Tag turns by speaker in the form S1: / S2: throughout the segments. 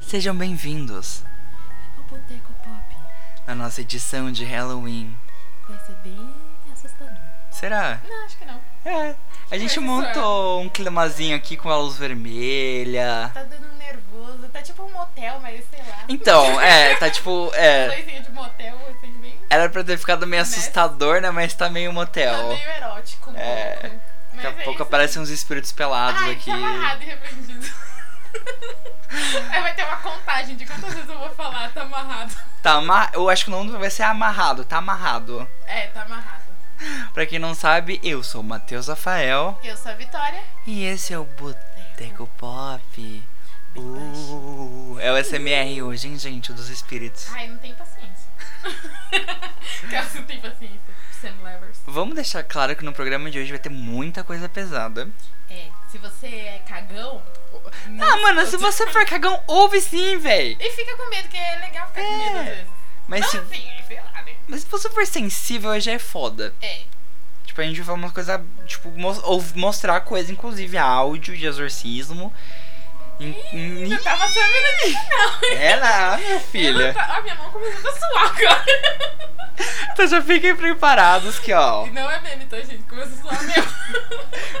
S1: Sejam bem-vindos
S2: O Boteco Pop
S1: na nossa edição de Halloween.
S2: vai ser bem assustador.
S1: Será?
S2: Não, acho que não.
S1: É. A gente montou um climazinho aqui com a luz vermelha.
S2: Tá dando nervoso. Tá tipo um motel, mas sei lá.
S1: Então, é, tá tipo, é,
S2: Coisinha de motel, assim, bem.
S1: era pra ter ficado meio assustador, né, mas tá meio
S2: Tá
S1: motel.
S2: meio erótico um
S1: É.
S2: pouco. Mas
S1: Daqui a
S2: é
S1: pouco
S2: isso.
S1: aparecem uns espíritos pelados
S2: Ai,
S1: aqui.
S2: tava amarrado e arrependido. Aí vai ter uma contagem de quantas vezes eu vou falar, tá amarrado.
S1: Tá ama- eu acho que o nome vai ser amarrado, tá amarrado.
S2: É, tá amarrado.
S1: Pra quem não sabe, eu sou o Matheus Rafael
S2: Eu sou a Vitória.
S1: e esse é o Boteco Pop. Uh, é o SMR hoje, hein, gente, dos espíritos.
S2: Ai, não tem paciência. Caso não tem paciência. Sam Levers.
S1: Vamos deixar claro que no programa de hoje vai ter muita coisa pesada.
S2: É, se você é cagão.
S1: Ah, mano, se você for cagão, ouve sim, véi.
S2: E fica com medo, que é legal ficar com medo às
S1: É.
S2: vezes.
S1: Mas
S2: Não,
S1: se,
S2: assim, sei lá, né?
S1: mas se você for sensível, já é foda.
S2: É.
S1: Tipo, a gente vai falar uma coisa, tipo, mos ou mostrar coisa, inclusive áudio de exorcismo. In- in-
S2: Eu tava sabendo aqui, não.
S1: É lá, minha
S2: Eu
S1: filha.
S2: não tá- Ó, minha mão começou a suar agora.
S1: Então já fiquem preparados que, ó,
S2: E não é meme, tá, gente? Começou a suar mesmo.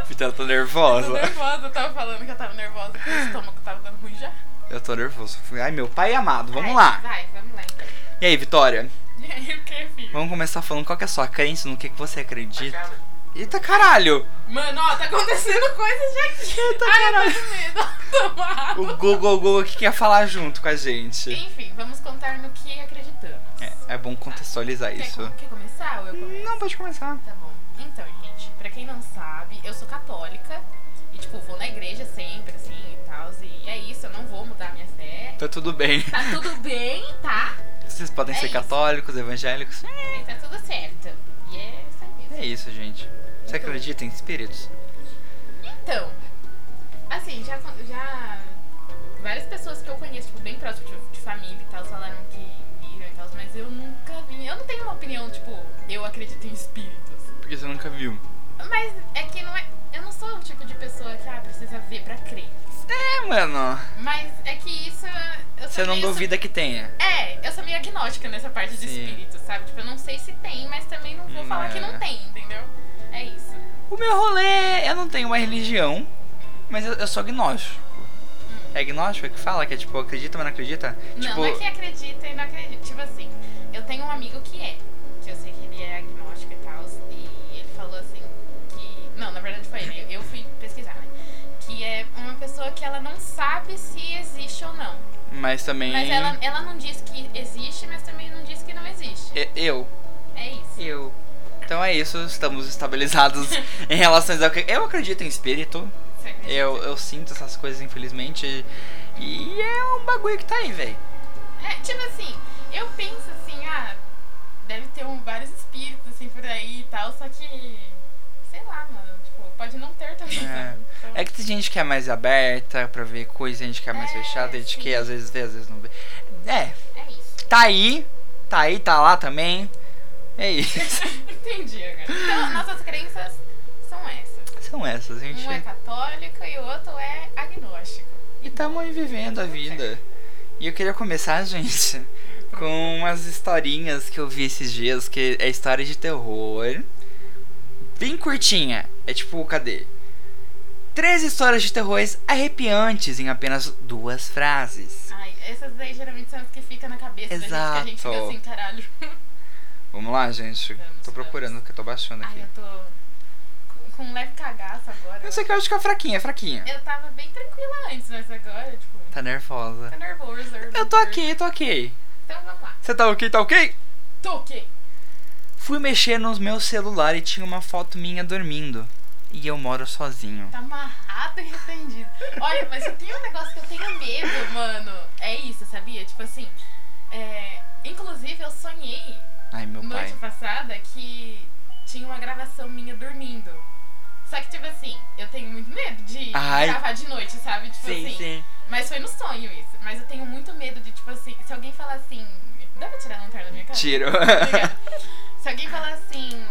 S1: a Vitória tá
S2: Eu tô
S1: nervosa.
S2: nervosa, eu tava falando que eu tava nervosa, que o estômago tava dando ruim já.
S1: Eu tô nervoso. Ai, meu pai amado, vamos
S2: Ai,
S1: lá.
S2: Vai, vamos lá então.
S1: E aí, Vitória?
S2: E aí, o que, filho?
S1: Vamos começar falando qual que é a sua crença, no que, que você acredita. Eita caralho!
S2: Mano, ó, tá acontecendo coisa já aqui.
S1: Eita,
S2: Ai,
S1: caralho.
S2: eu tô com medo. Ó, Toma
S1: O
S2: água.
S1: Google Google que quer falar junto com a gente.
S2: Enfim, vamos contar no que acreditamos.
S1: É, é bom contextualizar
S2: Quer,
S1: isso.
S2: co- quer começar ou eu começo?
S1: Não, pode começar.
S2: Tá bom. Então, gente, pra quem não sabe, eu sou católica. E, tipo, vou na igreja sempre, assim, e tal. E é isso, eu não vou mudar minha fé.
S1: Tá tudo bem.
S2: Tá tudo bem, tá?
S1: Vocês podem
S2: É
S1: ser
S2: isso.
S1: católicos, evangélicos.
S2: E tá tudo certo. E é isso aí mesmo.
S1: É isso, gente. Você
S2: Então.
S1: acredita em espíritos?
S2: Então, assim, já, con- já várias pessoas que eu conheço, tipo, bem próximo de, de família e tal, falaram que viram e tal, mas eu nunca vi. Eu não tenho uma opinião, tipo, eu acredito em espíritos.
S1: Porque você nunca viu.
S2: Mas é que não é. Eu não sou o tipo de pessoa que, ah, precisa ver pra crer.
S1: É, mano.
S2: Mas é que isso. Eu sou
S1: Você não
S2: meio-
S1: duvida que tenha.
S2: É, eu sou meio agnóstica nessa parte de
S1: Sim.
S2: espírito, sabe? Tipo, eu não sei se tem, mas também não vou
S1: Hum,
S2: falar que
S1: é.
S2: não tem, entendeu? É isso.
S1: O meu rolê, é, eu não tenho uma religião, mas eu, eu sou agnóstico. É agnóstico que fala? Que é tipo, acredita, mas não acredita?
S2: Hum. Não,
S1: tipo,
S2: não é que acredita e não acredita. Tipo assim, eu tenho um amigo que é, que eu sei que ele é agnóstico e tal, e ele falou assim que. Não, na verdade foi ele, eu fui pesquisar, né? Que é uma pessoa que ela não sabe se existe ou não.
S1: mas também.
S2: Mas ela, ela não diz que existe, mas também não diz que não existe.
S1: E- Eu.
S2: É isso.
S1: Eu. Então é isso, estamos estabilizados em relação ao que. Eu acredito em espírito.
S2: Você acredita?
S1: Eu, eu sinto essas coisas, infelizmente. E é um bagulho que tá aí, velho.
S2: É, tipo assim, eu penso assim, ah, deve ter um, vários espíritos assim por aí e tal, só que. Sei lá, mano. Tipo, pode não ter também.
S1: É.
S2: sabe? Então,
S1: É que tem gente que é mais aberta pra ver coisas, tem gente que é mais
S2: É,
S1: fechada, tem gente que
S2: sim.
S1: às vezes vê, às vezes não vê. É,
S2: é isso.
S1: tá aí, tá aí, tá lá também. É isso.
S2: Entendi agora. Então, nossas crenças são essas.
S1: São essas, gente.
S2: Um é católico e o outro é agnóstico.
S1: E tamo aí vivendo a vida. E eu queria começar, gente, com umas historinhas que eu vi esses dias, que é história de terror. Bem curtinha. É tipo, cadê? Três histórias de terrores arrepiantes em apenas duas frases.
S2: Ai, essas daí geralmente são as que ficam na cabeça da gente, que a gente fica
S1: Exato.
S2: assim, caralho.
S1: Vamos lá, gente.
S2: Vamos,
S1: Tô procurando, é que eu tô baixando
S2: Ai,
S1: aqui.
S2: eu tô com, com um leve cagaço agora.
S1: Essa aqui eu acho que é fraquinha, é fraquinha.
S2: Eu tava bem tranquila antes, mas agora, tipo,
S1: Tá nervosa.
S2: tá nervoso.
S1: Eu tô ok, tô ok.
S2: Então vamos lá.
S1: Você tá ok, tá ok?
S2: Tô ok.
S1: Fui mexer nos meus celular e tinha uma foto minha dormindo. E eu moro sozinho.
S2: Tá amarrado e arrependido. Olha, mas tem um negócio que eu tenho medo, mano. É isso, sabia? Tipo assim, é, inclusive eu sonhei
S1: Ai, meu
S2: noite
S1: pai.
S2: passada que tinha uma gravação minha dormindo. Só que, tipo assim, eu tenho muito medo de
S1: Ai.
S2: gravar de noite, sabe? Tipo assim.
S1: sim.
S2: Mas foi no sonho isso. Mas eu tenho muito medo de, tipo assim, se alguém falar assim. Dá pra tirar a lanterna da minha cara?
S1: Tiro.
S2: Obrigada. Se alguém falar assim,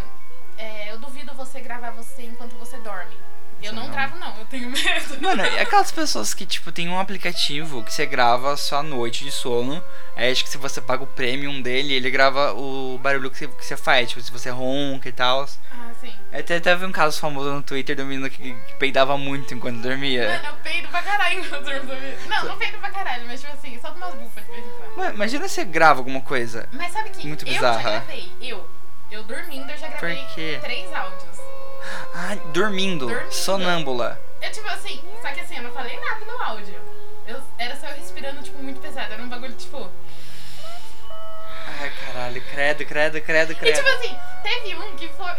S2: é, eu duvido você gravar você enquanto você dorme. Eu não, gravo, não, eu tenho medo.
S1: Mano, é aquelas pessoas que, tipo, tem um aplicativo que você grava a sua noite de sono. Aí acho que se você paga o premium dele, ele grava o barulho que você, que você faz, tipo, se você ronca e tal.
S2: Ah, sim.
S1: Até até vi um caso famoso no Twitter do menino que, que peidava muito enquanto dormia.
S2: Mano, eu peido pra caralho enquanto eu dormi. Não, não peido pra caralho, mas tipo assim, solto umas bufas de vez em quando.
S1: Mano, imagina se você grava alguma coisa.
S2: Mas sabe que
S1: Muito
S2: eu
S1: bizarra.
S2: já gravei, eu, eu dormindo, eu já
S1: Por
S2: gravei
S1: quê?
S2: três áudios.
S1: Ah, dormindo.
S2: Dormindo.
S1: Sonâmbula.
S2: Eu tipo assim, só que assim, eu não falei nada no áudio. Eu, era só eu respirando, tipo, muito pesado. Era um bagulho, tipo.
S1: Ai, caralho. Credo, credo, credo,
S2: E
S1: credo.
S2: tipo assim, teve um que foi.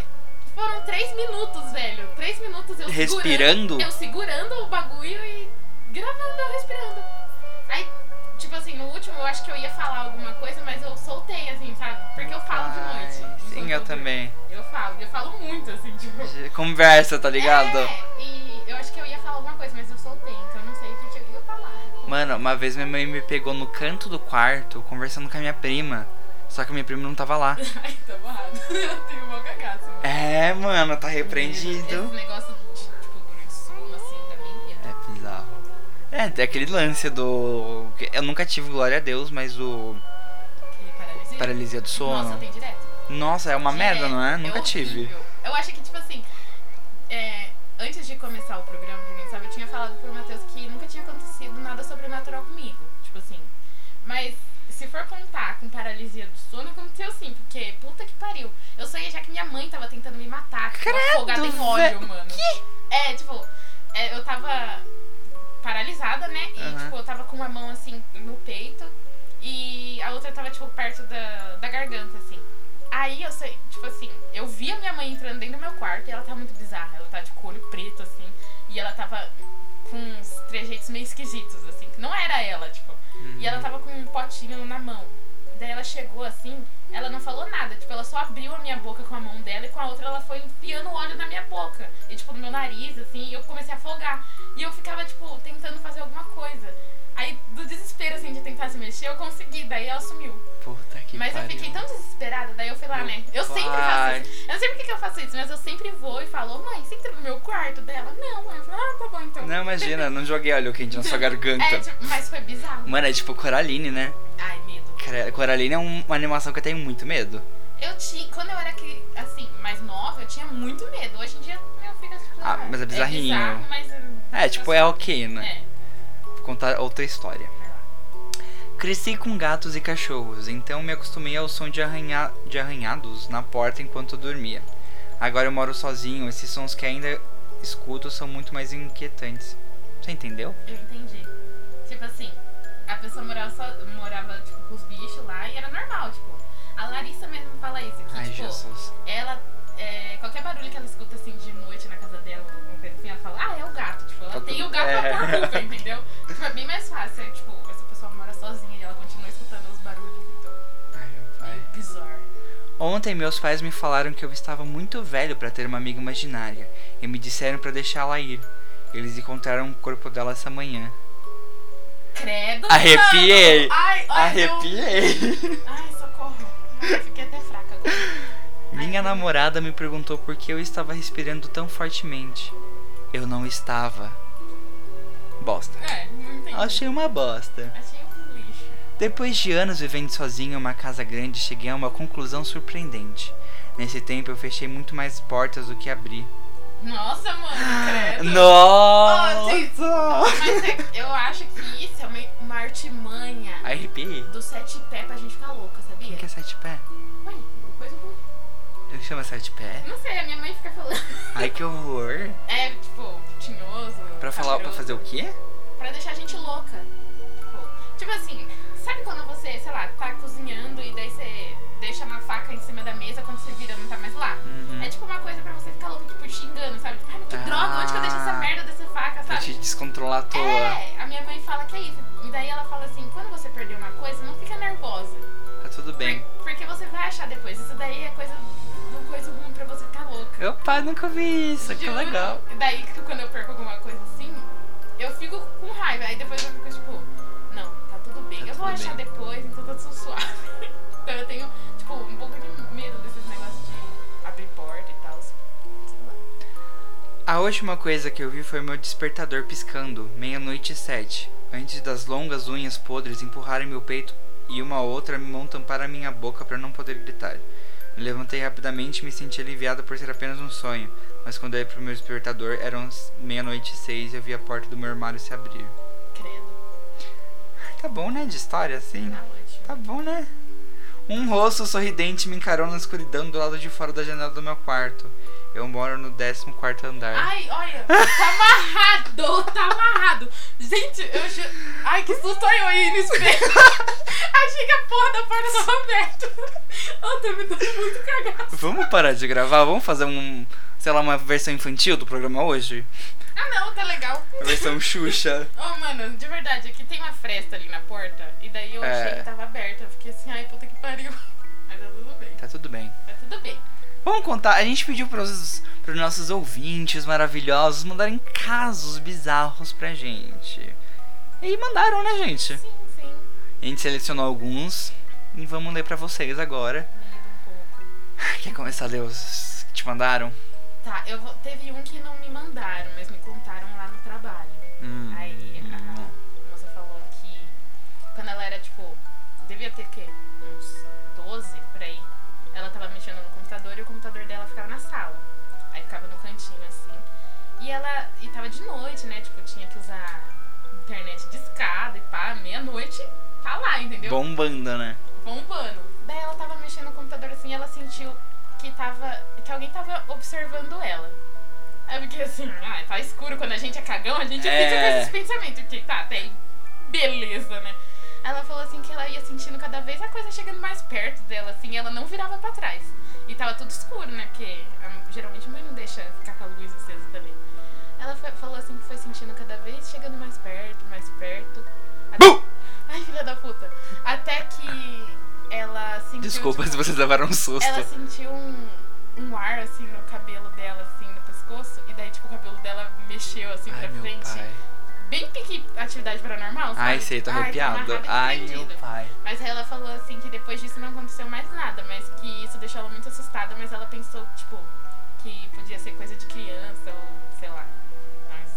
S2: Foram três minutos, velho. Três minutos eu
S1: Respirando?
S2: segurando. Eu segurando o bagulho e gravando, eu respirando. Aí, tipo assim, no último eu acho que eu ia falar alguma coisa, mas eu soltei, assim, sabe? Porque eu falo de
S1: Ai,
S2: noite.
S1: Sim, eu também.
S2: Eu falo, eu falo muito, assim, tipo.
S1: Conversa, tá ligado?
S2: É, e eu acho que eu ia falar alguma coisa, mas eu soltei, então eu não sei o que que eu ia falar.
S1: Mano, uma vez minha mãe me pegou no canto do quarto conversando com a minha prima. Só que minha prima não tava lá.
S2: Ai, tá borrado. Eu tenho mó cagaço.
S1: É, mano, tá repreendido.
S2: Esse negócio de, tipo, sono, assim, da minha vida.
S1: É bizarro. É, tem aquele lance do. Eu nunca tive, glória a Deus, mas o.
S2: Que paralisia.
S1: Paralisia do
S2: Nossa,
S1: sono.
S2: tem direto.
S1: Nossa, é uma merda, não é? Nunca tive.
S2: horrível. Eu acho que, tipo assim, é, antes de começar o programa, pra quem sabe, eu tinha falado pro Matheus que nunca tinha acontecido nada sobrenatural comigo. Tipo assim. Mas se for contar com paralisia do sono, aconteceu sim, porque puta que pariu. Eu sonhei já que minha mãe tava tentando me matar, tipo,
S1: Credo,
S2: afogada em óleo,
S1: velho.
S2: mano. Que? É, tipo, é, eu tava paralisada, né? E,
S1: Aham.
S2: tipo, eu tava com uma mão assim no peito e a outra tava, tipo, perto da, da garganta, assim. Aí eu sei, tipo assim, eu vi a minha mãe entrando dentro do meu quarto e ela tava muito bizarra. Ela tá de olho preto, assim, e ela tava com uns trejeitos meio esquisitos, assim, que não era ela, tipo. E ela tava com um potinho na mão. Daí ela chegou assim, ela não falou nada, tipo, ela só abriu a minha boca com a mão dela e com a outra ela foi enfiando óleo na minha boca. E tipo, no meu nariz, assim, e eu comecei a afogar. E eu ficava, tipo, tentando fazer alguma coisa. Aí, do desespero, assim, de tentar se mexer, eu consegui, daí ela sumiu.
S1: Puta que
S2: mas
S1: pariu.
S2: eu fiquei tão desesperada, daí eu fui lá, né? Eu sempre faço
S1: Vai.
S2: isso. Eu não sei por que que eu faço isso, mas eu sempre vou e falo, mãe, você entra no meu quarto dela? Não, mãe. Eu falo, ah, tá bom então.
S1: Não, então. imagina, não joguei óleo quente na sua garganta.
S2: É, tipo, mas foi bizarro.
S1: Mano, é tipo Coraline, né?
S2: Ai, medo.
S1: Cara, Coraline é um- uma animação que eu tenho muito medo.
S2: Eu tinha, quando eu era que, assim, mais nova, eu tinha muito medo. Hoje em dia eu fico tipo.
S1: Ah, mas é bizarrinho.
S2: É bizarro, mas.
S1: É, tipo, é ok, né?
S2: É.
S1: Vou contar outra história.
S2: vai lá.
S1: Cresci com gatos e cachorros, então me acostumei ao som de, arranha- de arranhados na porta enquanto eu dormia. Agora eu moro sozinho, esses sons que ainda escuto são muito mais inquietantes. Você entendeu?
S2: é, Eu entendi. Tipo assim, a pessoa morava, só, morava tipo, com os bichos lá e era normal, tipo. A Larissa mesmo fala isso, que,
S1: Ai,
S2: tipo,
S1: Jesus.
S2: ela. é, qualquer barulho que ela escuta assim de noite na casa dela, ou alguma coisa assim, ela fala, ah, é o gato. Tipo, ela
S1: Tá
S2: tem
S1: tudo-
S2: o gato na
S1: é.
S2: por culpa, entendeu? Tipo, é bem mais fácil. é, Tipo, essa pessoa mora sozinha e ela continua escutando os barulhos. Então,
S1: Ai, meu pai.
S2: é bizarro.
S1: Ontem meus pais me falaram que eu estava muito velho para ter uma amiga imaginária e me disseram para deixá-la ir. Eles encontraram o corpo dela essa manhã.
S2: Credo!
S1: Arrepiei.
S2: mano. Ai, ai, não.
S1: Arrepiei!
S2: Ai, socorro! Ai, fiquei até fraca agora.
S1: Minha
S2: Ai,
S1: namorada me perguntou por que eu estava respirando tão fortemente. Eu não estava. Bosta.
S2: É, não entendi.
S1: Achei uma bosta.
S2: Achei um lixo.
S1: Depois de anos vivendo sozinho em uma casa grande, cheguei a uma conclusão surpreendente. Nesse tempo eu fechei muito mais portas do que abri.
S2: Nossa, mano, credo.
S1: Nossa!
S2: Mas é- eu acho que isso é uma, uma artimanha
S1: Arrepiei.
S2: do sete pé pra gente ficar louca, sabia?
S1: Quem que é sete pé?
S2: Ué, coisa ruim.
S1: Ele chama sete pé?
S2: Não sei, a minha mãe fica falando.
S1: Ai que horror!
S2: É, tipo, tinhoso.
S1: Pra falar, pra
S2: caberoso.
S1: fazer o quê?
S2: Pra deixar a gente louca. Tipo, tipo assim, sabe quando você, sei lá, tá cozinhando e daí você deixa uma faca em cima da mesa, quando você vira não tá mais lá?
S1: Uhum.
S2: É tipo uma coisa pra você ficar louco, tipo, xingando, sabe? Tipo, ai, que
S1: Ah.
S2: droga, onde que eu deixo essa merda dessa faca,
S1: Pra te
S2: sabe?
S1: descontrolar à toa.
S2: É, a minha mãe fala que é isso. E daí ela fala assim, quando você perder uma coisa, não fica nervosa.
S1: Tá tudo bem.
S2: Por- Porque você vai achar depois. Isso daí é coisa do coisa ruim pra você ficar louca.
S1: Opa, nunca vi isso, que
S2: Juro.
S1: legal.
S2: E daí, que quando eu perco alguma coisa assim, eu fico com raiva. Aí depois eu fico tipo, não, tá tudo bem.
S1: Tá
S2: eu vou
S1: tudo
S2: achar
S1: bem.
S2: depois, então tá tudo suave. então eu tenho, tipo, um pouco de medo desses negócios de abrir porta e tal. Sei lá.
S1: A A última coisa que eu vi foi meu despertador piscando, meia-noite e sete, antes das longas unhas podres empurrarem meu peito e uma outra mão tampar a minha boca para não poder gritar. Me levantei rapidamente e me senti aliviado por ser apenas um sonho, mas quando eu olhei pro meu despertador, eram s- meia-noite e seis e eu vi a porta do meu armário se abrir.
S2: Credo.
S1: Tá bom, né? De história, assim?
S2: Tá ótimo.
S1: Tá bom, né? Um rosto sorridente me encarou na escuridão do lado de fora da janela do meu quarto. Eu moro no 14 andar.
S2: Ai, olha, tá amarrado, tá amarrado. Gente, eu ju... Ai, que susto eu aí no espelho. Achei que a porra da porta tava aberta. Eu tô me dando muito cagado.
S1: Vamos parar de gravar? Vamos fazer um, sei lá, uma versão infantil do programa hoje?
S2: Ah não, tá legal.
S1: Uma versão Xuxa.
S2: Ô, mano, de verdade, aqui tem uma fresta ali na porta. E daí eu
S1: É.
S2: achei que tava aberta. Eu fiquei assim, ai, puta que pariu. Mas tá tudo bem,
S1: Tá tudo bem.
S2: tá tudo bem.
S1: Vamos contar, a gente pediu para os nossos ouvintes maravilhosos mandarem casos bizarros pra gente. E mandaram, né, gente?
S2: Sim, sim.
S1: A gente selecionou alguns e vamos ler pra vocês agora.
S2: Medo um pouco.
S1: Quer começar a ler os que te mandaram?
S2: Tá, eu vou... teve um que não me mandaram, mas me contaram lá no trabalho.
S1: Hum.
S2: Aí ah, a moça falou que quando ela era tipo, devia ter que uns 12 por aí, ela tava mexendo no computador e o computador dela ficava na sala. Aí ficava no cantinho assim. E ela e tava de noite, né? Tipo, tinha que usar internet de escada e pá, meia-noite, tá lá, entendeu?
S1: Bombando, né?
S2: bombando. Daí ela tava mexendo no computador assim e ela sentiu que tava. que alguém tava observando ela. Aí eu fiquei assim, ah, tá escuro, quando a gente é cagão, a gente
S1: É.
S2: fica com esses pensamentos, porque tá, tem. Beleza, né? Aí Ela falou assim que ela ia sentindo cada vez a coisa chegando mais perto dela, assim, e ela não virava pra trás. E tava tudo escuro, né? Porque ah, geralmente a mãe não deixa ficar com a luz acesa também. Ela foi- falou assim que foi sentindo cada vez chegando mais perto, mais perto. Até-
S1: Bum!
S2: Ai, filha da puta. Até que ela sentiu.
S1: Desculpa
S2: tipo,
S1: se vocês levaram um susto.
S2: Ela sentiu um, um ar assim no cabelo dela, assim, no pescoço. E daí, tipo, o cabelo dela mexeu assim
S1: Ai,
S2: pra
S1: meu
S2: frente.
S1: pai.
S2: Bem pique atividade paranormal, sabe? tá
S1: Ai, sei, tô arrepiado.
S2: amarrada,
S1: Ai,
S2: arrependido.
S1: meu pai.
S2: Mas aí ela falou assim que depois disso não aconteceu mais nada, mas que isso deixou ela muito assustada, mas ela pensou, tipo, que podia ser coisa de criança ou sei lá. Mas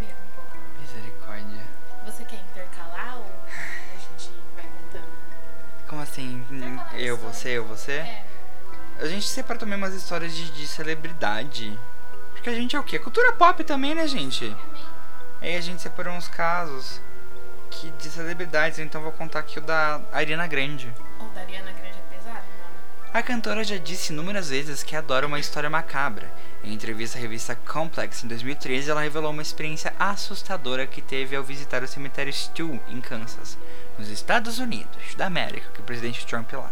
S2: medo um pouco.
S1: Misericórdia.
S2: Você quer intercalar ou a gente vai contando?
S1: Como assim?
S2: Intercalar
S1: Eu,
S2: histórias.
S1: você, eu, você?
S2: É.
S1: A gente separa também umas histórias de, de celebridade. Porque a gente é o quê? Cultura pop também, né, gente?
S2: Amém.
S1: Aí a gente separou uns casos que de celebridades, então eu vou contar aqui o da Ariana Grande.
S2: Ou da Ariana Grande é pesado, mano.
S1: A cantora já disse inúmeras vezes que adora uma história macabra. Em entrevista à revista Complex em 2013, ela revelou uma experiência assustadora que teve ao visitar o cemitério Stew, em Kansas, nos Estados Unidos da América, que o presidente Trump é lá.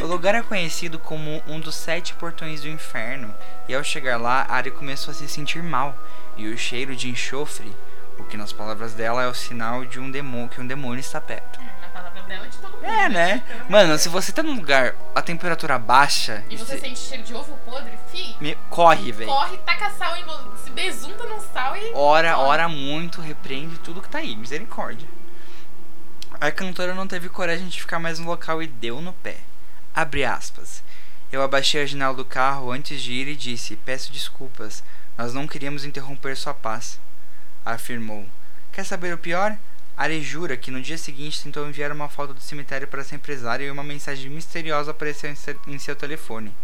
S1: O lugar é conhecido como um dos sete portões do inferno, e ao chegar lá, a Ari começou a se sentir mal, e o cheiro de enxofre, o que nas palavras dela é o sinal de um demônio que um demônio está perto.
S2: Hum, Na palavra dela é de todo mundo.
S1: É, né?
S2: Então,
S1: Mano, se você tá num lugar a temperatura baixa,
S2: E você
S1: cê-
S2: sente cheiro de ovo podre, fi,
S1: me- corre, velho.
S2: corre, taca sal, em- se besunta num sal e.
S1: Ora, ora muito, repreende tudo que tá aí, misericórdia. A cantora não teve coragem de ficar mais no local e deu no pé. Abre aspas. Eu abaixei a janela do carro antes de ir e disse: Peço desculpas, nós não queríamos interromper sua paz. Afirmou. Quer saber o pior? Ari jura que no dia seguinte tentou enviar uma foto do cemitério para essa empresária e uma mensagem misteriosa apareceu em seu, em seu telefone.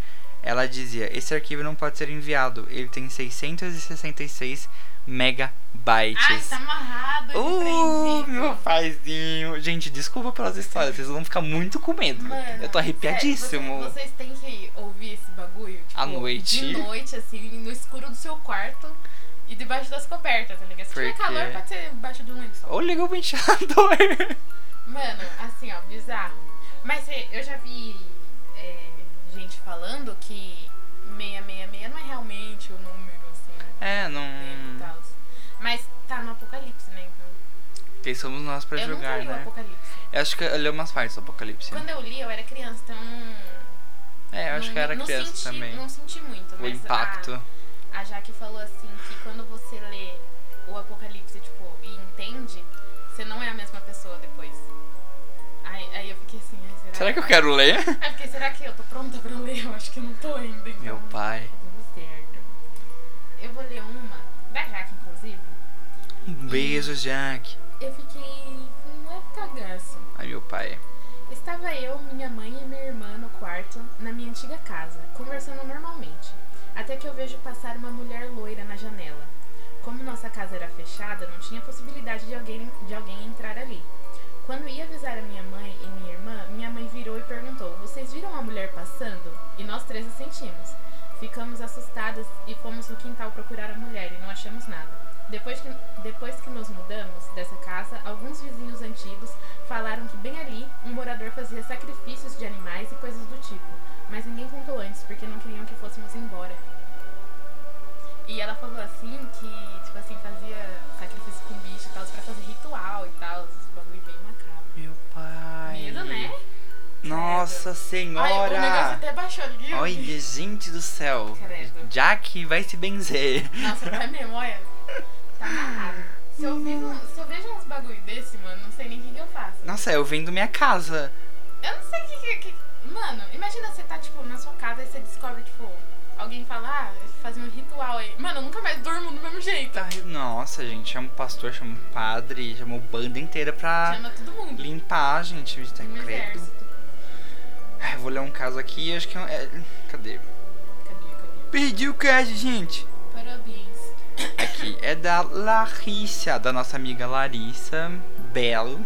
S1: Ela dizia: Esse arquivo não pode ser enviado, ele tem 666
S2: Ai,
S1: megabytes.
S2: tá amarrado.
S1: Uh,
S2: ele
S1: meu
S2: prendido.
S1: paizinho. Gente, desculpa pelas histórias, vocês vão ficar muito com medo.
S2: Mano,
S1: eu tô arrepiadíssimo.
S2: sério, vocês têm que ouvir esse bagulho. Tipo,
S1: À noite.
S2: De noite, assim, no escuro do seu quarto e debaixo das cobertas, tá ligado? Se tiver
S1: Por quê?
S2: calor, pode ser debaixo de um lençol.
S1: Ou liga o ventilador.
S2: Mano, assim, ó, bizarro. Mas é, eu já vi é, gente falando que 666 não é realmente o número, assim,
S1: É, não.
S2: dele e tal. Mas tá no Apocalipse, né? Então.
S1: Quem somos nós pra
S2: eu
S1: julgar,
S2: nunca li o
S1: né?
S2: Apocalipse.
S1: Eu acho que eu li umas partes do Apocalipse.
S2: Quando eu li, eu era criança, então.
S1: É, eu acho
S2: não-
S1: que eu era
S2: não
S1: criança
S2: senti-
S1: também.
S2: Não senti muito,
S1: o
S2: mas.
S1: impacto.
S2: A, a Jaque falou assim que quando você lê o Apocalipse, tipo, e entende, você não é a mesma pessoa depois. Aí, aí eu fiquei assim, ai, será,
S1: Será que eu quero ler?
S2: Aí eu fiquei, será que eu tô pronta pra ler? Eu acho que eu não tô ainda, então.
S1: Meu pai.
S2: Tá tudo certo. Eu vou ler uma
S1: Um Beijo, Jack.
S2: Eu fiquei com um leve cagaço.
S1: Ai, meu pai.
S2: Estava eu, minha mãe e minha irmã no quarto, na minha antiga casa, conversando normalmente. Até que eu vejo passar uma mulher loira na janela. Como nossa casa era fechada, não tinha possibilidade de alguém, de alguém entrar ali. Quando ia avisar a minha mãe e minha irmã, minha mãe virou e perguntou: Vocês viram a mulher passando? E nós três assentimos. Ficamos assustadas e fomos no quintal procurar a mulher e não achamos nada. Depois que, depois que nos mudamos dessa casa, alguns vizinhos antigos falaram que bem ali um morador fazia sacrifícios de animais e coisas do tipo, mas ninguém contou antes porque não queriam que fôssemos embora. E ela falou assim que, tipo assim, fazia sacrifício com bicho e tal, pra fazer ritual e tal, esses bagulho bem macabro.
S1: Meu pai.
S2: Medo, né?
S1: Nossa
S2: Ai, o negócio
S1: senhora.
S2: até baixou, viu?
S1: Olha, gente do céu.
S2: Credo.
S1: Jack vai se benzer.
S2: Nossa, vai mesmo, olha. Tá amarrado. Se eu, vejo, um- se eu vejo uns bagulho desse, mano, não sei nem o que, que eu faço.
S1: Nossa, eu vendo minha casa.
S2: Eu não sei o que, que, que- Mano, imagina você tá, tipo, na sua casa e você descobre, tipo, alguém falar, ah, eles fazem um ritual aí. Mano, eu nunca mais durmo do mesmo jeito.
S1: Ai, Tá, Nossa, gente, chama o pastor, chama o padre, chama o banda inteira pra
S2: Chama todo mundo.
S1: limpar, gente. Tá
S2: Um
S1: Ah, credo.
S2: exército.
S1: Ai, vou ler um caso aqui, acho que é. é cadê?
S2: Cadê, cadê?
S1: Perdi o caso, gente.
S2: tá Parabéns.
S1: Aqui, é da Larissa, da nossa amiga Larissa Belo.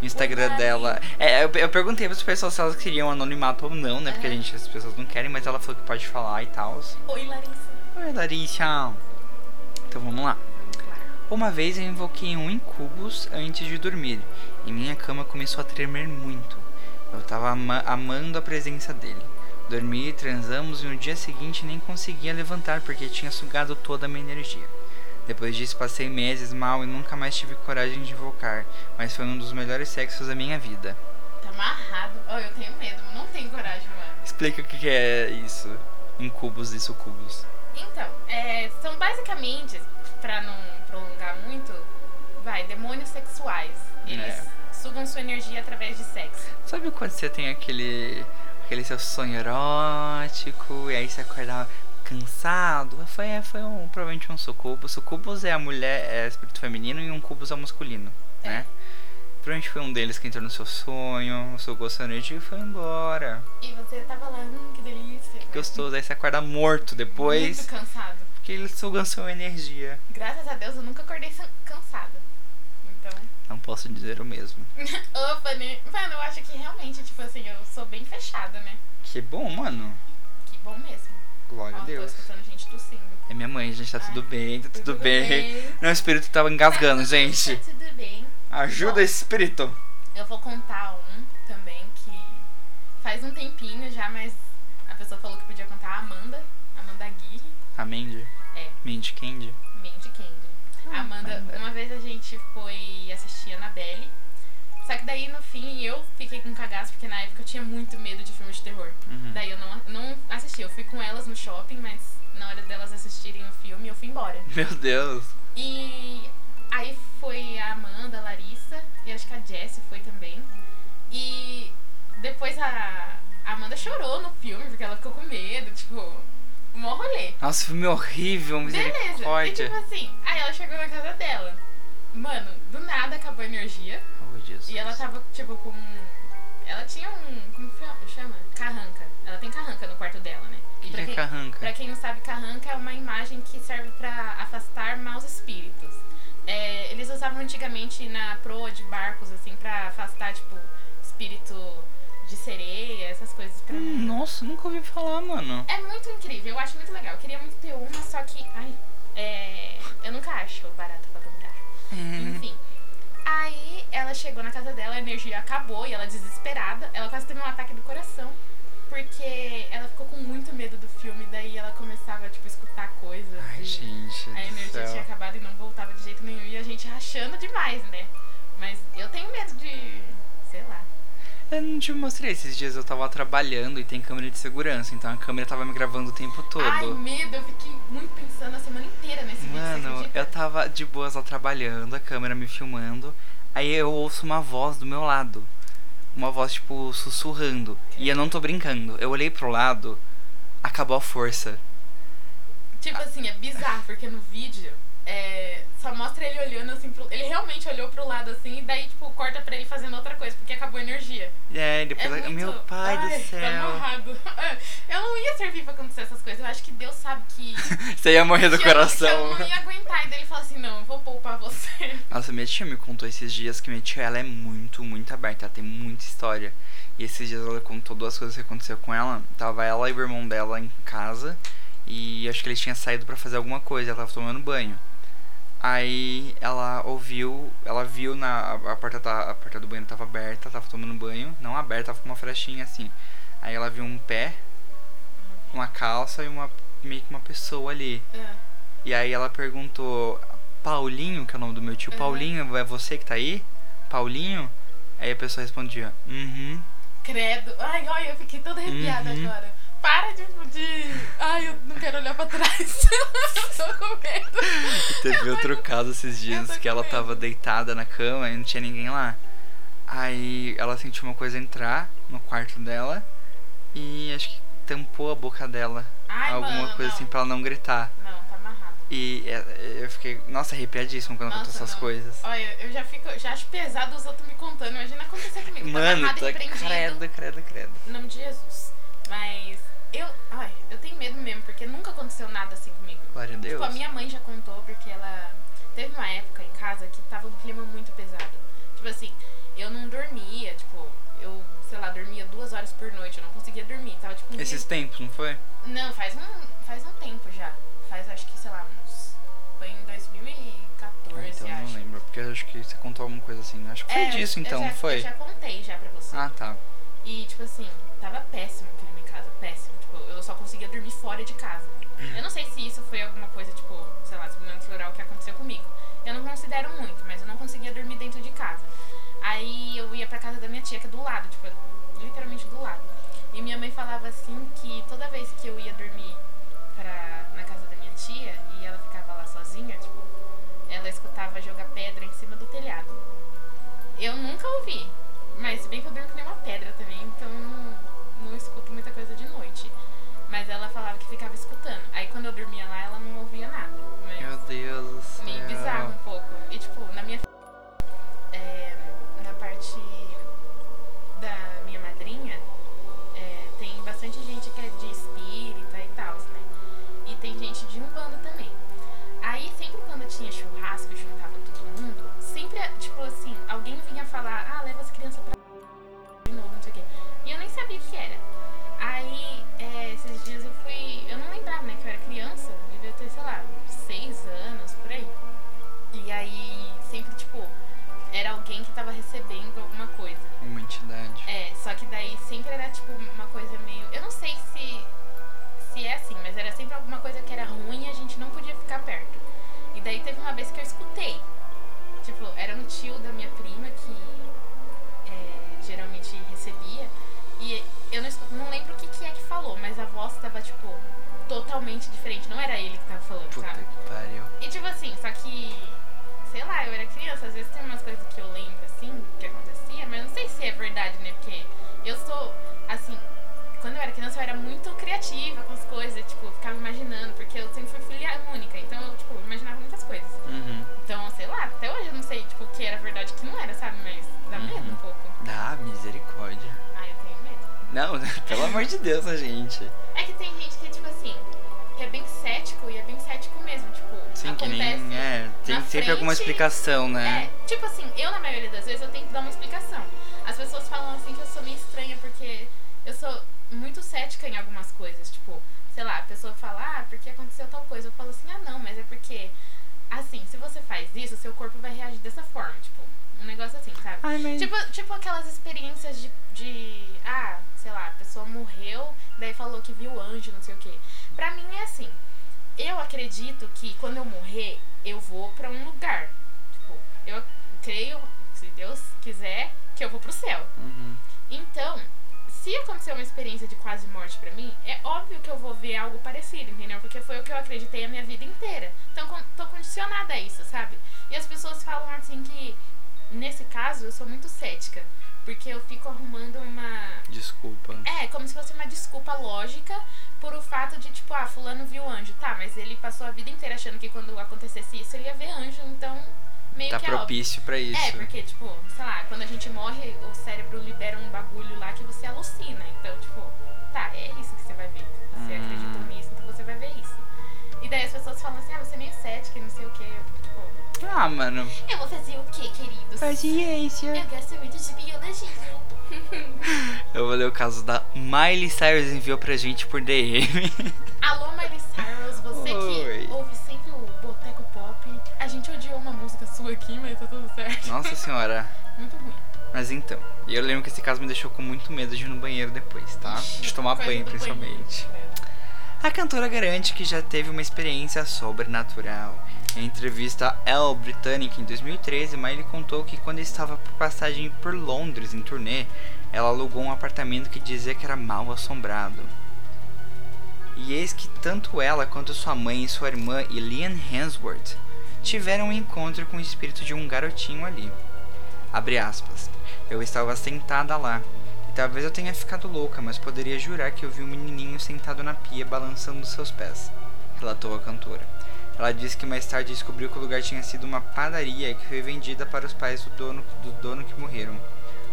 S1: O Instagram
S2: Oi, Lari.
S1: dela. É, eu, eu perguntei pras pessoas se elas queriam anonimato ou não, né? Porque a
S2: Aham.
S1: gente, as pessoas não querem, mas ela falou que pode falar e tal.
S2: Oi, Larissa.
S1: Oi, Larissa. Então vamos lá.
S2: Vamos, claro.
S1: Uma vez eu invoquei um incubus antes de dormir, e minha cama começou a tremer muito. Eu tava ama- amando a presença dele. Dormi, transamos e no dia seguinte nem conseguia levantar porque tinha sugado toda a minha energia. Depois disso passei meses mal e nunca mais tive coragem de invocar, mas foi um dos melhores sexos da minha vida.
S2: Tá amarrado. Oh, eu tenho medo, não tenho coragem, mano.
S1: Explica o que que é isso. Incubus e sucubus.
S2: Então, é, são basicamente, pra não prolongar muito, vai, demônios sexuais. Eles
S1: É.
S2: sugam sua energia através de sexo.
S1: Sabe quando você tem aquele aquele seu sonho erótico e aí você acordar cansado? Foi, foi um, provavelmente um sucubo. Sucubus é a mulher, é espírito feminino e um cubus é o masculino,
S2: É.
S1: né? Provavelmente foi um deles que entrou no seu sonho, o seu gosto da energia e foi embora.
S2: E você tava lá, hum, que delícia.
S1: Que gostoso, aí você acorda morto depois,
S2: Muito cansado.
S1: porque ele sugam sua energia.
S2: Graças a Deus eu nunca acordei san- cansada. Então.
S1: Não posso dizer o mesmo.
S2: Opa, né? Mano, eu acho que realmente, tipo assim, eu sou bem fechada, né?
S1: Que bom, mano.
S2: Que bom mesmo.
S1: Glória
S2: Ó,
S1: a Deus.
S2: Tô escutando gente tossindo.
S1: É minha mãe, gente, tá tudo bem, tá tudo bem. Meu espírito tava engasgando, gente.
S2: Tá tudo bem.
S1: Ajuda, espírito!
S2: Eu vou contar um também que faz um tempinho já, mas a pessoa falou que podia contar a Amanda, Amanda Aguirre,
S1: A Mandy?
S2: É.
S1: Mandy Candy?
S2: Mandy Candy. A Amanda,
S1: Amanda.
S2: uma vez a gente foi assistir Annabelle, só que daí no fim eu fiquei com cagaço, porque na época eu tinha muito medo de filmes de terror.
S1: Uhum.
S2: Daí eu não, não assisti, eu fui com elas no shopping, mas na hora delas assistirem o filme eu fui embora.
S1: Meu Deus.
S2: E aí foi a Amanda, a Larissa e acho que a Jessie foi também. E depois a, a Amanda chorou no filme porque ela ficou com medo, tipo, mó rolê.
S1: Nossa, filme horrível,
S2: Beleza. E tipo
S1: misericórdia.
S2: assim, aí ela chegou na casa dela. Mano, do nada acabou a energia.
S1: Oh, Jesus.
S2: E ela tava, tipo, com. Ela tinha um. Como fa- chama? Carranca. Ela tem carranca no quarto dela, né? E
S1: Que
S2: pra
S1: é
S2: quem-
S1: carranca?
S2: Pra quem não sabe, carranca é uma imagem que serve pra afastar maus espíritos. É, eles usavam antigamente na proa de barcos, assim, pra afastar, tipo, espírito de sereia, essas coisas. Pra...
S1: Hum, Nossa, nunca ouvi falar, mano.
S2: É muito incrível, eu acho muito legal. Eu queria muito ter uma, só que. Ai, é, eu nunca acho barato pra comprar.
S1: Hum.
S2: Enfim. Aí ela chegou na casa dela, a energia acabou e ela desesperada. Ela quase teve um ataque do coração. Porque ela ficou com muito medo do filme, daí ela começava, tipo, a escutar coisas.
S1: Ai,
S2: e
S1: gente
S2: a
S1: do
S2: energia tinha
S1: céu.
S2: acabado e não voltava de jeito nenhum. E a gente rachando demais, né? Mas eu tenho medo de. sei lá.
S1: Eu não te mostrei esses dias, eu tava trabalhando e tem câmera de segurança, então a câmera tava me gravando o tempo todo.
S2: Ai, medo, eu fiquei muito pensando a semana inteira nesse vídeo. você
S1: Mano,
S2: acredita?
S1: eu tava de boas lá trabalhando, a câmera me filmando. Aí eu ouço uma voz do meu lado. Uma voz, tipo, sussurrando. E eu não tô brincando. Eu olhei pro lado, acabou a força.
S2: Tipo assim, é bizarro, porque no vídeo é, só mostra ele olhando assim pro. Ele realmente olhou pro lado assim, e daí, tipo, corta pra ele fazendo outra coisa, porque acabou a energia.
S1: É, depois.
S2: É muito...
S1: Meu pai
S2: Ai,
S1: do
S2: Tá
S1: céu.
S2: amarrado. Eu não ia servir pra acontecer essas coisas. Eu acho que Deus sabe que.
S1: Você ia morrer do
S2: que eu-
S1: coração.
S2: que Eu, não ia aguentar. E daí ele fala assim: não, eu vou poupar você.
S1: Nossa, minha tia me contou esses dias que minha tia ela é muito, muito aberta, ela tem muita história. E esses dias ela contou duas coisas que aconteceu com ela. Tava ela e o irmão dela em casa e acho que eles tinham saído pra fazer alguma coisa, ela tava tomando banho. Aí ela ouviu, ela viu na a porta tá- a porta do banheiro tava aberta, tava tomando banho, não aberta, tava com uma frestinha assim. Aí ela viu um pé, uma calça e uma meio que uma pessoa ali.
S2: Ah,
S1: E aí ela perguntou, Paulinho, que é o nome do meu tio,
S2: Uhum.
S1: Paulinho, é você que tá aí? Paulinho? Aí a pessoa respondia, uhum.
S2: credo. Ai, ai, eu fiquei toda arrepiada
S1: Uhum.
S2: agora. Para de, de. Ai, eu não quero olhar pra trás. eu tô com medo.
S1: Teve outro caso esses
S2: tô
S1: dias que
S2: com
S1: ela
S2: medo.
S1: tava deitada na cama e não tinha ninguém lá. Aí ela sentiu uma coisa entrar no quarto dela e acho que tampou a boca dela.
S2: Ai,
S1: alguma
S2: mano,
S1: coisa
S2: não.
S1: assim pra ela não gritar.
S2: Não, tá amarrado.
S1: E é, eu fiquei, nossa, arrepiadíssimo quando
S2: Nossa,
S1: aconteceu essas
S2: não.
S1: coisas.
S2: Olha, eu já fico, já acho pesado os outros me contando. Imagina acontecer comigo.
S1: Mano,
S2: tá amarrado
S1: tá
S2: e prendido.
S1: credo, credo, credo.
S2: Em nome de Jesus. Mas eu. Ai, eu tenho medo mesmo, porque nunca aconteceu nada assim comigo.
S1: Glória a Deus.
S2: Tipo, a minha mãe já contou, porque ela. Teve uma época em casa que tava um clima muito pesado. Tipo assim, eu não dormia, tipo, eu, sei lá, dormia duas horas por noite, eu não conseguia dormir. Tava tipo um clima-
S1: Esses tempos, não foi?
S2: Não, faz um, faz um tempo já. Faz acho que, sei lá, uns. Foi em 2014,
S1: Ah, então eu
S2: acho.
S1: não lembro, porque eu acho que você contou alguma coisa assim. Acho que foi
S2: É,
S1: disso
S2: eu
S1: então,
S2: já-
S1: não foi?
S2: Eu já contei já pra você.
S1: Ah, tá.
S2: E, tipo assim, tava péssimo o clima em casa, péssimo. Tipo, eu só conseguia dormir fora de casa.
S1: Hum.
S2: Eu não sei se isso foi alguma coisa, tipo, sei lá, desbunhamento floral que aconteceu comigo. Eu não considero muito, mas eu não conseguia dormir dentro de casa. Aí eu ia pra casa da minha tia, que é do lado, tipo, literalmente do lado. E minha mãe falava assim que toda vez que eu ia dormir pra, na casa da minha tia e ela ficava lá sozinha, tipo, ela escutava jogar pedra em cima do telhado. Eu nunca ouvi, mas se bem que eu durmo que nem uma pedra também, então não, não escuto muita coisa de noite. Mas ela falava que ficava escutando. Aí quando eu dormia lá, ela não ouvia nada. Mas
S1: Meu Deus do céu.
S2: meio bizarro um pouco. E tipo, na minha. é, na parte da minha madrinha, é, tem bastante gente que é de espírita e tal, né? E tem gente de umbanda também. Aí sempre quando tinha churrasco e juntava todo mundo, sempre, tipo assim, alguém vinha falar, ah, leva as crianças pra de novo, não sei o quê. E eu nem sabia o que era. Aí, é, esses dias eu fui. Eu não lembrava, né? Que eu era criança. eu Devia ter, sei lá, seis anos, por aí. E aí, sempre, tipo, era alguém que tava recebendo alguma coisa.
S1: Uma entidade.
S2: É, só que daí sempre era, tipo, uma coisa meio. Eu não sei se, se é assim, mas era sempre alguma coisa que era ruim e a gente não podia ficar perto. E daí teve uma vez que eu escutei. Tipo, era um tio da minha prima que é, geralmente recebia. E eu não, escu- não lembro o que, que é que falou, mas a voz tava, tipo, totalmente diferente. Não era ele que tava falando,
S1: Puta
S2: sabe?
S1: que pariu.
S2: E tipo assim, só que, sei lá, eu era criança, às vezes tem umas coisas que eu lembro assim, que acontecia, mas não sei se é verdade, né? Porque eu sou, assim, quando eu era criança eu era muito criativa com as coisas, tipo, eu ficava imaginando, porque eu sempre fui filha única, então eu, tipo, imaginava muitas coisas.
S1: Uhum.
S2: Então, sei lá, até hoje eu não sei, tipo, o que era verdade e o que não era, sabe? Mas dá medo
S1: Uhum.
S2: um pouco.
S1: Dá misericórdia.
S2: Ah, eu tenho medo.
S1: Não, né? pelo amor de Deus, a gente.
S2: É que tem gente que é, tipo assim, que é bem cético e é bem cético mesmo, tipo,
S1: Sim, que
S2: acontece...
S1: nem. É, tem
S2: na
S1: sempre alguma
S2: frente,
S1: explicação, né?
S2: É, tipo assim, eu na maioria das vezes eu tento dar uma explicação. As pessoas falam assim que eu sou meio estranha porque eu sou muito cética em algumas coisas. Tipo, sei lá, a pessoa fala, ah, porque aconteceu tal coisa. Eu falo assim, ah não, mas é porque, assim, se você faz isso, seu corpo vai reagir dessa forma. Tipo, um negócio assim, sabe?
S1: Ai, mas.
S2: Tipo, tipo aquelas experiências de, de. Ah, sei lá, a pessoa morreu, daí falou que viu anjo, não sei o quê. Pra mim é assim. Eu acredito que quando eu morrer, eu vou pra um lugar. Tipo, eu creio, se Deus quiser, que eu vou pro céu.
S1: Uhum.
S2: Então, se acontecer uma experiência de quase morte pra mim, é óbvio que eu vou ver algo parecido, entendeu? Porque foi o que eu acreditei a minha vida inteira. Então, con- tô condicionada a isso, sabe? E as pessoas falam assim que, nesse caso, eu sou muito cética. Porque eu fico arrumando uma.
S1: Desculpa.
S2: É, como se fosse uma desculpa lógica por o fato de, tipo, ah, fulano viu anjo. Tá, mas ele passou a vida inteira achando que quando acontecesse isso ele ia ver anjo, então meio
S1: Tá
S2: que é óbvio.
S1: propício pra isso.
S2: É, porque, tipo, sei lá, quando a gente morre, o cérebro libera um bagulho lá que você alucina. Então, tipo, tá, é isso que você vai ver. Você
S1: Hum.
S2: acreditou nisso, então você vai ver isso. E daí as pessoas falam assim, ah, você é meio cética, e não sei o quê. Eu fico, tipo,
S1: Ah, mano.
S2: eu vou fazer o quê, queridos?
S1: Paciência.
S2: Eu gosto muito de biologia.
S1: Eu vou ler o caso da Miley Cyrus enviou pra gente por DM.
S2: Alô, Miley Cyrus, você
S1: Oi.
S2: que ouve sempre o Boteco Pop. A gente odiou uma música sua aqui, mas tá tudo certo.
S1: Nossa senhora.
S2: Muito ruim.
S1: Mas então, e eu lembro que esse caso me deixou com muito medo de ir no banheiro depois, tá? De tomar
S2: Coisa
S1: banho,
S2: do
S1: principalmente.
S2: banheiro. né?
S1: A cantora garante que já teve uma experiência sobrenatural. Em entrevista à Elle britânica em 2013, Miley contou que quando estava por passagem por Londres em turnê, ela alugou um apartamento que dizia que era mal assombrado. E eis que tanto ela quanto sua mãe e sua irmã Elian Hemsworth tiveram um encontro com o espírito de um garotinho ali. Abre aspas. Eu estava sentada lá. E talvez eu tenha ficado louca, mas poderia jurar que eu vi um menininho sentado na pia balançando seus pés, relatou a cantora. Ela disse que mais tarde descobriu que o lugar tinha sido uma padaria que foi vendida para os pais do dono, do dono que morreram.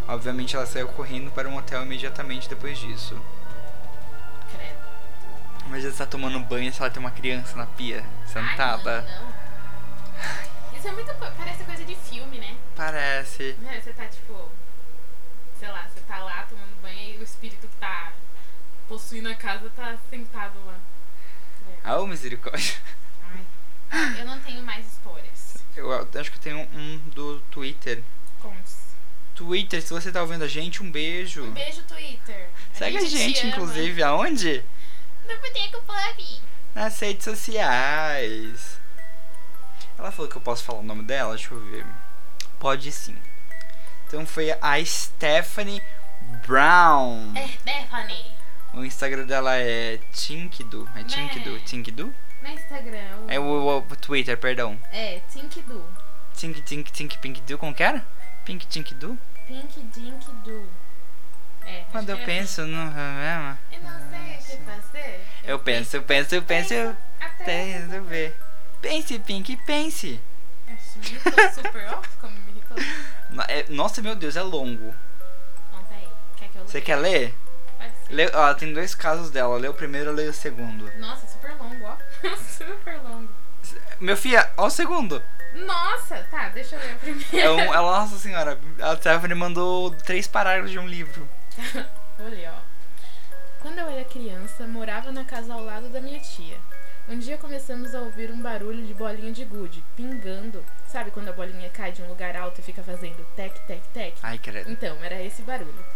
S1: Obviamente ela saiu correndo para um hotel imediatamente depois disso.
S2: Credo.
S1: Mas ela está tomando banho se ela tem uma criança na pia,
S2: Então Ai,
S1: sentada.
S2: mano, não. Isso é muito. co- Parece coisa de filme, né?
S1: Parece.
S2: Né, Você tá tipo. Sei lá, você tá lá tomando banho e o espírito que tá possuindo a casa tá sentado lá. É.
S1: Ah, ô misericórdia.
S2: Ai. Ah, Eu não tenho mais histórias.
S1: Eu acho que eu tenho um do Twitter.
S2: Contes.
S1: Twitter, se você tá ouvindo a gente, um beijo.
S2: Um beijo, Twitter.
S1: Segue a
S2: te
S1: gente,
S2: ama.
S1: inclusive, aonde?
S2: No Boteco Pub.
S1: Nas redes sociais. Ela falou que eu posso falar o nome dela? Deixa eu ver. Pode sim. Então foi a Stephanie Brown.
S2: É, Stephanie.
S1: O Instagram dela é Tinkdu. É Tinkdu?
S2: Né.
S1: Tinkdu?
S2: No Instagram. o-
S1: É o, o Twitter, perdão.
S2: É, Tinkdu.
S1: Tink, Tink, Tink, Pinkdu. Como que era? Pink, Tinkdu?
S2: Pink Dink Du. É. acho
S1: Quando
S2: que
S1: eu
S2: era
S1: penso no problema...
S2: assim. Eu não sei o que fazer.
S1: Eu penso, eu penso, eu penso, eu
S2: Até.
S1: tenho que ver. Pense, Pink, pense.
S2: Acho muito super óbvio como me irritou.
S1: No- é- Nossa, meu Deus, é longo.
S2: Conta aí. Quer que eu
S1: Você quer ler?
S2: Pode ser.
S1: Lê, ó, tem dois casos dela. Lê o primeiro, eu leio o segundo.
S2: Nossa, super longo, ó. super longo.
S1: Meu filho, é, ó o segundo.
S2: Nossa, tá, deixa eu ler o primeiro.
S1: É um, é, nossa senhora, a Stephanie mandou três parágrafos de um livro.
S2: Vou ler, ó. Quando eu era criança, morava na casa ao lado da minha tia. Um dia começamos a ouvir um barulho de bolinha de gude, pingando. Sabe quando a bolinha cai de um lugar alto e fica fazendo tec, tec, tec?
S1: Ai, credo.
S2: Então, era esse barulho.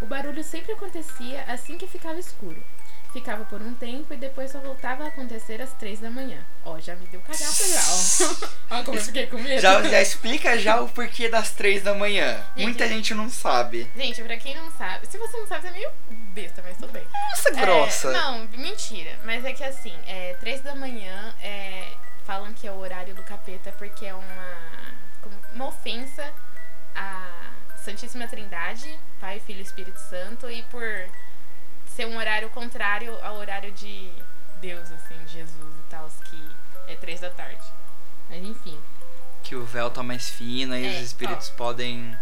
S2: O barulho sempre acontecia assim que ficava escuro. Ficava por um tempo e depois só voltava a acontecer às três da manhã. Ó, já me deu um cagaço já, ó. ó como eu fiquei com medo.
S1: Já, já explica já o porquê das três da manhã. Muita gente não sabe.
S2: Gente, pra quem não sabe, se você não sabe, você é meio besta, mas tudo bem.
S1: Nossa, grossa.
S2: É, não, mentira. Mas é que assim, é, três da manhã é, falam que é o horário do capeta porque é uma, como- uma ofensa à Santíssima Trindade, Pai, Filho e Espírito Santo, e por ser um horário contrário ao horário de Deus, assim, de Jesus e tal, que é três da tarde. Mas enfim.
S1: Que o véu tá mais fino e
S2: É,
S1: os espíritos podem...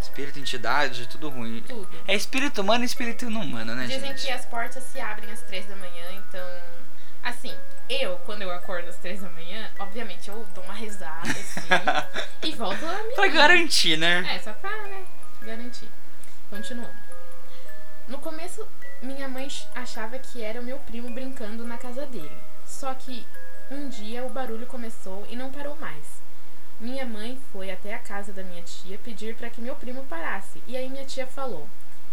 S1: Espírito, entidade, tudo ruim.
S2: Tudo.
S1: É espírito humano e espírito não humano, né,
S2: Dizem
S1: gente?
S2: que é as portas se abrem às três da manhã, então. Assim, eu, quando eu acordo às três da manhã, obviamente eu dou uma rezada assim e volto a minha.
S1: pra
S2: vida.
S1: garantir, né?
S2: É, só pra, né? Garantir. Continuando. No começo, minha mãe ch- achava que era o meu primo brincando na casa dele. Só que um dia o barulho começou e não parou mais. Minha mãe foi até a casa da minha tia pedir para que meu primo parasse. E aí minha tia falou: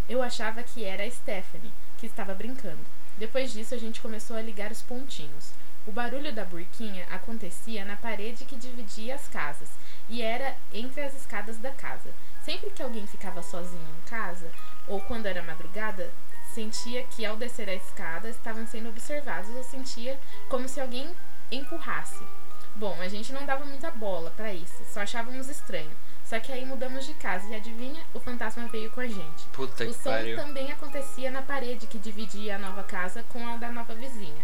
S2: Eu achava que era a Stephanie, que estava brincando. Depois disso, a gente começou a ligar os pontinhos. O barulho da burquinha acontecia na parede que dividia as casas e era entre as escadas da casa. Sempre que alguém ficava sozinho em casa, ou quando era madrugada, sentia que ao descer a escada estavam sendo observados ou sentia como se alguém empurrasse. Bom, a gente não dava muita bola pra isso, só achávamos estranho. Só que aí mudamos de casa e adivinha? O fantasma veio com a gente.
S1: Puta
S2: o
S1: que
S2: som tá
S1: pariu.
S2: também acontecia na parede que dividia a nova casa com a da nova vizinha.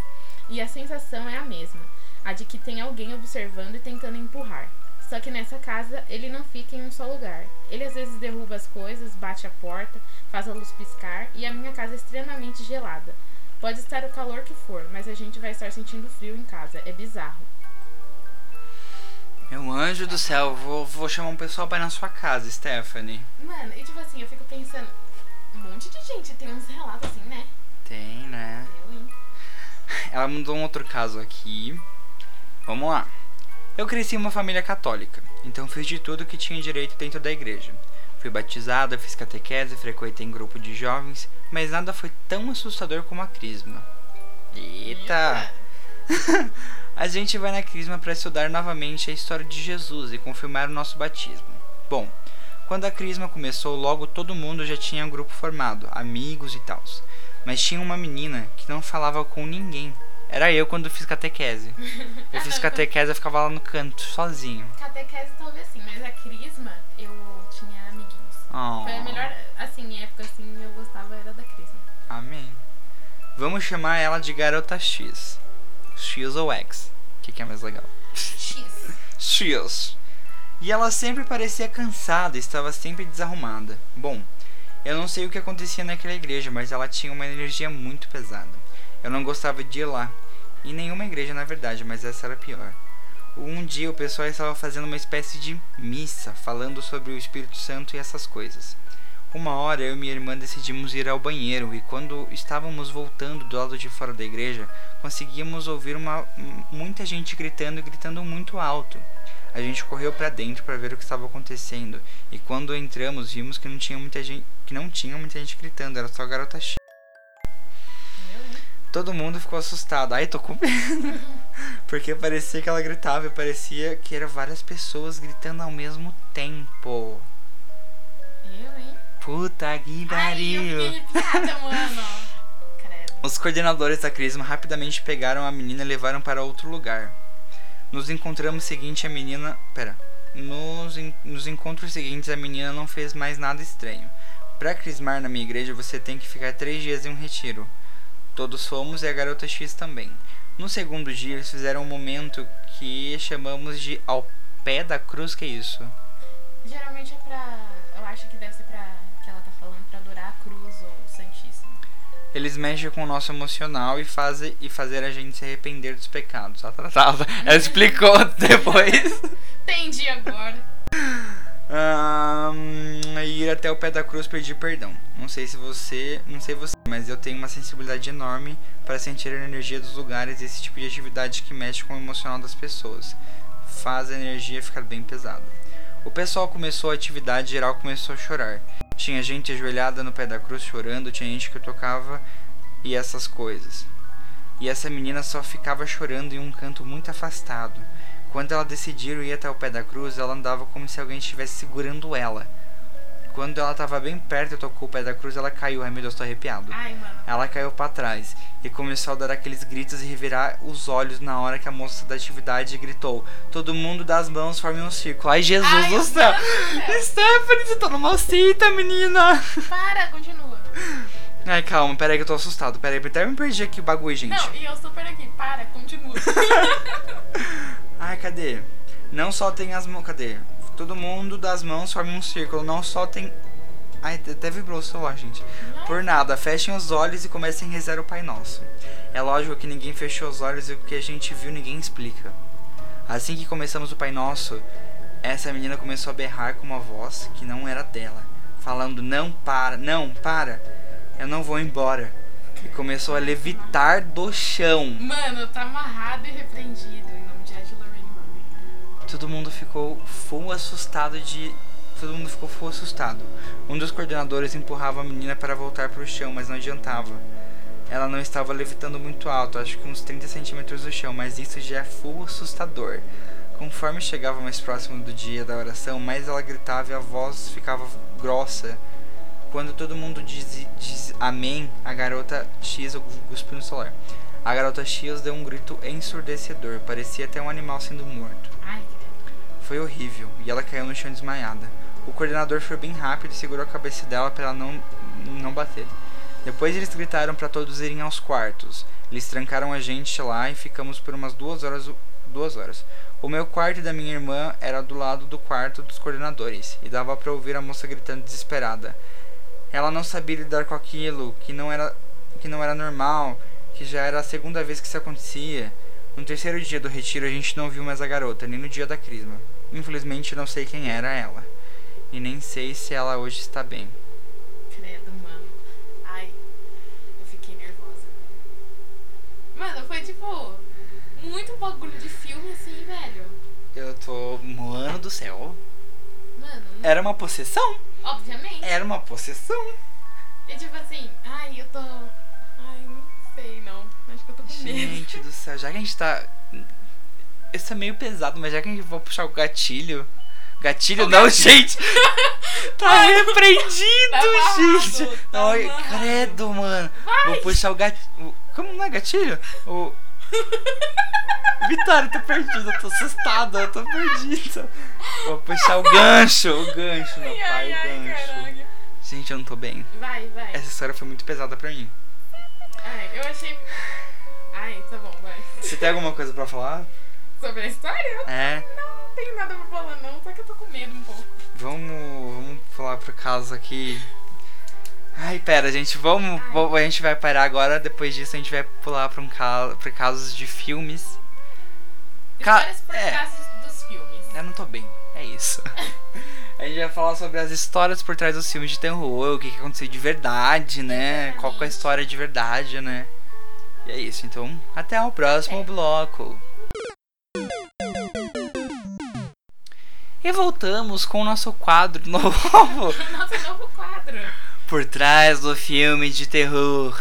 S2: E a sensação é a mesma, a de que tem alguém observando e tentando empurrar. Só que nessa casa ele não fica em um só lugar. Ele às vezes derruba as coisas, bate a porta, faz a luz piscar e a minha casa é extremamente gelada. Pode estar o calor que for, mas a gente vai estar sentindo frio em casa. É bizarro.
S1: Meu É um anjo do céu, vou, vou chamar um pessoal pra ir na sua casa, Stephanie.
S2: Mano, e tipo assim, eu fico pensando, um monte de gente tem uns relatos assim, né?
S1: Tem, né?
S2: Eu, hein?
S1: Ela mandou um outro caso aqui. Vamos lá. Eu cresci em uma família católica, então fiz de tudo que tinha direito dentro da igreja. Fui batizada, fiz catequese, frequentei em grupo de jovens, mas nada foi tão assustador como a crisma. Eita! a gente vai na crisma para estudar novamente a história de Jesus e confirmar o nosso batismo. Bom, quando a crisma começou, logo todo mundo já tinha um grupo formado, amigos e tals. Mas tinha uma menina que não falava com ninguém. Era eu quando fiz catequese. Eu fiz catequese, eu ficava lá no canto, sozinho.
S2: Catequese talvez sim, mas a crisma eu tinha amiguinhos.
S1: Oh,
S2: Foi a melhor, assim, em época assim eu gostava era da crisma.
S1: Amém. Vamos chamar ela de garota X. X ou X? O que, que é mais legal?
S2: X.
S1: X. E ela sempre parecia cansada, estava sempre desarrumada. Bom, eu não sei o que acontecia naquela igreja, mas ela tinha uma energia muito pesada. Eu não gostava de ir lá, em nenhuma igreja na verdade, mas essa era a pior. Um dia o pessoal estava fazendo uma espécie de missa, falando sobre o Espírito Santo e essas coisas. Uma hora eu e minha irmã decidimos ir ao banheiro e quando estávamos voltando do lado de fora da igreja, conseguimos ouvir uma, m- muita gente gritando e gritando muito alto. A gente correu para dentro para ver o que estava acontecendo e quando entramos vimos que não tinha muita gente, que não tinha muita gente gritando, era só a garota X.
S2: Entendeu? hein?
S1: Todo mundo ficou assustado. Ai, tô com medo. Porque parecia que ela gritava e parecia que eram várias pessoas gritando ao mesmo tempo.
S2: Eu, hein?
S1: Puta que
S2: Ai, eu
S1: pariu.
S2: fiquei arrepiada, mano. Credo.
S1: Os coordenadores da Crisma rapidamente pegaram a menina e levaram para outro lugar. Nos encontramos seguinte a menina. Pera. Nos, en- nos encontros seguintes a menina não fez mais nada estranho. Pra crismar na minha igreja você tem que ficar três dias em um retiro. Todos fomos e a garota X também. No segundo dia eles fizeram um momento que chamamos de ao pé da cruz, que é isso?
S2: Geralmente é pra. Eu acho que deve ser pra. Que ela tá falando pra adorar a cruz ou o Santíssimo.
S1: Eles mexem com o nosso emocional e fazem e fazer a gente se arrepender dos pecados. Tá, tá, tá, tá. Ela explicou depois.
S2: Entendi agora.
S1: Ahn, ir até o pé da cruz pedir perdão. Não sei se você, não sei você, mas eu tenho uma sensibilidade enorme para sentir a energia dos lugares e esse tipo de atividade que mexe com o emocional das pessoas. Faz a energia ficar bem pesada. O pessoal começou a atividade geral começou a chorar. Tinha gente ajoelhada no pé da cruz chorando, tinha gente que tocava e essas coisas. E essa menina só ficava chorando em um canto muito afastado. Quando ela decidiu ir até o pé da cruz, ela andava como se alguém estivesse segurando ela. Quando ela estava bem perto e tocou o pé da cruz, ela caiu. Ai meu Deus, tô arrepiado.
S2: Ai, mano.
S1: Ela caiu pra trás e começou a dar aqueles gritos e revirar os olhos na hora que a moça da atividade gritou: Todo mundo dá as mãos, forme um círculo. Ai Jesus
S2: Ai,
S1: do
S2: meu
S1: céu!
S2: Deus do céu.
S1: Stephanie, você tá numa seita, menina!
S2: Para, continua.
S1: Ai, calma, peraí que eu tô assustado. Peraí, até me perdi aqui o bagulho, gente.
S2: Não, e eu super aqui. Para, continua.
S1: Ai, cadê? Não só tem as mãos. Cadê? Todo mundo das mãos forma um círculo. Não só tem. Ai, até vibrou o celular, gente. Por nada, fechem os olhos e comecem a rezar o Pai Nosso. É lógico que ninguém fechou os olhos e o que a gente viu ninguém explica. Assim que começamos o Pai Nosso, essa menina começou a berrar com uma voz que não era dela, falando: Não para, não para, eu não vou embora. E começou a levitar do chão.
S2: Mano, tá amarrado e repreendido em nome de Ed Lorraine Murray.
S1: Todo mundo ficou full assustado de. Todo mundo ficou full assustado. Um dos coordenadores empurrava a menina para voltar para o chão, mas não adiantava. Ela não estava levitando muito alto, acho que uns 30 centímetros do chão, mas isso já é full assustador. Conforme chegava mais próximo do dia da oração, mais ela gritava e a voz ficava grossa. Quando todo mundo diz, diz amém, a garota X, eu cuspi no celular. A garota X deu um grito ensurdecedor, parecia até um animal sendo morto.
S2: Ai, credo.
S1: Foi horrível e ela caiu no chão desmaiada. O coordenador foi bem rápido e segurou a cabeça dela para ela não, não bater. Depois eles gritaram para todos irem aos quartos. Eles trancaram a gente lá e ficamos por umas duas horas. Duas horas. O meu quarto e da minha irmã era do lado do quarto dos coordenadores e dava para ouvir a moça gritando desesperada. Ela não sabia lidar com aquilo, que não era que não era normal, que já era a segunda vez que isso acontecia. No terceiro dia do retiro a gente não viu mais a garota, nem no dia da crisma. Infelizmente não sei quem era ela. E nem sei se ela hoje está bem.
S2: Credo, mano. Ai, eu fiquei nervosa. Mano, foi tipo muito bagulho de filme assim, velho.
S1: Eu tô. Mano do céu.
S2: Mano, não-
S1: Era uma possessão?
S2: obviamente.
S1: Era uma possessão.
S2: E tipo assim, ai, eu tô. Ai, não sei não. Acho que eu tô com medo.
S1: Gente do céu, já que a gente tá. Isso é meio pesado, mas já que a gente vai puxar o gatilho. Gatilho não, gente! Tá repreendido,
S2: Tá amarrado,
S1: gente!
S2: tá
S1: Ai,
S2: amarrado.
S1: credo, mano! Vou
S2: Vai!
S1: puxar o gatilho. Como não é gatilho? O. Vitória, eu tô perdida, eu tô assustada, eu tô perdida. Vou puxar o gancho, o gancho, meu
S2: Ai,
S1: pai,
S2: ai,
S1: o
S2: ai,
S1: gancho.
S2: caralho.
S1: Gente, eu não tô bem.
S2: Vai, vai.
S1: Essa história foi muito pesada pra mim.
S2: Ai, eu achei. Ai, tá bom, vai.
S1: Você tem alguma coisa pra falar?
S2: Sobre a história? Eu
S1: É.
S2: não tenho nada pra falar, não. Só que eu tô com medo um pouco.
S1: Vamos, vamos pular pro caso aqui. Ai, pera, gente, vamos.
S2: Ai.
S1: vo- A gente vai parar agora, depois disso a gente vai pular pra, um ca... pra casos de filmes. Ca-
S2: Histórias por
S1: é.
S2: trás dos filmes.
S1: Eu não tô bem, é isso. a gente vai falar sobre as histórias por trás dos filmes de terror, o que, que aconteceu de verdade, né? Qual que é a
S2: Exatamente.
S1: história de verdade, né? E é isso, então, até o próximo
S2: É.
S1: bloco. E voltamos com o nosso quadro novo.
S2: Nosso novo quadro.
S1: Por trás do filme de terror.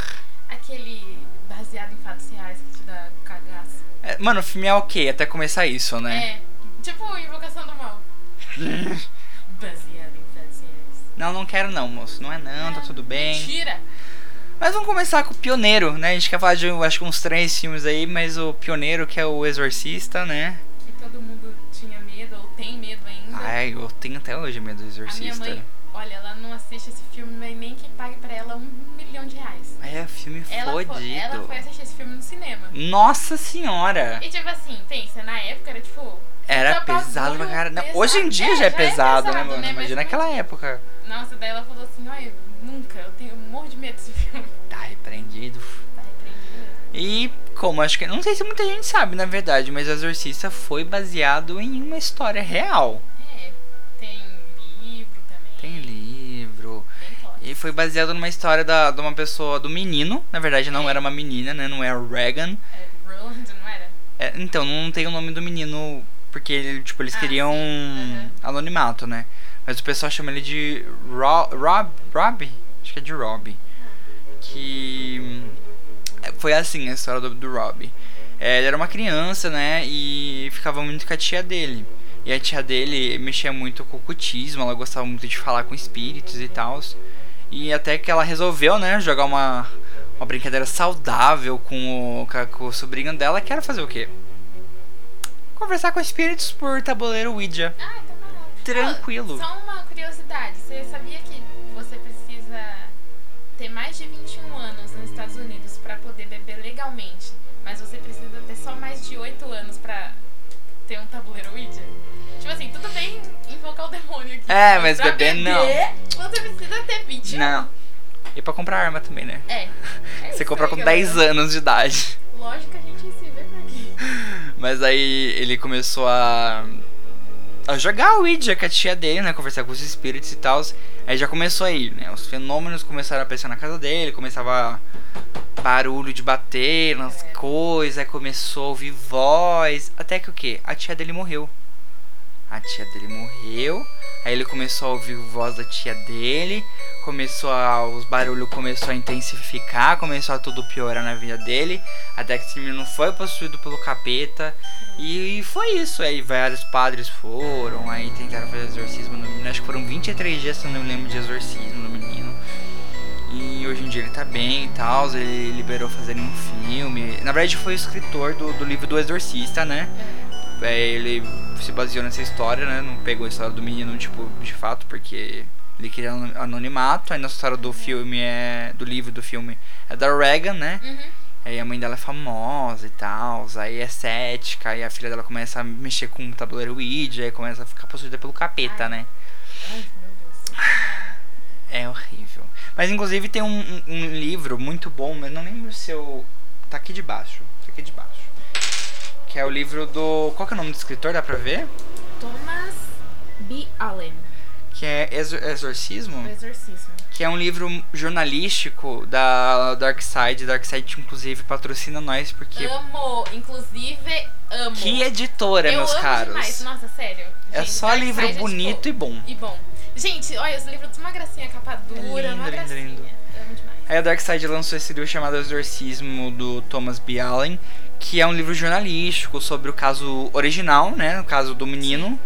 S2: Aquele baseado em fatos reais que te dá cagaço.
S1: É, Mano, o filme é ok até começar isso, né?
S2: É. Tipo Invocação do Mal. baseado em fatos reais.
S1: Não, não quero não, moço. Não é não, tá tudo bem.
S2: Mentira!
S1: Mas vamos começar com o Pioneiro, né? A gente quer falar de acho que uns três filmes aí, mas o Pioneiro, que é o Exorcista, né?
S2: E todo mundo tinha medo, ou tem medo ainda.
S1: Ai, eu tenho até hoje medo do
S2: Uhum. A minha
S1: Exorcista.
S2: mãe, olha, ela não assiste esse filme, mas nem quem pague pra ela um milhão de reais.
S1: É, filme
S2: Ela foi,
S1: fodido.
S2: ela foi assistir esse filme no cinema.
S1: Nossa senhora!
S2: E tipo assim, pensa, na época era tipo.
S1: Era
S2: Era
S1: pesado pra
S2: bagulho
S1: caralho. Não,
S2: pesado.
S1: Hoje em dia
S2: É,
S1: já é
S2: já é
S1: pesado, né,
S2: pesado,
S1: mano?
S2: né? Mas
S1: Imagina
S2: como-
S1: aquela época.
S2: Nossa, daí ela falou assim, ai, nunca, eu tenho eu morro de medo desse filme.
S1: Tá repreendido,
S2: Tá repreendido mesmo.
S1: E como acho que não sei se muita gente sabe, na verdade, mas o Exorcista foi baseado em uma história real.
S2: É, tem livro também.
S1: Tem livro.
S2: Tem plot.
S1: E foi baseado numa história da, de uma pessoa, do menino. Na verdade, não era uma menina, né? Não é o Reagan.
S2: É, Roland, não era?
S1: É, então, não tem o nome do menino, porque ele, tipo, eles
S2: Ah,
S1: queriam um
S2: sim, aham.
S1: anonimato, né? Mas o pessoal chama ele de Ro, Rob. Rob? Acho que é de Rob. Que. hum, é, Foi assim a história do, do Rob. É, ele era uma criança, né? E ficava muito com a tia dele. E a tia dele mexia muito com o ocultismo, ela gostava muito de falar com espíritos e tal. E até que ela resolveu, né, jogar uma, uma brincadeira saudável com o, com a- com o sobrinho dela, que era fazer o quê? Conversar com espíritos por tabuleiro Ouija.
S2: Ah, tá barato.
S1: Tranquilo.
S2: Só uma curiosidade, você sabia que você precisa ter mais de 21 anos nos Estados Unidos pra poder beber legalmente, mas você precisa ter só mais de 8 anos pra ter um tabuleiro Ouija? Tipo assim, tudo bem invocar o demônio aqui.
S1: É, mas
S2: pra
S1: beber, não.
S2: Você precisa ter 21.
S1: Não. E pra comprar arma também, né?
S2: É. é
S1: Você
S2: isso
S1: compra
S2: aí,
S1: com
S2: galera.
S1: 10 anos de idade.
S2: Lógico que a gente se vê por aqui.
S1: Mas aí ele começou a. a jogar o Ouija com a tia dele, né? Conversar com os espíritos e tal. Aí já começou aí, né? Os fenômenos começaram a aparecer na casa dele, começava barulho de bater nas
S2: É.
S1: coisas, aí começou a ouvir voz. Até que o quê? A tia dele morreu. A tia dele morreu. Aí ele começou a ouvir voz da tia dele. Começou a. Os barulhos começou a intensificar. Começou a tudo piorar na vida dele. Até que esse menino foi possuído pelo capeta. E foi isso. Aí vários padres foram, aí tentaram fazer exorcismo no menino. Acho que foram 23 dias, se eu não me lembro, de exorcismo no menino. E hoje em dia ele tá bem e tal. Ele liberou fazer um filme. Na verdade, foi o escritor do, do livro do Exorcista, né?
S2: É.
S1: é, ele se baseou nessa história, né? Não pegou a história do menino, tipo, de fato, porque ele queria ano- anonimato. Aí na história do filme é. Do livro do filme é da Regan, né?
S2: Uhum.
S1: Aí a mãe dela é famosa e tal, aí é cética, aí a filha dela começa a mexer com o tabuleiro Ouija, aí começa a ficar possuída pelo capeta,
S2: Ai.
S1: né?
S2: Ai, meu Deus.
S1: É horrível. Mas inclusive tem um, um- um livro muito bom, eu não lembro se eu. Tá aqui debaixo. Tá aqui debaixo. Que é o livro do. Qual que é o nome do escritor? Dá pra ver?
S2: Thomas B. Allen,
S1: Que é Exor-
S2: o
S1: Exorcismo?
S2: Exorcismo.
S1: Que é um livro jornalístico da Darkside. Darkside, inclusive, patrocina nós, porque.
S2: Amo, inclusive amo.
S1: Que editora,
S2: eu
S1: meus
S2: amo
S1: caros.
S2: demais, nossa, sério.
S1: É
S2: Gente,
S1: só
S2: Dark
S1: livro
S2: Side é,
S1: bonito
S2: tipo,
S1: e bom.
S2: e bom. Gente, olha, os livros são uma gracinha, capa dura, uma
S1: lindo, lindo,
S2: gracinha.
S1: lindo.
S2: Amo demais.
S1: Aí a Darkside lançou esse livro chamado Exorcismo do Thomas B. Allen, que é um livro jornalístico sobre o caso original, né? O caso do menino.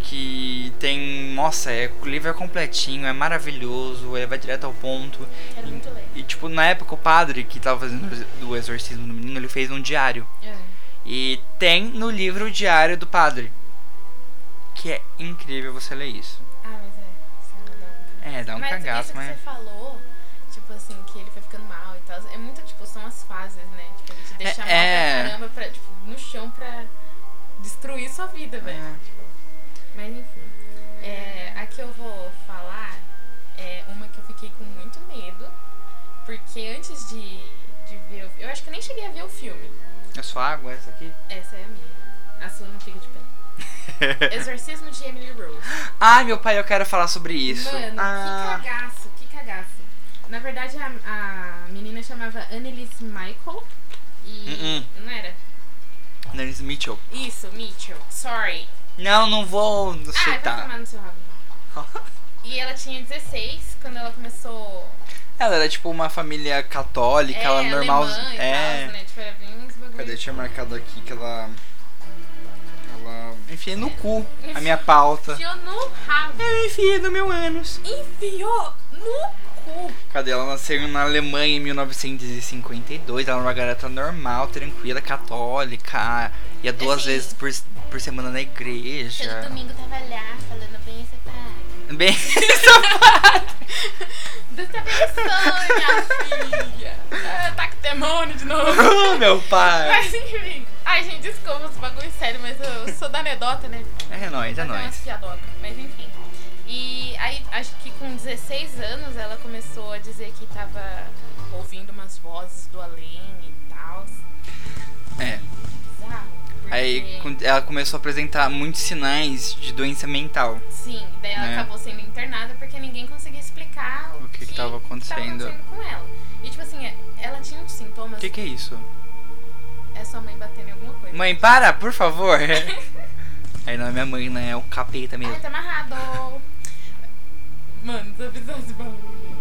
S1: Que tem. Nossa, é, o livro é completinho, é maravilhoso, ele vai direto ao ponto.
S2: Quero
S1: E-
S2: muito ler.
S1: E, tipo, na época, o padre que tava fazendo o exorcismo do menino, ele fez um diário. E tem no livro o diário do padre. Que é incrível você ler isso.
S2: Ah, mas é. Isso não dá um
S1: É, dá um
S2: mas
S1: cagaço,
S2: isso que
S1: mas.
S2: você falou, tipo assim, que ele foi ficando mal e tal, é muito, tipo, são as fases, né? Tipo, ele te deixa mal
S1: é.
S2: pra caramba, pra, tipo, no chão pra destruir sua vida, velho.
S1: É.
S2: Tipo, mas enfim. É, a que eu vou falar é uma que eu fiquei com muito medo, porque antes de, de ver o Eu acho que eu nem cheguei a ver o filme.
S1: É só água essa aqui?
S2: Essa é a minha. A sua não fica de pé. Exorcismo de Emily Rose.
S1: Ai, meu pai, eu quero falar sobre isso.
S2: Mano,
S1: ah,
S2: que cagaço, que cagaço. Na verdade, a, a menina chamava Annelise Michael e.
S1: Uh-uh.
S2: Não era?
S1: Dennis Mitchell.
S2: Isso, Mitchell. Sorry.
S1: Não, não vou
S2: Ah, vai
S1: aceitar.
S2: tomar no seu rabo. E ela tinha 16 quando ela começou.
S1: ela era tipo uma família católica, ela
S2: é,
S1: normal.
S2: alemã e
S1: é.
S2: tal, né? Tipo, era bem uns bagulho.
S3: Cadê? Tinha marcado aqui que ela. Ela.
S1: Enfiei no cu a minha pauta. É,
S2: Enfiou no rabo.
S1: Eu enfiei no meu ânus.
S2: Enfiou no cu.
S1: Cadê? Ela nasceu na Alemanha em 1952. Ela era uma garota normal, tranquila, católica. Ia duas
S2: Assim.
S1: vezes por, por semana na igreja.
S2: Todo domingo tava lá falando bem essa parada.
S1: Bem,
S2: Deus te abençoe, minha filha. Ah, tá com demônio de novo.
S1: meu pai.
S2: Mas enfim. Ai, gente, desculpa os bagulhos sérios, mas eu sou da anedota, né?
S1: É nóis, é
S2: Até umas
S1: nóis.
S2: piadoca, mas enfim. E aí, acho que com 16 anos, ela começou a dizer que tava ouvindo umas vozes do além e tal.
S1: É.
S2: Bizarro. Porque...
S1: Aí com- ela começou a apresentar muitos sinais de doença mental.
S2: Sim, daí ela
S1: né?
S2: acabou sendo internada porque ninguém conseguia explicar o,
S1: O que que tava acontecendo.
S2: com ela. E tipo assim, ela tinha uns
S1: O
S2: sintomas.
S1: que, que é isso?
S2: É sua mãe batendo em alguma coisa.
S1: Mãe, para, por favor. Aí não é minha mãe, né? É o capeta
S2: Ai,
S1: mesmo.
S2: tá amarrado. Mano, tô avisando esse barulho.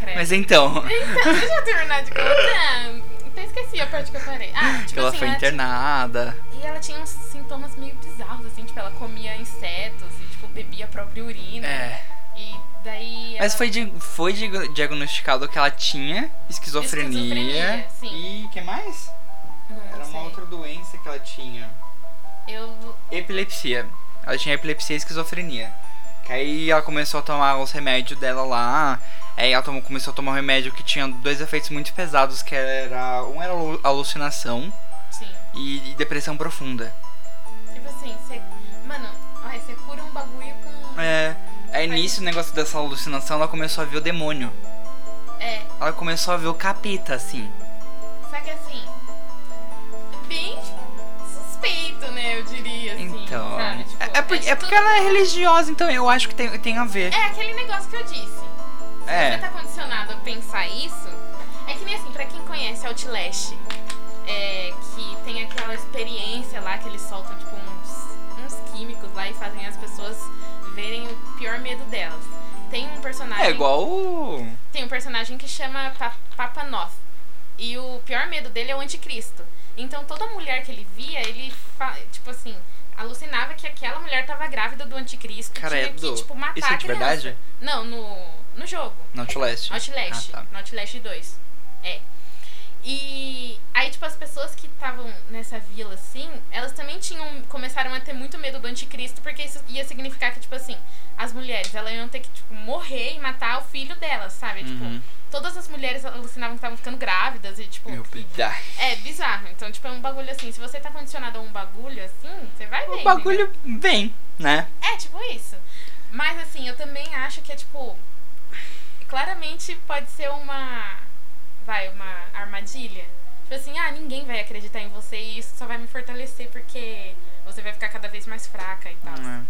S2: Credo.
S1: Mas então,
S2: Então, deixa eu terminar de contar. Até esqueci a parte que eu parei. Ah, tipo
S1: que ela
S2: assim,
S1: foi internada.
S2: tinha- E ela tinha uns sintomas meio bizarros, assim, tipo, ela comia insetos e, tipo, bebia a própria urina.
S1: É.
S2: E daí.
S1: Mas
S2: ela-
S1: foi, di- foi di- diagnosticado que ela tinha esquizofrenia.
S2: Esquizofrenia, sim.
S1: E que mais?
S2: Não, não sei.
S1: doença que ela tinha.
S2: Eu.
S1: Epilepsia. Ela tinha epilepsia e esquizofrenia. Que aí ela começou a tomar os remédios dela lá. Aí ela tomou- começou a tomar um remédio que tinha dois efeitos muito pesados, que era. Um era alu- alucinação
S2: Sim.
S1: e, e depressão profunda.
S2: Tipo assim, você. Mano, ai, você cura um bagulho com.
S1: É. Aí nisso o negócio dessa alucinação, ela começou a ver o demônio.
S2: é.
S1: Ela começou a ver o capeta, assim.
S2: Só que assim, bem suspeito, né? Eu diria, assim.
S1: Então.
S2: sabe? Tipo,
S1: é, é por-
S2: de
S1: é porque
S2: tudo-
S1: ela é religiosa, então eu acho que tem, tem a ver.
S2: É aquele negócio que eu disse. Se
S1: É.
S2: você tá condicionado a pensar isso, é que nem assim, pra quem conhece Outlast, é, que tem aquela experiência lá que eles soltam, tipo, uns, uns químicos lá e fazem as pessoas verem o pior medo delas. Tem um personagem.
S1: É igual. o-
S2: Tem um personagem que chama Pa- Papa Noth. E o pior medo dele é o anticristo. Então toda mulher que ele via, ele, fa- tipo assim, alucinava que aquela mulher tava grávida do anticristo. e tinha
S1: Credo.
S2: que, tipo, matar
S1: Isso é
S2: a
S1: de
S2: criança.
S1: verdade?
S2: Não, no, no jogo.
S1: Não, Outlast.
S2: Outlast.
S1: Ah, tá.
S2: No Outlast 2. É. E aí, tipo, as pessoas que estavam nessa vila, assim, elas também tinham. começaram a ter muito medo do anticristo, porque isso ia significar que, tipo assim, as mulheres elas iam ter que, tipo, morrer e matar o filho delas, sabe?
S1: Uhum.
S2: Tipo, todas as mulheres alucinavam que estavam ficando grávidas e, tipo.
S1: Meu pida.
S2: É bizarro. Então, tipo, é um bagulho assim. Se você tá condicionado a um bagulho assim, você vai ver.
S1: O É um bagulho bem, né?
S2: É, tipo isso. Mas assim, eu também acho que é tipo. Claramente pode ser uma. Vai, uma armadilha. Tipo assim, ah, ninguém vai acreditar em você e isso só vai me fortalecer porque você vai ficar cada vez mais fraca e tal.
S1: É.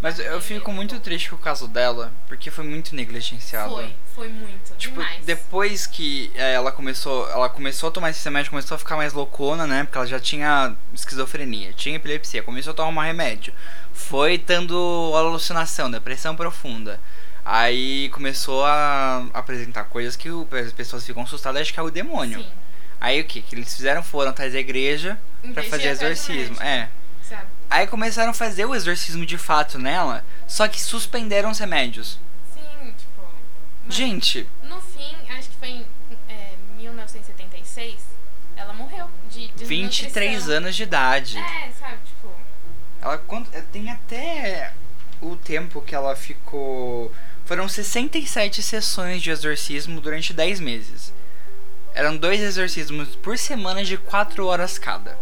S1: Mas eu fico muito triste com o caso dela, porque foi muito negligenciado.
S2: Foi, foi muito.
S1: Tipo,
S2: demais.
S1: depois que é, ela começou, ela começou a tomar esse remédio, começou a ficar mais loucona, né? Porque ela já tinha esquizofrenia, tinha epilepsia, começou a tomar um remédio. Foi tendo alucinação, depressão profunda. Aí começou a apresentar coisas que o- as pessoas ficam assustadas, acham que é o demônio.
S2: Sim.
S1: Aí o que que eles fizeram? Foram atrás da igreja
S2: Em
S1: pra
S2: vez de
S1: fazer
S2: ir atrás do
S1: exorcismo.
S2: médico,
S1: É.
S2: Sabe?
S1: Aí começaram a fazer o exorcismo de fato nela, só que suspenderam os remédios.
S2: Sim, tipo. mano,
S1: Gente,
S2: No fim, acho que foi em é, 1976, ela morreu de de
S1: 23
S2: desnutrição.
S1: anos de idade.
S2: É, sabe, tipo.
S1: Ela cont- tem até o tempo que ela ficou. Foram 67 sessões de exorcismo durante 10 meses. Eram dois exorcismos por semana de 4 horas cada.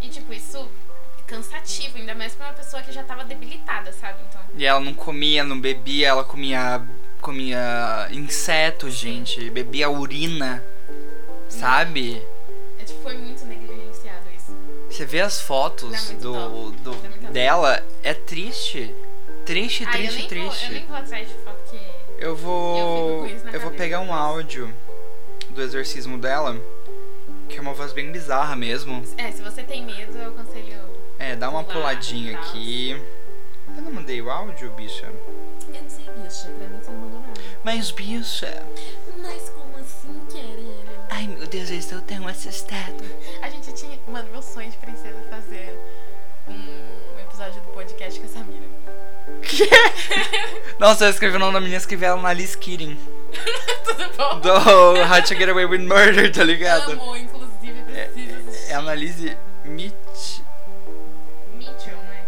S2: E tipo, isso é cansativo, ainda mais pra uma pessoa que já tava debilitada, sabe? Então.
S1: E ela não comia, não bebia, ela comia comia insetos, gente, bebia urina. Sabe?
S2: É, tipo, foi muito negligenciado isso.
S1: Você vê as
S2: Dá
S1: fotos
S2: é muito
S1: do,
S2: dó.
S1: do
S2: Dá muita dó.
S1: dela, é triste. Triste,
S2: Ah, eu
S1: triste,
S2: nem
S1: triste.
S2: Vou, eu nem vou atrás de foto que.
S1: Eu
S2: Eu
S1: vou.
S2: fico com isso na
S1: Eu vou
S2: cabeça
S1: pegar um
S2: depois.
S1: áudio do exorcismo dela, que é uma voz bem bizarra mesmo.
S2: É, se você tem medo, eu aconselho.
S1: É, dá uma
S2: Pular,
S1: puladinha
S2: tal.
S1: aqui. Eu não mandei o áudio, bicha.
S2: Eu não sei, bicha, pra mim você não mandou nada.
S1: Mas, bicha.
S2: Mas como assim, querendo?
S1: Ai, meu Deus, eu estou tão assustado.
S2: A gente tinha. Mano, meu sonho de princesa é fazer um episódio do podcast com a Samira.
S1: Nossa, eu escrevi o nome da menina, escrevi ela na Liz Keating.
S2: Tudo bom?
S1: Do How to Get Away with Murder, tá ligado?
S2: Amo, inclusive, preciso
S1: É a Annalise Mitch.
S2: Mitchell, né?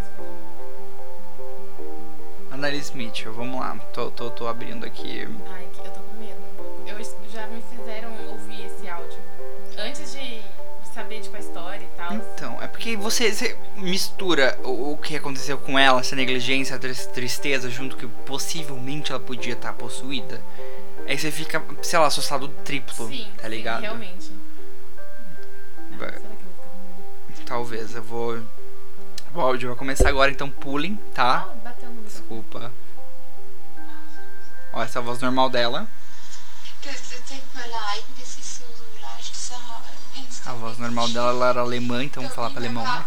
S1: Annalise Mitchell, vamos lá. Tô, tô, tô abrindo aqui.
S2: Ai, que- eu tô com medo. Eu es- já me fizeram ouvir esse áudio. Antes de saber, tipo, a história e tal.
S1: Então, é porque você, você mistura o, o que aconteceu com ela, essa negligência, a tris- tristeza, junto que possivelmente ela podia estar possuída. Aí você fica, sei lá, assustado triplo,
S2: Sim,
S1: tá ligado?
S2: sim, realmente. Ah,
S1: Vai.
S2: será que eu vou ficar com medo?
S1: Talvez, eu vou. O áudio vai começar agora, então pulem, tá?
S2: Ah, bateu no meu.
S1: Desculpa. Ó, essa é a voz normal dela.
S4: Plötsligt tänkte man leiden, das ist so, so leicht zu haben.
S1: A voz normal dela ela era alemã, então vamos falar pra alemão, né?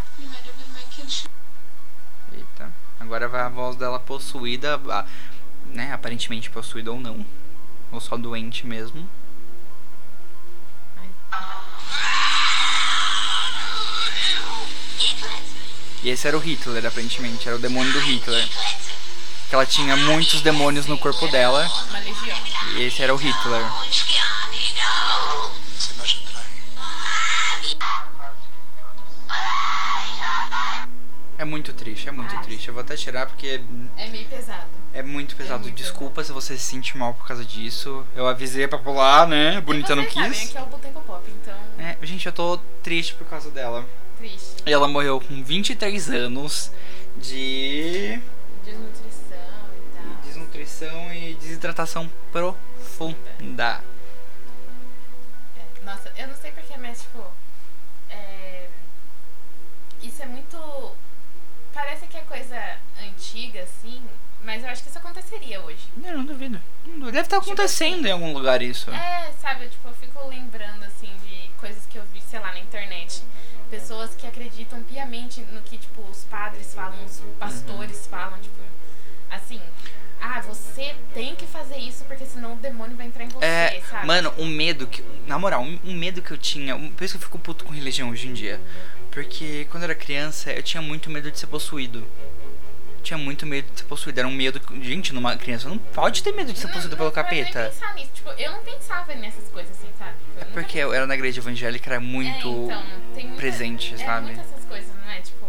S1: Eita. Agora vai a voz dela possuída, a- né? Aparentemente possuída ou não. Ou só doente mesmo. E esse era o Hitler, aparentemente. Era o demônio do Hitler. Que ela tinha muitos demônios no corpo dela.
S2: Uma legião.
S1: E esse era o Hitler. É muito triste, é muito triste. Eu vou até tirar porque
S2: É meio pesado.
S1: é muito pesado.
S2: muito
S1: Desculpa se você se sente mal por causa disso. Eu avisei pra pular, né? Bonita
S2: E
S1: não
S2: vocês sabem,
S1: quis.
S2: aqui é o Boteco Pop, então,
S1: É, gente, eu tô triste por causa dela.
S2: triste.
S1: E ela morreu com 23 anos de
S2: Desnutrição e tal.
S1: desnutrição e desidratação profunda.
S2: É, Nossa, eu não sei porquê, mas tipo. é, Isso é muito. Parece que é coisa antiga, assim, mas eu acho que isso aconteceria hoje.
S1: Eu não duvido. Não duvido. Deve estar acontecendo em algum lugar isso.
S2: É, sabe, eu, tipo, eu fico lembrando, assim, de coisas que eu vi, sei lá, na internet. Pessoas que acreditam piamente no que, tipo, os padres falam, os pastores falam, tipo, assim. Ah, você tem que fazer isso porque senão o demônio vai entrar em você,
S1: É,
S2: sabe?
S1: Mano, o medo que. Na moral, um, um medo que eu tinha. um- por isso que eu fico puto com religião hoje em dia. Porque quando eu era criança, eu tinha muito medo de ser possuído. tinha muito medo de ser possuída. Era um medo. Gente, numa criança não pode ter medo de ser
S2: Não-
S1: possuída
S2: não
S1: pelo
S2: quero nem
S1: capeta.
S2: pensar nisso. Tipo, eu não pensava nessas coisas assim, sabe? Tipo, eu
S1: É
S2: nunca
S1: porque eu era na igreja evangélica, era muito
S2: É, então, tem muita-
S1: presente, sabe?
S2: É muitas essas coisas, não é? Tipo,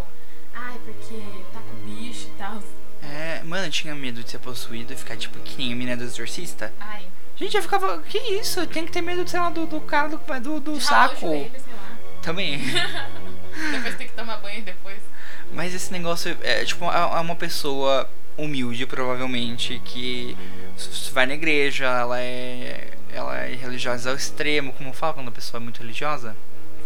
S2: ai, porque tá com bicho e tal.
S1: É, mano, eu tinha medo de ser possuído e ficar tipo que nem a menina do exorcista.
S2: Ai,
S1: Gente, eu ficava, que isso? Tem que ter medo, sei lá, do, do cara do, do, do
S2: ralar o
S1: Um saco.
S2: joelho, sei lá.
S1: Também.
S2: depois tem que tomar banho depois.
S1: Mas esse negócio é tipo é uma pessoa humilde, provavelmente, que s- vai na igreja, ela é. Ela é religiosa ao extremo, como fala quando a pessoa é muito religiosa?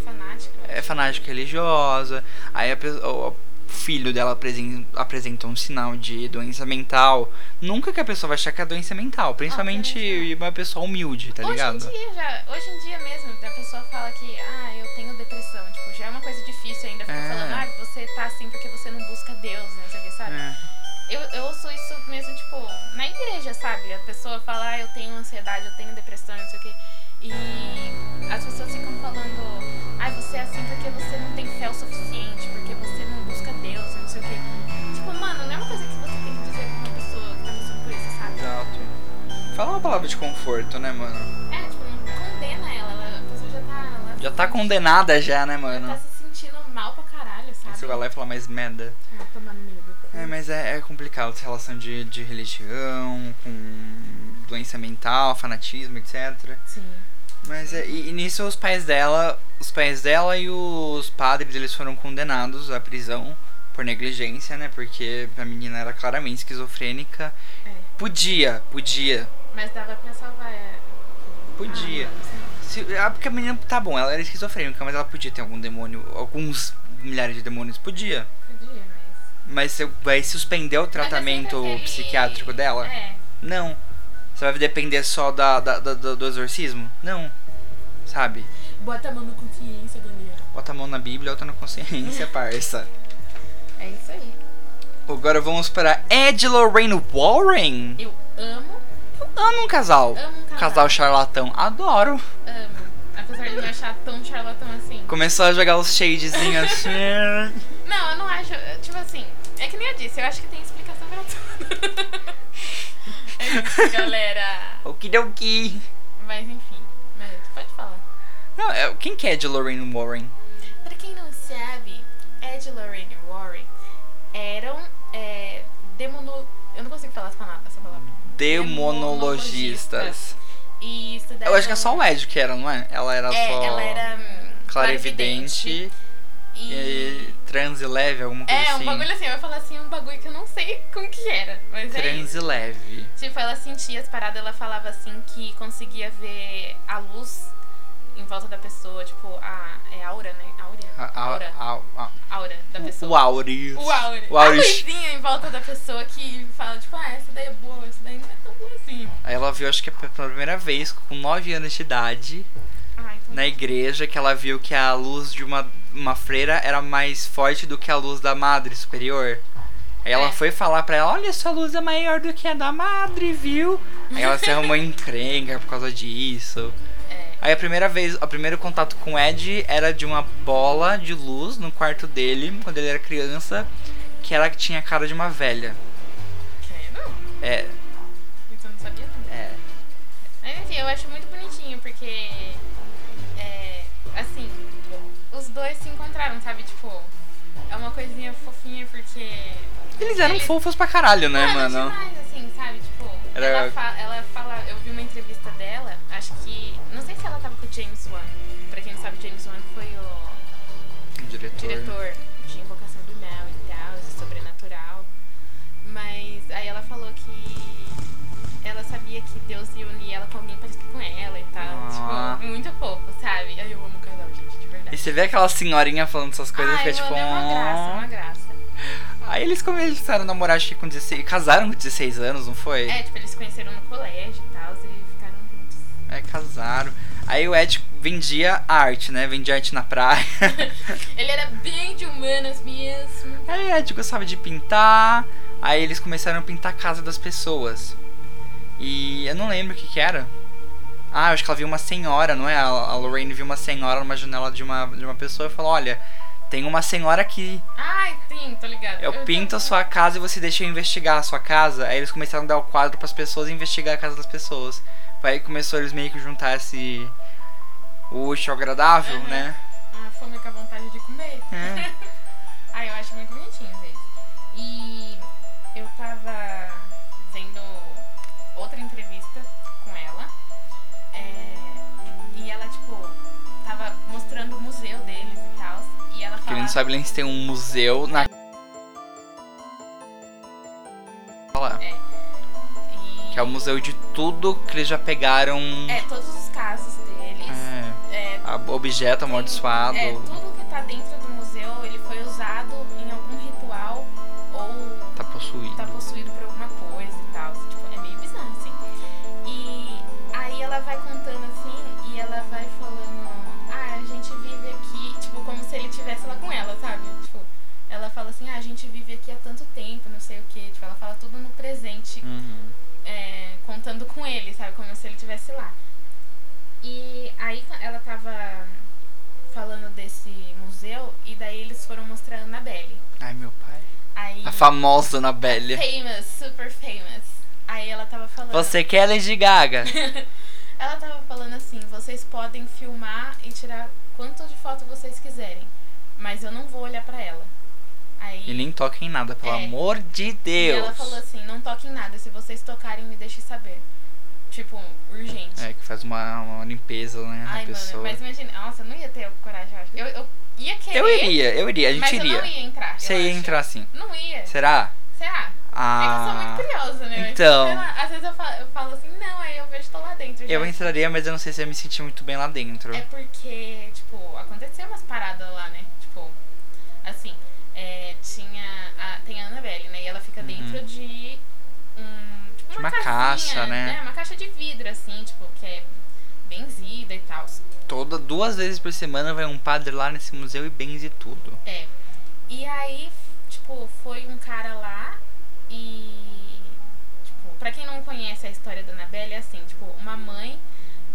S2: Fanática.
S1: É fanática religiosa, aí a pe- o o filho dela apresen- apresenta um sinal de doença mental. Nunca que a pessoa vai achar que é doença mental, principalmente
S2: doença.
S1: uma pessoa humilde, tá ligado?
S2: Hoje em dia já, hoje em dia mesmo, a pessoa fala que, ah, eu tenho depressão. Tipo, já é uma coisa difícil ainda ficar
S1: É.
S2: falando, ah, você tá assim porque você não busca Deus, né? Não sei o que, sabe?
S1: É.
S2: Eu, eu ouço isso mesmo, tipo, na igreja, sabe? A pessoa fala, ah, eu tenho ansiedade, eu tenho depressão, não sei o quê. E as pessoas ficam falando, ai, você é assim porque você não tem fé o suficiente, porque você não busca Deus, não sei o quê. Tipo, mano, não é uma coisa que você tem que dizer pra uma pessoa que tá passando por isso, sabe?
S1: Exato. Fala uma palavra de conforto, né, mano?
S2: É, tipo, não condena ela, ela a pessoa já tá. Ela
S1: Já tá condenada já, né,
S2: Ela tá
S1: mano?
S2: se sentindo mal pra caralho, sabe?
S1: Você vai lá e fala mais merda.
S2: Ah, tomar no meio do cu.
S1: É, mas é, é complicado essa relação de, de religião, com doença mental, fanatismo, etc.
S2: Sim.
S1: Mas é, e, e nisso os pais dela, os pais dela e os padres, eles foram condenados à prisão por negligência, né? Porque a menina era claramente esquizofrênica.
S2: É.
S1: Podia, podia,
S2: Mas dava pra salvar ela.
S1: podia.
S2: Ah, sim.
S1: Se, ah, porque a menina, tá bom, ela era esquizofrênica, mas ela podia ter algum demônio, alguns milhares de demônios, podia.
S2: Podia, mas.
S1: Mas você vai suspender o tratamento
S2: Mas é sempre aquele-
S1: psiquiátrico dela?
S2: É.
S1: Não. Você vai depender só da, da- da- do, do exorcismo? Não. Sabe?
S2: Bota a mão no consciência, galera.
S1: Bota a mão na Bíblia, outra na consciência, parça.
S2: É isso aí.
S1: Agora vamos para Ed e Lorraine Warren.
S2: Eu amo,
S1: Amo um casal.
S2: amo um
S1: Um
S2: casal.
S1: casal charlatão. Adoro.
S2: Amo. Apesar de me achar tão charlatão assim.
S1: Começou a jogar os shadezinhos assim.
S2: Não, eu não acho. Tipo assim, é que nem eu disse, eu acho que tem explicação pra tudo. é isso, galera.
S1: O que deu que?
S2: Mas enfim, mas tu pode falar.
S1: Não, é- quem que é Ed e Lorraine Warren?
S2: Pra quem não sabe, Ed e Lorraine Warren eram é, demono... Eu não consigo falar essa pala- essa palavra.
S1: Demonologistas.
S2: E estudaram...
S1: Eu acho que é só o Ed que era, não é? Ela era
S2: É,
S1: só.
S2: ela era hum,
S1: Clarividente. E
S2: E...
S1: transe leve, alguma coisa
S2: É,
S1: assim.
S2: um bagulho assim, eu ia falar assim, um bagulho que eu não sei como que era, mas é isso.
S1: Transe leve.
S2: Tipo, ela sentia as paradas, ela falava assim que conseguia ver a luz em volta da pessoa, tipo, a... é aura, né? Áurea?
S1: A, a,
S2: aura.
S1: a, a,
S2: Aura da pessoa.
S1: o Auris.
S2: O aura.
S1: O
S2: A
S1: Auris.
S2: luzinha em volta da pessoa que fala, tipo, ah, essa daí é boa, essa daí não é tão boa assim.
S1: Aí ela viu, acho que é pela primeira vez, com 9 anos de idade,
S2: Ah, então...
S1: na igreja, que ela viu que a luz de uma, uma freira era mais forte do que a luz da madre superior. Aí ela
S2: É.
S1: foi falar pra ela, olha, sua luz é maior do que a da madre, viu? Aí ela se arrumou em encrenca por causa disso.
S2: É.
S1: Aí a primeira vez, o primeiro contato com o Ed era de uma bola de luz no quarto dele, quando ele era criança, que ela tinha a cara de uma velha.
S2: Quero?
S1: É,
S2: Isso Então eu não sabia não.
S1: é.
S2: Mas enfim, eu acho muito bonitinho, porque. É. Assim, os dois se encontraram, sabe? Tipo, é uma coisinha fofinha, porque.
S1: Eles eram
S2: Eles-
S1: fofos pra caralho, né,
S2: Mano,
S1: mano?
S2: demais, assim, sabe? Tipo,
S1: Era-
S2: ela, fa- ela fala. Eu vi uma entrevista dela, acho que. Não sei se ela tava com o James Wan. Pra quem não sabe, James Wan foi o
S1: Diretor.
S2: diretor de Invocação do Mel e tal, de sobrenatural. Mas aí ela falou que ela sabia que Deus ia unir ela com alguém parecido com ela e tal.
S1: Ah.
S2: Tipo, muito fofo, sabe? Aí eu amo o casal, gente, de
S1: E
S2: verdade.
S1: você vê aquela senhorinha falando essas coisas,
S2: Ai,
S1: fica tipo.
S2: mano, é uma graça, é uma
S1: "Ah".
S2: graça.
S1: Aí eles começaram a namorar, acho que com 16. Casaram com 16 anos, não foi?
S2: É, tipo, eles se conheceram no colégio e tal, e ficaram juntos.
S1: É, casaram. Aí o Ed vendia arte, né? Vendia arte na praia.
S2: Ele era bem de humanas mesmo.
S1: Aí o Ed gostava de pintar. Aí eles começaram a pintar a casa das pessoas. E eu não lembro o que que era. Ah, eu acho que ela viu uma senhora, não é? A a Lorraine viu uma senhora numa janela de uma, de uma pessoa e falou: Olha, Tem uma senhora que
S2: Ai, sim, tô ligado.
S1: eu pinto a
S2: tô-
S1: sua casa e você deixa eu investigar a sua casa. Aí eles começaram a dar o quadro pras pessoas e investigar a casa das pessoas. Aí começou eles meio que juntar esse. O útil ao agradável,
S2: Uhum.
S1: né?
S2: A fome com a vontade de comer.
S1: É.
S2: Ah, eu acho muito bonitinho eles. E eu tava vendo outra entrevista com ela. é, e ela, tipo, tava mostrando o museu deles e tal. E ela
S1: Porque ele não
S2: falava.
S1: sabe nem se tem um museu na. Olha lá,
S2: e-
S1: Que é o museu de tudo que eles já pegaram.
S2: É, todos os casos deles.
S1: É,
S2: é,
S1: a- objeto amaldiçoado.
S2: É, tudo que tá dentro do museu, ele foi usado em algum ritual ou
S1: Tá possuído.
S2: tá possuído por alguma coisa e tal. Tipo, é meio bizarro, assim. E aí ela vai contando assim, e ela vai falando, ah, a gente vive aqui, tipo, como se ele tivesse lá com ela, sabe? Tipo, ela fala assim, ah, a gente vive aqui há tanto tempo, não sei o quê. Tipo, ela fala tudo no presente,
S1: Uhum.
S2: é, contando com ele, sabe? Como se ele estivesse lá. E aí ca- ela tava falando desse museu e daí eles foram mostrar a Annabelle.
S1: Ai, meu pai. Tá
S2: Aí.
S1: A famosa Anabelle.
S2: Famous, super famous. Aí ela tava falando.
S1: Você quer Lady Gaga?
S2: Ela tava falando assim, vocês podem filmar e tirar quanto de foto vocês quiserem. Mas eu não vou olhar pra ela. Aí.
S1: E nem toca em nada, pelo
S2: É.
S1: amor de
S2: e
S1: Deus.
S2: ela falou assim, não toquem nada, se vocês tocarem me deixem saber. Tipo, urgente.
S1: É, que faz uma, uma limpeza, né? na
S2: Ai,
S1: pessoa.
S2: mano, mas imagina. Nossa, eu não ia ter coragem, eu acho. Eu, eu ia querer.
S1: Eu iria, eu iria, a gente
S2: mas
S1: iria.
S2: eu não ia entrar. eu
S1: Você ia
S2: acho.
S1: entrar assim.
S2: Não ia.
S1: Será?
S2: Será? É que eu sou
S1: Ah.
S2: muito curiosa, né?
S1: então.
S2: Sei lá, às vezes eu falo, eu falo assim, não, aí eu vejo tô lá dentro. já.
S1: eu entraria, mas eu não sei se eu ia me sentir muito bem lá dentro.
S2: É porque, tipo, aconteceu umas paradas lá, né? Tipo, assim, é, tinha. A, tem a Annabelle, né? E ela fica
S1: Uhum.
S2: dentro de. Um, tipo,
S1: De uma
S2: casinha,
S1: caixa, né?
S2: Uma caixa de vidro, assim, tipo, que é benzida e tal.
S1: Toda, duas vezes por semana vai um padre lá nesse museu e benze tudo.
S2: É. E aí, tipo, foi um cara lá e. Tipo, pra quem não conhece a história da Annabelle, é assim, tipo, uma mãe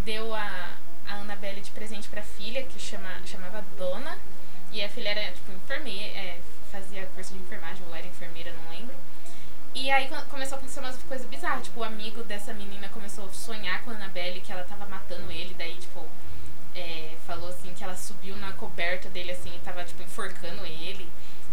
S2: deu a, a Annabelle de presente pra filha, que chama, chamava Dona, e a filha era, tipo, enfermeira, é, fazia curso de enfermagem, ou ela era enfermeira, não lembro. E aí co- começou a acontecer umas coisas bizarras, tipo, o amigo dessa menina começou a sonhar com a Annabelle, que ela tava matando ele, daí, tipo, é, falou assim que ela subiu na coberta dele assim e tava tipo enforcando ele.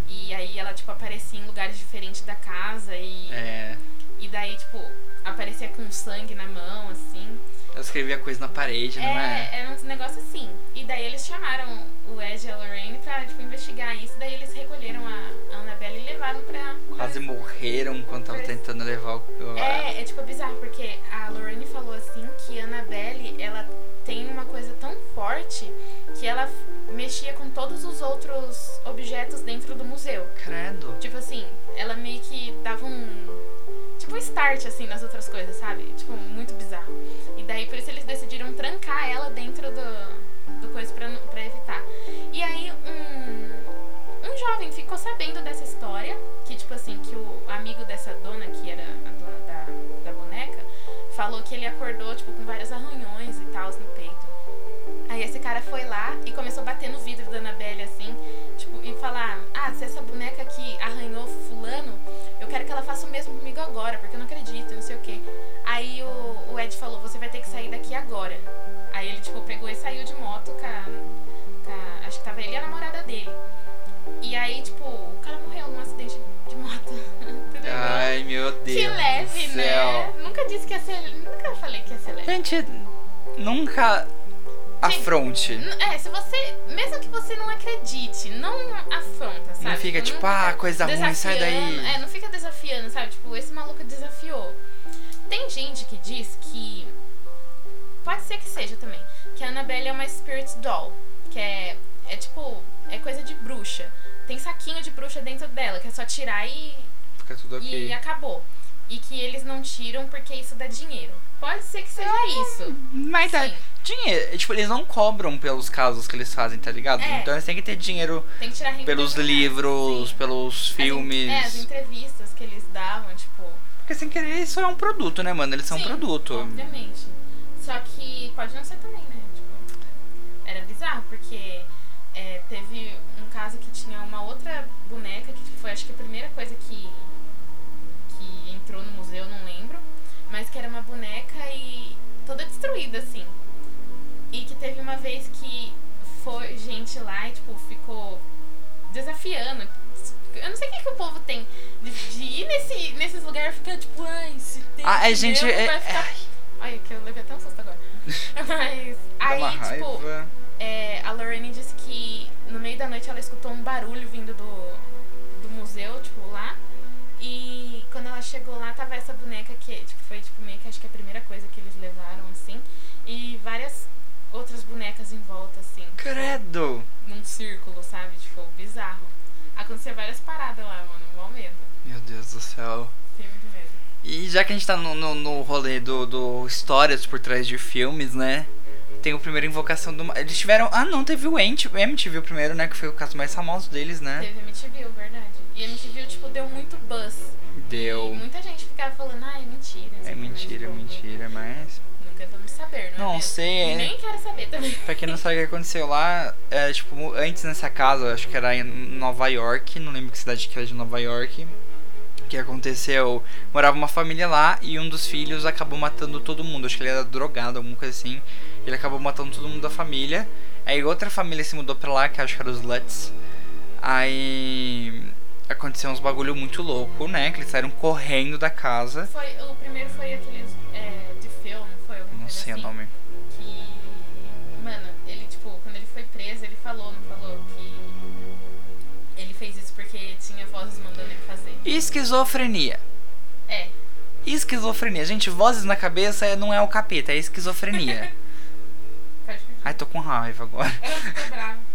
S2: E aí ela tipo aparecia em lugares diferentes da casa e
S1: É.
S2: e daí tipo aparecia com sangue na mão assim.
S1: Eu escrevi a coisa na parede, não é?
S2: era um negócio assim. E daí eles chamaram o Ed e a Lorraine pra tipo investigar isso. Daí eles recolheram a, a Annabelle e levaram pra
S1: Quase
S2: pra-
S1: morreram enquanto tava
S2: Parece-
S1: tentando levar o.
S2: É, é tipo bizarro, porque a Lorraine falou assim que a Annabelle, ela tem uma coisa tão forte que ela f- mexia com todos os outros objetos dentro do museu.
S1: Credo.
S2: Tipo assim, ela meio que dava um. Tipo um start, assim, nas outras coisas, sabe? Tipo, muito bizarro. E daí por isso eles decidiram trancar ela dentro do, do coisa pra, não- pra evitar. E aí um. Um jovem ficou sabendo dessa história, que tipo assim, que o amigo dessa dona, que era a dona da, da boneca, falou que ele acordou, tipo, com vários arranhões e tal no peito. Aí esse cara foi lá e começou a bater no vidro da Anabelle, assim, tipo, e falar, ah, se essa boneca aqui arranhou fulano, eu quero que ela faça o mesmo comigo agora, porque eu não acredito, não sei o quê. Aí o, o Ed falou, você vai ter que sair daqui agora. Aí ele, tipo, pegou e saiu de moto com a, com a- Acho que tava ele e a namorada dele. E aí, tipo, o cara morreu num acidente de moto. Tudo bem.
S1: Ai, meu Deus.
S2: que leve,
S1: do céu.
S2: né? Nunca disse que ia ser. Nunca falei que ia ser leve.
S1: Gente, nunca afronte.
S2: N- É, se você. Mesmo que você não acredite, não afronta, sabe? Uhum.
S1: Não fica tipo, ah, coisa ruim, sai daí.
S2: desafiando- É, não fica desafiando, sabe? Tipo, esse maluco desafiou. Tem gente que diz que. Pode ser que seja também. Que a Annabelle é uma spirit doll. Que é. É tipo. É coisa de bruxa. Tem saquinho de bruxa dentro dela, que é só tirar e,
S1: Fica tudo ok.
S2: É. e acabou. E que eles não tiram porque isso dá dinheiro. Pode ser que seja isso.
S1: Ah, Mas é
S2: Sim,
S1: dinheiro. Tipo, eles não cobram pelos casos que eles fazem, tá ligado?
S2: É.
S1: Então eles têm que ter dinheiro
S2: tem que tirar renda
S1: pelos
S2: do mercado.
S1: livros,
S2: Sim.
S1: pelos
S2: As en-
S1: filmes.
S2: É, as entrevistas que eles davam, tipo.
S1: Porque sem querer isso é um produto, né, mano? Eles são
S2: sim,
S1: um produto.
S2: Obviamente. Só que pode não ser também, né? Tipo, era bizarro, porque é, teve um caso casa que tinha uma outra boneca, que tipo, foi acho que a primeira coisa que, que entrou no museu, não lembro. Mas que era uma boneca e toda destruída, assim. E que teve uma vez que foi gente lá e, tipo, ficou desafiando. Eu não sei o que, que o povo tem de, de ir nesse, nesses lugares e ficar, tipo, ai, se tem
S1: Ah, é,
S2: esse
S1: gente,
S2: meu,
S1: é-
S2: vai ficar
S1: ai,
S2: Olha, que eu levei até um susto agora.
S1: dá
S2: Mas. Aí,
S1: uma
S2: tipo,
S1: raiva.
S2: é, a Lorraine disse que no meio da noite ela escutou um barulho vindo do, do museu, tipo, lá. E quando ela chegou lá, tava essa boneca que tipo, foi tipo, meio que acho que a primeira coisa que eles levaram, assim. E várias outras bonecas em volta, assim. tipo,
S1: Credo!
S2: Num círculo, sabe? Tipo, bizarro. Aconteceu várias paradas lá, mano. Mó medo.
S1: Meu Deus do céu.
S2: Tem muito medo.
S1: E já que a gente tá no, no, no rolê do, do histórias por trás de filmes, né? Tem o primeiro Invocação do Mal. Eles tiveram. Ah, não, teve o Ent- o MTV o primeiro, né? Que foi o caso mais famoso deles, né?
S2: Teve MTV, é verdade. E MTV, tipo, deu muito buzz. E
S1: Deu.
S2: muita gente ficava falando, ah, é mentira. não sei
S1: É
S2: o que, mas,
S1: mentira, é
S2: tipo,
S1: mentira, mas.
S2: Nunca vamos saber, não é?
S1: Não
S2: mesmo?
S1: sei,
S2: E
S1: é.
S2: Nem quero saber também.
S1: Pra quem não sabe o que aconteceu lá, é, tipo, antes nessa casa, acho que era em Nova York, não lembro que cidade que era de Nova York, que aconteceu, morava uma família lá e um dos filhos acabou matando todo mundo, acho que ele era drogado, alguma coisa assim, ele acabou matando todo mundo da família, aí outra família se mudou pra lá, que acho que era os Lutz, aí aconteceu uns bagulho muito louco, né, que eles saíram correndo da casa,
S2: Foi, o primeiro foi aquele é, de filme, foi alguma
S1: não
S2: coisa
S1: sei o
S2: assim.
S1: nome.
S2: Que. Mano, ele, tipo, quando ele foi preso, ele falou, não falou que. Ele fez isso porque tinha vozes mandando ele fazer.
S1: Esquizofrenia.
S2: É.
S1: Esquizofrenia. Gente, vozes na cabeça é- não é o capeta, é esquizofrenia.
S2: Pode
S1: Ai, tô com raiva agora.
S2: Ela ficou brava.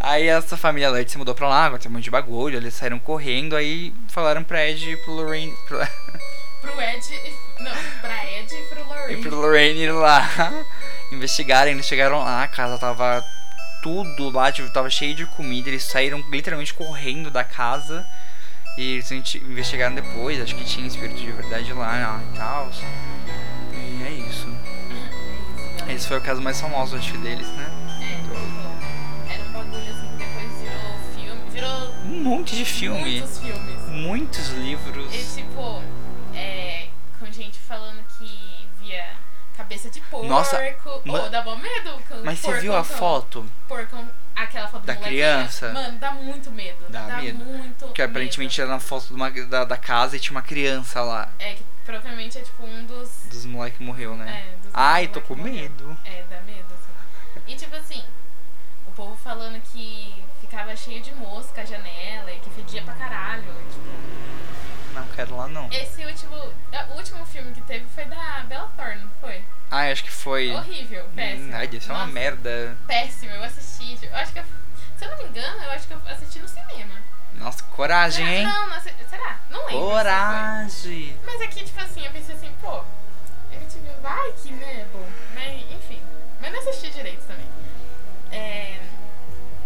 S1: Aí essa família Light se mudou pra lá, aconteceu um monte de bagulho, eles saíram correndo, aí falaram pra Ed e pro Lorraine. pro-
S2: Pro Ed e. Não, pra Ed e pro
S1: e
S2: Lorraine.
S1: pro Lorraine ir lá investigarem, eles chegaram lá, a casa tava tudo lá, tipo, tava cheio de comida, eles saíram literalmente correndo da casa. E eles inti- investigaram depois, acho que tinha espírito de verdade lá ah, e tal. E é isso.
S2: É isso,
S1: Esse foi o caso mais famoso, acho que deles, né?
S2: É, tipo, era um bagulho assim que depois virou filme. Virou
S1: Um monte de filme,
S2: muitos filmes.
S1: muitos livros.
S2: E tipo, é, com gente falando que via cabeça de porco.
S1: Nossa, ma-
S2: Ô, dá bom medo. quando
S1: Mas você
S2: porco então?
S1: viu a
S2: entra-
S1: foto?
S2: Porco, aquela foto do
S1: da
S2: moleque.
S1: criança?
S2: Mano, dá muito medo.
S1: Dá medo.
S2: muito
S1: Que
S2: medo.
S1: aparentemente era na foto de uma- da, da casa e tinha uma criança lá.
S2: É, que provavelmente é tipo um dos.
S1: Dos moleques morreu, né?
S2: É, dos
S1: Ai, tô
S2: moleque
S1: com
S2: que morreu.
S1: medo.
S2: É, dá medo, assim. E tipo assim, o povo falando que ficava cheio de mosca a janela e que fedia pra caralho. e, tipo,
S1: Não quero lá não.
S2: esse último. é, O último filme que teve foi da Bella Thorne, não foi?
S1: Ai, acho que foi.
S2: Horrível, péssimo.
S1: Hum, Ai, isso é uma
S2: Nossa,
S1: merda.
S2: Péssimo, eu assisti. tipo, Eu acho que eu, se eu não me engano, eu acho que eu assisti no cinema.
S1: Nossa, coragem,
S2: Será?
S1: hein?
S2: Não, não, assi- será? Não lembro. se
S1: Coragem.
S2: foi. Mas aqui, tipo assim, eu pensei assim, pô, ele tive vai que né, é bom. Mas enfim. Mas não assisti direito também. É.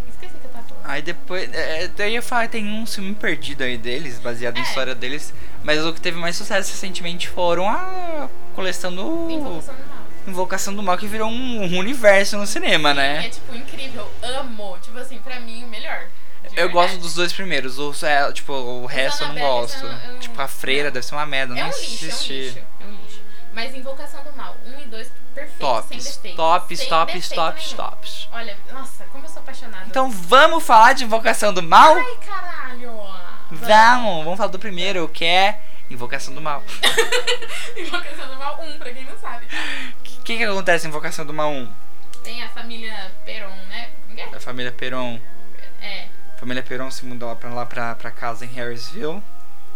S2: Esqueci o que eu tava falando.
S1: Aí depois. É, é, eu ia falar, tem um filme perdido aí deles, baseado em
S2: É.
S1: história deles. Mas o que teve mais sucesso recentemente foram a coleção do.
S2: Invocação do Mal.
S1: Invocação do Mal que virou um, um universo no cinema,
S2: É
S1: né?
S2: tipo incrível, amo. Tipo assim, pra mim o melhor. de
S1: Eu
S2: verdade.
S1: gosto dos dois primeiros, os, é, tipo, o resto eu não
S2: Annabelle,
S1: gosto.
S2: eu não- eu-
S1: Tipo, a freira deve ser uma merda, eu
S2: É
S1: não
S2: um lixo,
S1: assisti.
S2: é um lixo, é um lixo. Mas Invocação do Mal, 1 e 2, perfeito, sem
S1: Tops,
S2: defeito.
S1: tops,
S2: sem
S1: tops,
S2: defeito
S1: tops,
S2: nenhum.
S1: tops.
S2: Olha, nossa, como eu sou apaixonada.
S1: Então vamos falar de Invocação do Mal?
S2: Ai, caralho!
S1: Vamos, vamos falar do primeiro, que é Invocação do Mal.
S2: Invocação do Mal 1, pra quem não sabe.
S1: O que, que acontece em Invocação do Mal 1?
S2: Tem a família Peron, né? Como que é?
S1: A família Peron.
S2: É.
S1: A família Peron se mudou lá pra, lá pra, pra casa em Harrisville.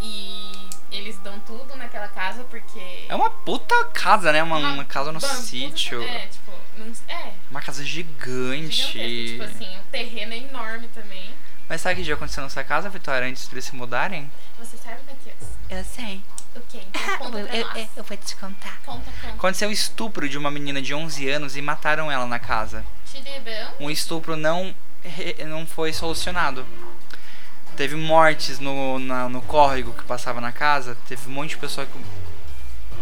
S2: E eles dão tudo naquela casa porque.
S1: É uma puta casa, né? Uma, uma casa no
S2: Bom, tudo-
S1: sítio.
S2: É, tipo, num, é,
S1: Uma casa
S2: gigantesco.
S1: gigante.
S2: Tipo assim, o terreno é enorme também.
S1: Mas sabe o que já aconteceu nessa casa, Vitória, antes deles se mudarem?
S2: Você sabe, Matheus?
S1: Eu sei.
S2: O quê? Então conta pra nós.
S1: vou te contar.
S2: Conta, conta.
S1: Aconteceu o estupro de uma menina de 11 anos e mataram ela na casa.
S2: Tidibão.
S1: Um estupro não, re- não foi solucionado. Teve mortes no, na- no córrego que passava na casa. Teve um monte de pessoa que.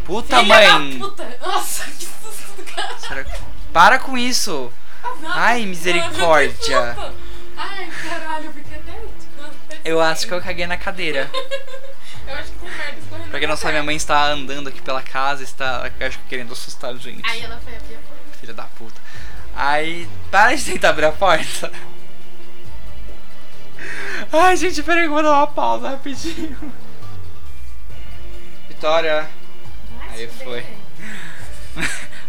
S1: Puta
S2: Filha
S1: Tá, mãe!
S2: da puta! Nossa, que susto do cara!
S1: Será que- Para com isso!
S2: Não,
S1: Ai,
S2: não,
S1: misericórdia.
S2: não, não, não. Ai, caralho, eu fiquei até. tipo,
S1: Eu acho que eu caguei na cadeira.
S2: Eu acho que tem merda escorrendo.
S1: Pra quem não sabe, minha mãe está andando aqui pela casa, está acho que querendo assustar a gente.
S2: Aí ela foi abrir a porta.
S1: Filha da puta. Aí. Para de tentar abrir a porta. Ai, gente, peraí, eu vou dar uma pausa rapidinho. Vitória.
S2: Vai se
S1: Aí
S2: fuder.
S1: foi.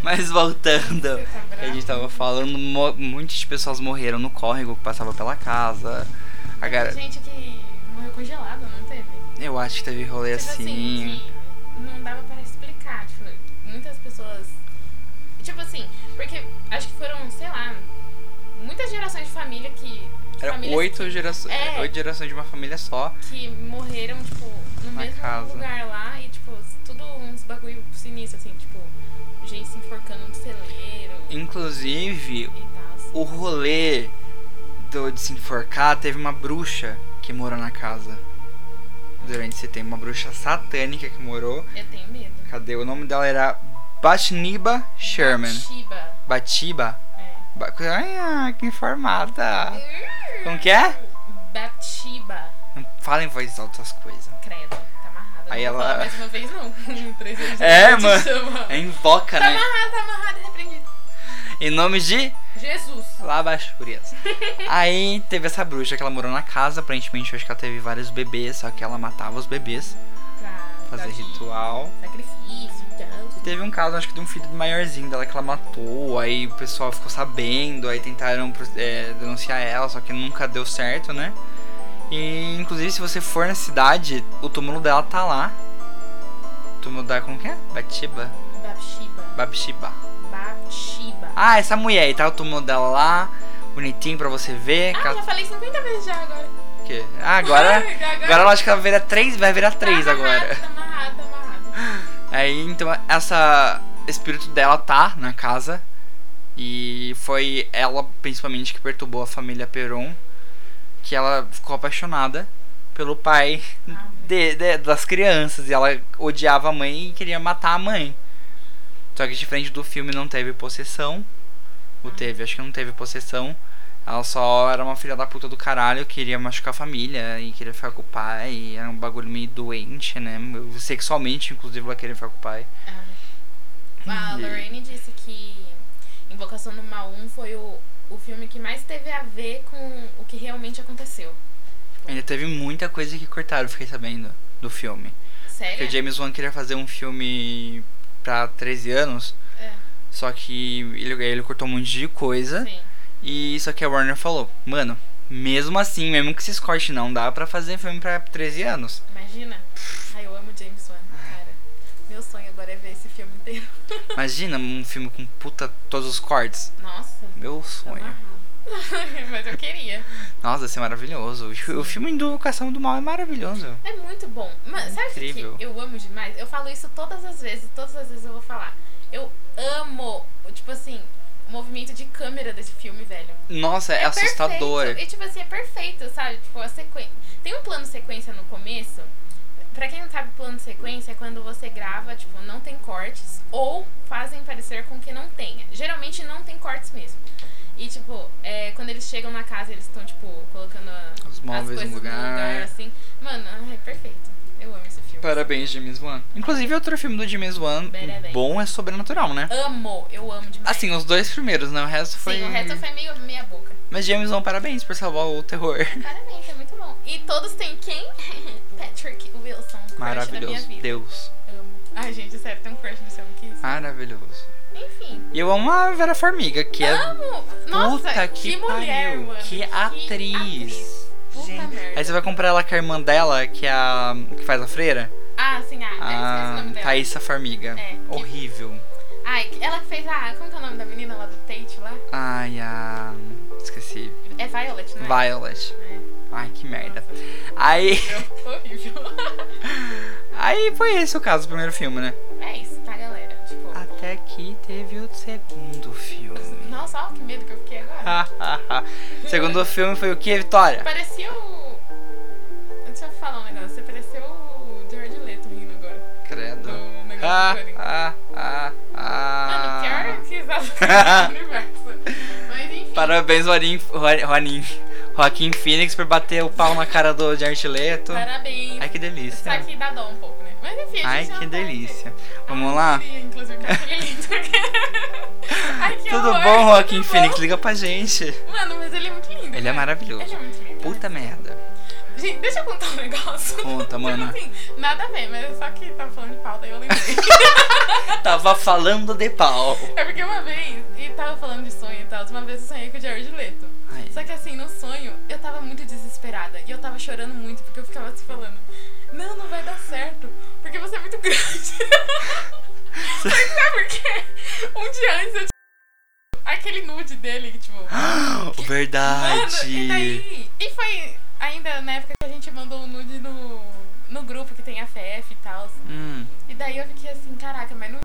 S1: Mas voltando,
S2: Você tá bravo?
S1: que a gente tava falando, mo- muitas pessoas morreram no córrego que passava pela casa. A gar...
S2: Gente que morreu congelado, não teve?
S1: Eu acho que teve rolê
S2: Tipo
S1: assim.
S2: que não dava pra explicar. Tipo, muitas pessoas. Tipo assim, porque acho que foram, sei lá, muitas gerações de família que. de
S1: Era
S2: famílias
S1: oito gerações,
S2: É.
S1: oito gerações de uma família só.
S2: que morreram, tipo, no
S1: Na
S2: mesmo
S1: casa.
S2: lugar lá e, tipo, tudo uns bagulho sinistro, assim, tipo, gente se enforcando no celeiro
S1: Inclusive,
S2: e tal.
S1: o rolê do, de se enforcar teve uma bruxa que morou na casa durante esse tempo. Uma bruxa satânica que morou.
S2: Eu tenho medo.
S1: Cadê? O nome dela era Batniba Sherman.
S2: Shiba.
S1: Batiba?
S2: É.
S1: Ba- Ai, ah, que informada! Como que é?
S2: Bathsheba.
S1: Não fala em voz alta as coisas.
S2: Credo, tá amarrada.
S1: Aí
S2: não vou
S1: ela-
S2: falar mais uma vez, não. Três vezes
S1: É,
S2: eu te
S1: mano.
S2: chamo.
S1: É invoca,
S2: Tá
S1: né?
S2: amarrada, tá amarrada, repreendido.
S1: Em nome de
S2: Jesus.
S1: Labachurias. Aí teve essa bruxa que ela morou na casa. Aparentemente, eu acho que ela teve vários bebês. Só que ela matava os bebês.
S2: Pra
S1: Fazer
S2: pra-
S1: ritual.
S2: Sacrifício, então,
S1: E
S2: tanto.
S1: teve um caso, acho que de um filho maiorzinho dela que ela matou, aí o pessoal ficou sabendo, aí tentaram pro- é, denunciar ela, só que nunca deu certo, né? E inclusive se você for na cidade, o túmulo dela tá lá. O túmulo da. como que é? Batiba?
S2: Bathsheba.
S1: Babshiba.
S2: Bathsheba.
S1: Ah, essa mulher aí, tá o túmulo dela lá, bonitinho pra você ver. que
S2: Ah,
S1: ela-
S2: já falei 50 vezes já agora.
S1: que- Ah, agora. Agora ela acho que ela vira três, vai virar três
S2: tá
S1: agora.
S2: amarrado, Tá amarrado, tá amarrado.
S1: Aí então essa espírito dela tá na casa e foi ela principalmente que perturbou a família Peron, que ela ficou apaixonada pelo pai
S2: Ah,
S1: de- de- das crianças e ela odiava a mãe e queria matar a mãe. Só que diferente do filme não teve possessão. Ou teve, acho que não teve possessão. Ela só era uma filha da puta do caralho, queria machucar a família e queria ficar com o pai. E era um bagulho meio doente, né? Sexualmente, inclusive, ela queria ficar com o pai.
S2: A
S1: E-
S2: Lorraine disse que Invocação do Mal 1 foi o, o filme que mais teve a ver com o que realmente aconteceu.
S1: Ainda teve muita coisa que cortaram, fiquei sabendo, do filme. Porque
S2: Sério?
S1: o James Wan queria fazer um filme pra 13 anos,
S2: É,
S1: só que ele, ele cortou um monte de coisa.
S2: sim.
S1: E isso que a Warner falou, mano, mesmo assim, mesmo que esses cortes não dá pra fazer filme pra 13 anos.
S2: Imagina. Ai, eu amo James Wan, cara. Meu sonho agora é ver esse filme inteiro.
S1: Imagina um filme com puta todos os cortes.
S2: Nossa.
S1: Meu
S2: tá
S1: sonho.
S2: amarrado. Mas eu queria.
S1: Nossa, isso é maravilhoso. O fi- O filme Invocação do Mal é maravilhoso.
S2: É muito bom. Mano, sabe o que que
S1: Incrível.
S2: eu amo demais? Eu falo isso todas as vezes, todas as vezes eu vou falar. Eu amo, tipo assim, o movimento de câmera desse filme, velho.
S1: Nossa, é, assustador.
S2: perfeito. E tipo assim, é perfeito, sabe? Tipo, a sequência. Tem um plano sequência no começo. Pra quem não sabe, plano sequência é quando você grava, tipo, não tem cortes. Ou fazem parecer com que não tenha. Geralmente não tem cortes mesmo. E tipo, é, quando eles chegam na casa, eles estão, tipo, colocando a-
S1: Os
S2: as
S1: móveis
S2: coisas
S1: no lugar.
S2: assim. Mano, é perfeito. Eu amo esse filme.
S1: Parabéns, James Wan. Inclusive, outro filme do James Wan
S2: Parabéns.
S1: bom é Sobrenatural, né?
S2: Amo, eu amo demais.
S1: Assim, os dois primeiros, né? O resto foi...
S2: Sim, o resto foi meio meia boca.
S1: Mas James Wan, parabéns por salvar o terror.
S2: Parabéns, é muito bom. E todos têm quem? Patrick Wilson, crush da minha
S1: Maravilhoso.
S2: vida.
S1: Deus.
S2: Amo. Ai, gente, sério, tem um crush no seu Kiss.
S1: Maravilhoso.
S2: Enfim.
S1: E eu amo a Vera Farmiga, que é
S2: Amo! Ah, Nossa,
S1: Puta
S2: que,
S1: que,
S2: mulher,
S1: pariu.
S2: mano.
S1: Que atriz.
S2: Puta merda.
S1: Aí você vai comprar ela com a irmã dela, que é a. que faz a freira?
S2: Ah, sim, ah, eu esqueci o
S1: a
S2: nome dela.
S1: Thaísa Farmiga.
S2: É, que-
S1: Horrível.
S2: Ai, ela que fez a. Como que é o nome da menina lá do Tate lá?
S1: Ai, a. Esqueci.
S2: É Violet, né?
S1: Violet.
S2: É.
S1: Ai, que merda.
S2: Nossa,
S1: Aí.
S2: eu- horrível.
S1: Aí foi esse o caso do primeiro filme, né?
S2: é isso, tá, galera? Tipo.
S1: Até que teve o segundo filme.
S2: Nossa, olha que medo que eu fiquei agora.
S1: Ah. segundo filme foi o que, Vitória?
S2: Parecia o. Deixa eu falar um negócio. Você pareceu o George Leto rindo agora.
S1: Credo.
S2: Do negócio
S1: Ah,
S2: do Coringa.
S1: ah, ah,
S2: Mano, é
S1: ah.
S2: pior que exato do universo. Mas enfim.
S1: Parabéns, Ronin. Ronin. Joaquim Phoenix por bater o pau na cara do Jared Leto.
S2: Parabéns.
S1: Ai, que delícia.
S2: Só que dá dó um pouco, né? Mas enfim, a
S1: Ai,
S2: gente não
S1: que
S2: tá
S1: delícia.
S2: aqui.
S1: Vamos
S2: Ai,
S1: lá?
S2: eu queria, Inclusive, que eu achei lindo. Ai, que
S1: Tudo
S2: horror.
S1: bom, Joaquim
S2: Tudo
S1: Phoenix?
S2: bom.
S1: Liga pra gente.
S2: Mano, mas ele é muito lindo.
S1: Ele é
S2: né?
S1: maravilhoso.
S2: Ele é muito lindo.
S1: Puta merda.
S2: Gente, deixa eu contar um negócio.
S1: Conta, mano.
S2: Tipo assim, nada a ver, mas só que tava falando de pau, daí eu lembrei.
S1: Tava falando de pau.
S2: é porque uma vez, e tava falando de sonho e tal, uma vez eu sonhei com o Jared Leto.
S1: Ai.
S2: Só que assim, no sonho, eu tava muito desesperada. E eu tava chorando muito, porque eu ficava se falando, não, não vai dar certo, porque você é muito grande. Mas sabe por quê? Um dia antes eu tinha aquele nude dele, que, tipo. Mano, e
S1: Verdade.
S2: daí? E foi ainda na época que a gente mandou o nude no, no grupo que tem a FF e tal.
S1: Hum.
S2: E daí eu fiquei assim, caraca, mas não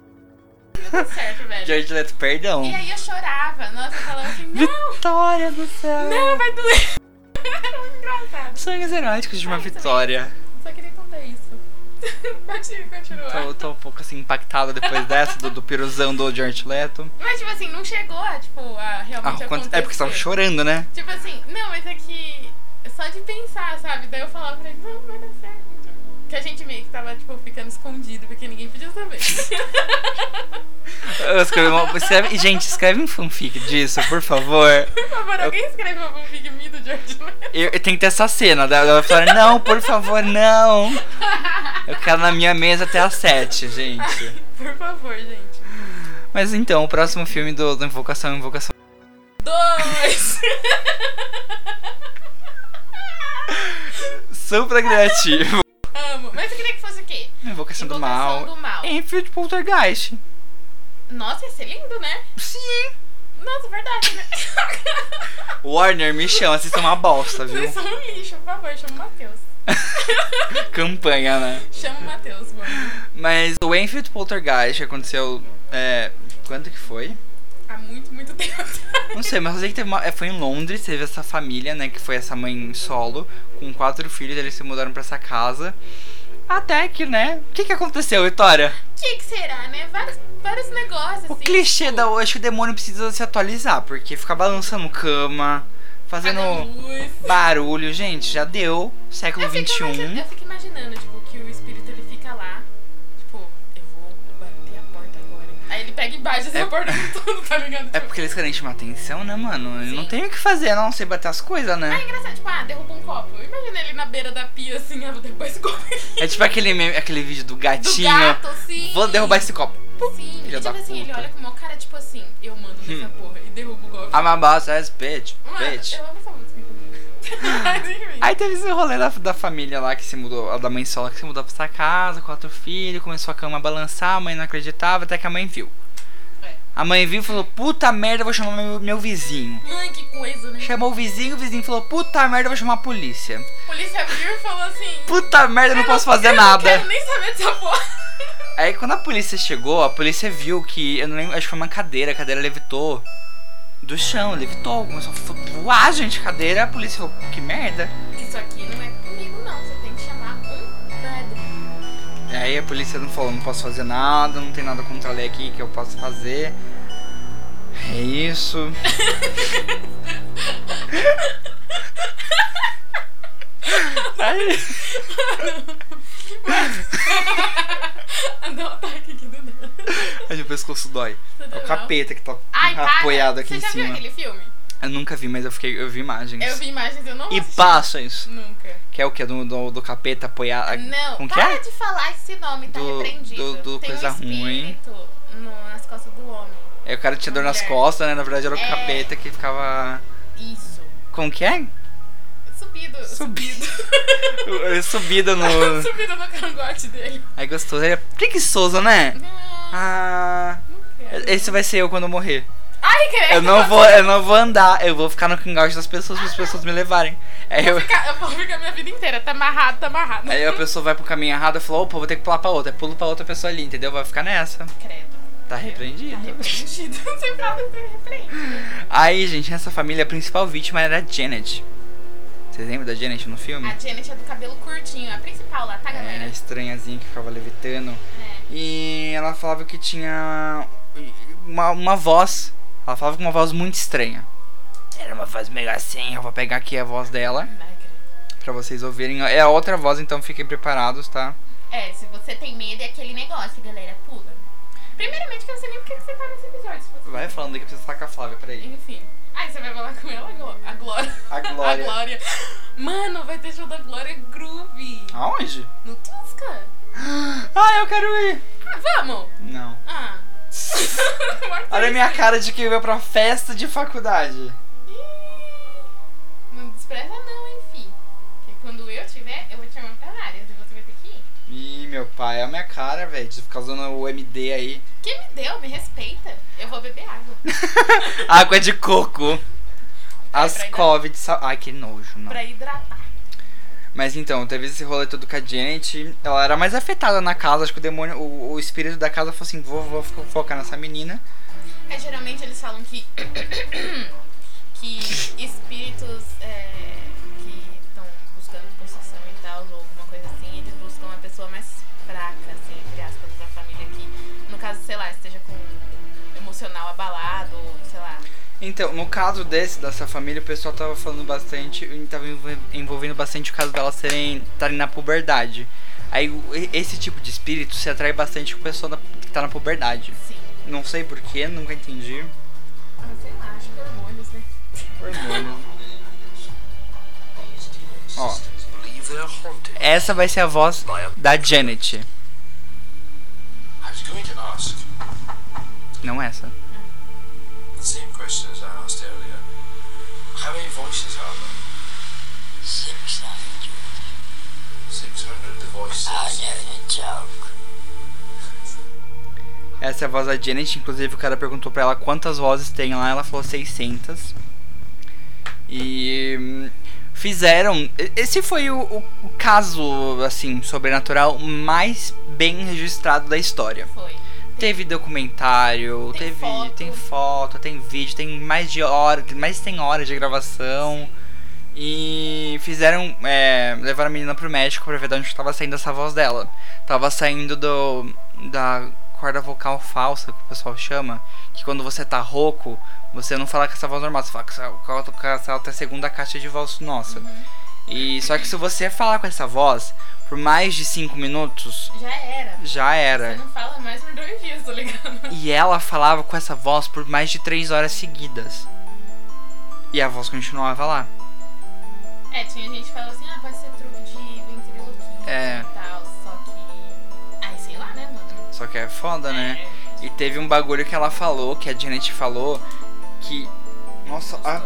S2: deu certo, velho.
S1: Jared Leto, perdão.
S2: E aí eu chorava, nossa, eu falava assim, não,
S1: Vitória do céu.
S2: não, vai doer. Era muito engraçado.
S1: Sonhos eróticos de uma
S2: Ai, isso
S1: vitória.
S2: Só queria contar isso. Pode continuar.
S1: Tô, tô um pouco assim impactada depois dessa, do, do piruzão do Jared Leto.
S2: Mas tipo assim, não chegou a, tipo, a
S1: Ah,
S2: realmente
S1: quanto- é porque você tava
S2: acontecer.
S1: chorando, né?
S2: Tipo assim, não, mas é que só de pensar, sabe? Daí eu falava pra ele, não, vai dar certo. Que a gente meio que tava, tipo, ficando escondido, porque ninguém podia saber.
S1: Eu escrevi uma- escreve- gente, escreve um fanfic disso, por favor.
S2: Por favor,
S1: Eu-
S2: alguém escreve uma fanfic me do George Lucas.
S1: Eu, eu tenho que ter essa cena. Daí ela fala, não, por favor, não. Eu quero na minha mesa até às sete, gente.
S2: Por favor, gente.
S1: Mas então, o próximo filme do, do Invocação, é Invocação.
S2: Dois!
S1: Super criativo.
S2: Amo. Mas eu queria que fosse o quê?
S1: Invocação do
S2: Invocação
S1: Mal.
S2: do Mal.
S1: Enfield Poltergeist.
S2: Nossa, ia ser lindo, né?
S1: Sim.
S2: Nossa, verdade, né?
S1: Warner, me chama, vocês são uma bosta, viu?
S2: Vocês são um lixo, por favor, chama o Matheus.
S1: Campanha, né?
S2: Chama o Matheus, mano.
S1: Mas o Enfield Poltergeist que aconteceu. É. Quanto que foi?
S2: Há muito, muito tempo.
S1: Não sei, mas eu sei que teve uma, é, foi em Londres, teve essa família, né? Que foi essa mãe solo, com quatro filhos, eles se mudaram pra essa casa. Até que, né? O que, que aconteceu, Vitória?
S2: O que, que será, né? Vários, vários negócios,
S1: O
S2: assim.
S1: clichê
S2: tipo,
S1: da hoje que o demônio precisa se atualizar, porque ficar balançando cama, fazendo
S2: apaga a luz.
S1: barulho, gente, já deu. Século
S2: um.
S1: um.
S2: Eu fico, imagi-
S1: XXI.
S2: eu fico imaginando, tipo, que o espírito ele fica lá, tipo, eu vou bater a porta agora. Aí ele pega e bate essa porta com tudo, tá ligado?
S1: É
S2: Tipo,
S1: porque eles querem chamar atenção, né, mano? Eu não
S2: Sim.
S1: tem o que fazer, a não sei bater as coisas, né?
S2: É engraçado, tipo, ah, derruba um copo. Imagina ele na beira da pia, assim, ah, vou derrubar esse copo aqui.
S1: É tipo aquele, meme- aquele vídeo do
S2: Do
S1: gatinho.
S2: gato, sim.
S1: Vou derrubar esse copo.
S2: Sim, e
S1: filha
S2: tipo
S1: da
S2: assim, ele
S1: puta.
S2: olha com uma cara, tipo assim, eu mando nessa porra e derrubo o copo.
S1: I'm about to ass bitch,
S2: Mano,
S1: bitch.
S2: eu amo essa música, inclusive. Mas enfim.
S1: Aí teve esse rolê da, da família lá que se mudou, a da mãe sola que se mudou pra essa casa, quatro filhos, começou a cama a balançar, a mãe não acreditava, até que a mãe viu.
S2: É.
S1: A mãe viu e falou, puta merda, eu vou chamar meu, meu vizinho.
S2: Ai, que coisa, né?
S1: Chamou o vizinho, o vizinho falou, puta merda, eu vou chamar a polícia.
S2: A polícia viu e falou assim.
S1: Puta merda, eu não
S2: "Eu
S1: posso fazer
S2: eu
S1: nada.
S2: Não quero nem saber dessa porra.
S1: Aí quando a polícia chegou, a polícia viu que, eu não lembro, acho que foi uma cadeira, a cadeira levitou do chão, levitou, começou a voar, gente, a cadeira, a polícia falou, que merda.
S2: Isso aqui não é comigo, não. Você tem que chamar um padre.
S1: E aí a polícia não falou, não posso fazer nada, não tem nada contra a lei aqui que eu posso fazer. É isso. Aí,
S2: Dá um ataque aqui do nada.
S1: aí o pescoço dói. É o capeta que tá
S2: Ai, para.
S1: apoiado aqui
S2: Você
S1: em
S2: já
S1: cima.
S2: viu aquele filme?
S1: Eu nunca vi, mas eu fiquei. Eu vi imagens.
S2: Eu vi imagens, eu não
S1: E
S2: assisti.
S1: passa isso.
S2: Nunca.
S1: Que é o que? Do, do, do capeta apoiado.
S2: Não,
S1: Como que
S2: para
S1: é?
S2: de falar esse nome, tá
S1: Do-
S2: repreendido.
S1: do- do
S2: Tem
S1: coisa
S2: um
S1: ruim.
S2: espírito no, nas costas do homem.
S1: É o cara tinha dor nas costas, né? Na verdade era o
S2: É.
S1: capeta que ficava.
S2: Isso.
S1: Como que é?
S2: Subido.
S1: Subido. Subida no.
S2: Subido no cangote dele.
S1: Aí gostoso. Ele é preguiçoso, né?
S2: Não,
S1: Ah.
S2: não quero.
S1: Esse vai ser eu quando eu morrer.
S2: Ai, credo.
S1: Eu não vou, eu não vou andar, eu vou ficar no cangote das pessoas para as pessoas me levarem. Aí, eu-
S2: Vou ficar- eu vou ficar minha vida inteira. Tá amarrado, tá amarrado.
S1: aí a pessoa vai pro caminho errado e fala, opa, vou ter que pular pra outra. Aí Pulo pra outra pessoa ali, entendeu? Vai ficar nessa.
S2: Credo.
S1: Tá
S2: Tá
S1: repreendido.
S2: repreendido. Você fala que repreende.
S1: Aí, gente, nessa família a principal vítima era a Janet. Vocês lembram da Janet no filme?
S2: A Janet é do cabelo curtinho, a principal lá, tá,
S1: É, a
S2: galera?
S1: estranhazinha que ficava levitando.
S2: É.
S1: E ela falava que tinha uma, uma voz. Ela falava com uma voz muito estranha. Era uma voz meio assim. Eu vou pegar aqui a voz dela
S2: Não acredito.
S1: pra vocês ouvirem. É a outra voz, então fiquem preparados, tá?
S2: É, se você tem medo, é aquele negócio, galera. Pula. Primeiramente, que eu não sei nem porque que você tá nesse episódio. se você-
S1: Vai falando que precisa estar com a Flávia, peraí.
S2: Enfim. Ai, você vai falar com ela, Glo- a Glória.
S1: A Glória.
S2: a Glória. Mano, vai ter show da Glória Groove.
S1: Aonde?
S2: No Tusca.
S1: Ah, eu quero ir!
S2: Ah, vamos.
S1: Não.
S2: Ah. Morta
S1: Olha a
S2: aí.
S1: minha cara de quem veio pra festa de faculdade.
S2: Ih, Não despreza não, hein, fi. Porque quando eu tiver, eu vou te chamar pra várias e você vai ter que ir.
S1: Ih, meu pai, é a minha cara, velho. De ficar usando o MD aí.
S2: Quem me deu, me respeita. Eu vou beber água.
S1: Água de coco. As
S2: pra hidratar.
S1: Covid. sa- Ai, que nojo, não.
S2: pra hidratar.
S1: Mas então, teve esse rolê todo com a Janet. Ela era mais afetada na casa. Acho que o demônio, o, o espírito da casa falou assim: vou, vou fo- focar nessa menina.
S2: É, geralmente eles falam que. que espíritos é, que estão buscando possessão e tal, ou alguma coisa assim, eles buscam uma pessoa mais fraca, assim, entre aspas, da família que, no caso, sei lá, esteja com emocional abalado, ou sei lá.
S1: Então, no caso desse, dessa família, o pessoal tava falando bastante. Tava envo- envolvendo bastante o caso delas serem. estarem na puberdade. Aí o- e- esse tipo de espírito se atrai bastante com o pessoal da- que tá na puberdade.
S2: Sim.
S1: Não sei porquê, nunca entendi.
S2: Ah, sei lá, acho que hormônios, né?
S1: Hormônio. Ó. Essa vai ser a voz da Janet.
S5: I was going to ask
S1: Não essa.
S5: the same question as I asked earlier. How many voices are there?
S6: Six hundred.
S5: 600 voices.
S6: I know the joke.
S1: Essa é a voz da Janet. Inclusive, o cara perguntou pra ela quantas vozes tem lá. Ela falou 600. E. hum, Fizeram. e- Esse foi o, o- o caso, assim, sobrenatural mais bem registrado da história.
S2: Foi.
S1: Teve documentário,
S2: Tem
S1: teve.
S2: foto.
S1: Tem foto, tem vídeo, tem mais de hora, tem mais de 100 horas de gravação. E fizeram. É, levaram a menina pro médico pra ver de onde tava saindo essa voz dela. Tava saindo do. da corda vocal falsa, que o pessoal chama. Que quando você tá rouco, você não fala com essa voz normal, você fala com essa, com a- com essa outra segunda caixa de voz nossa.
S2: Uhum.
S1: E só que se você falar com essa voz por mais de 5 minutos,
S2: Já era.
S1: já era.
S2: Você não fala mais por dois dias, tá ligado?
S1: E ela falava com essa voz por mais de três horas seguidas. E a voz continuava lá.
S2: É, tinha gente que falou assim, ah, pode ser truque de ventriloquismo
S1: É.
S2: e tal, só que... Ai, sei lá, né, mano?
S1: Só que é foda, né? E teve um bagulho que ela falou, que a Janet falou, que. Nossa, a-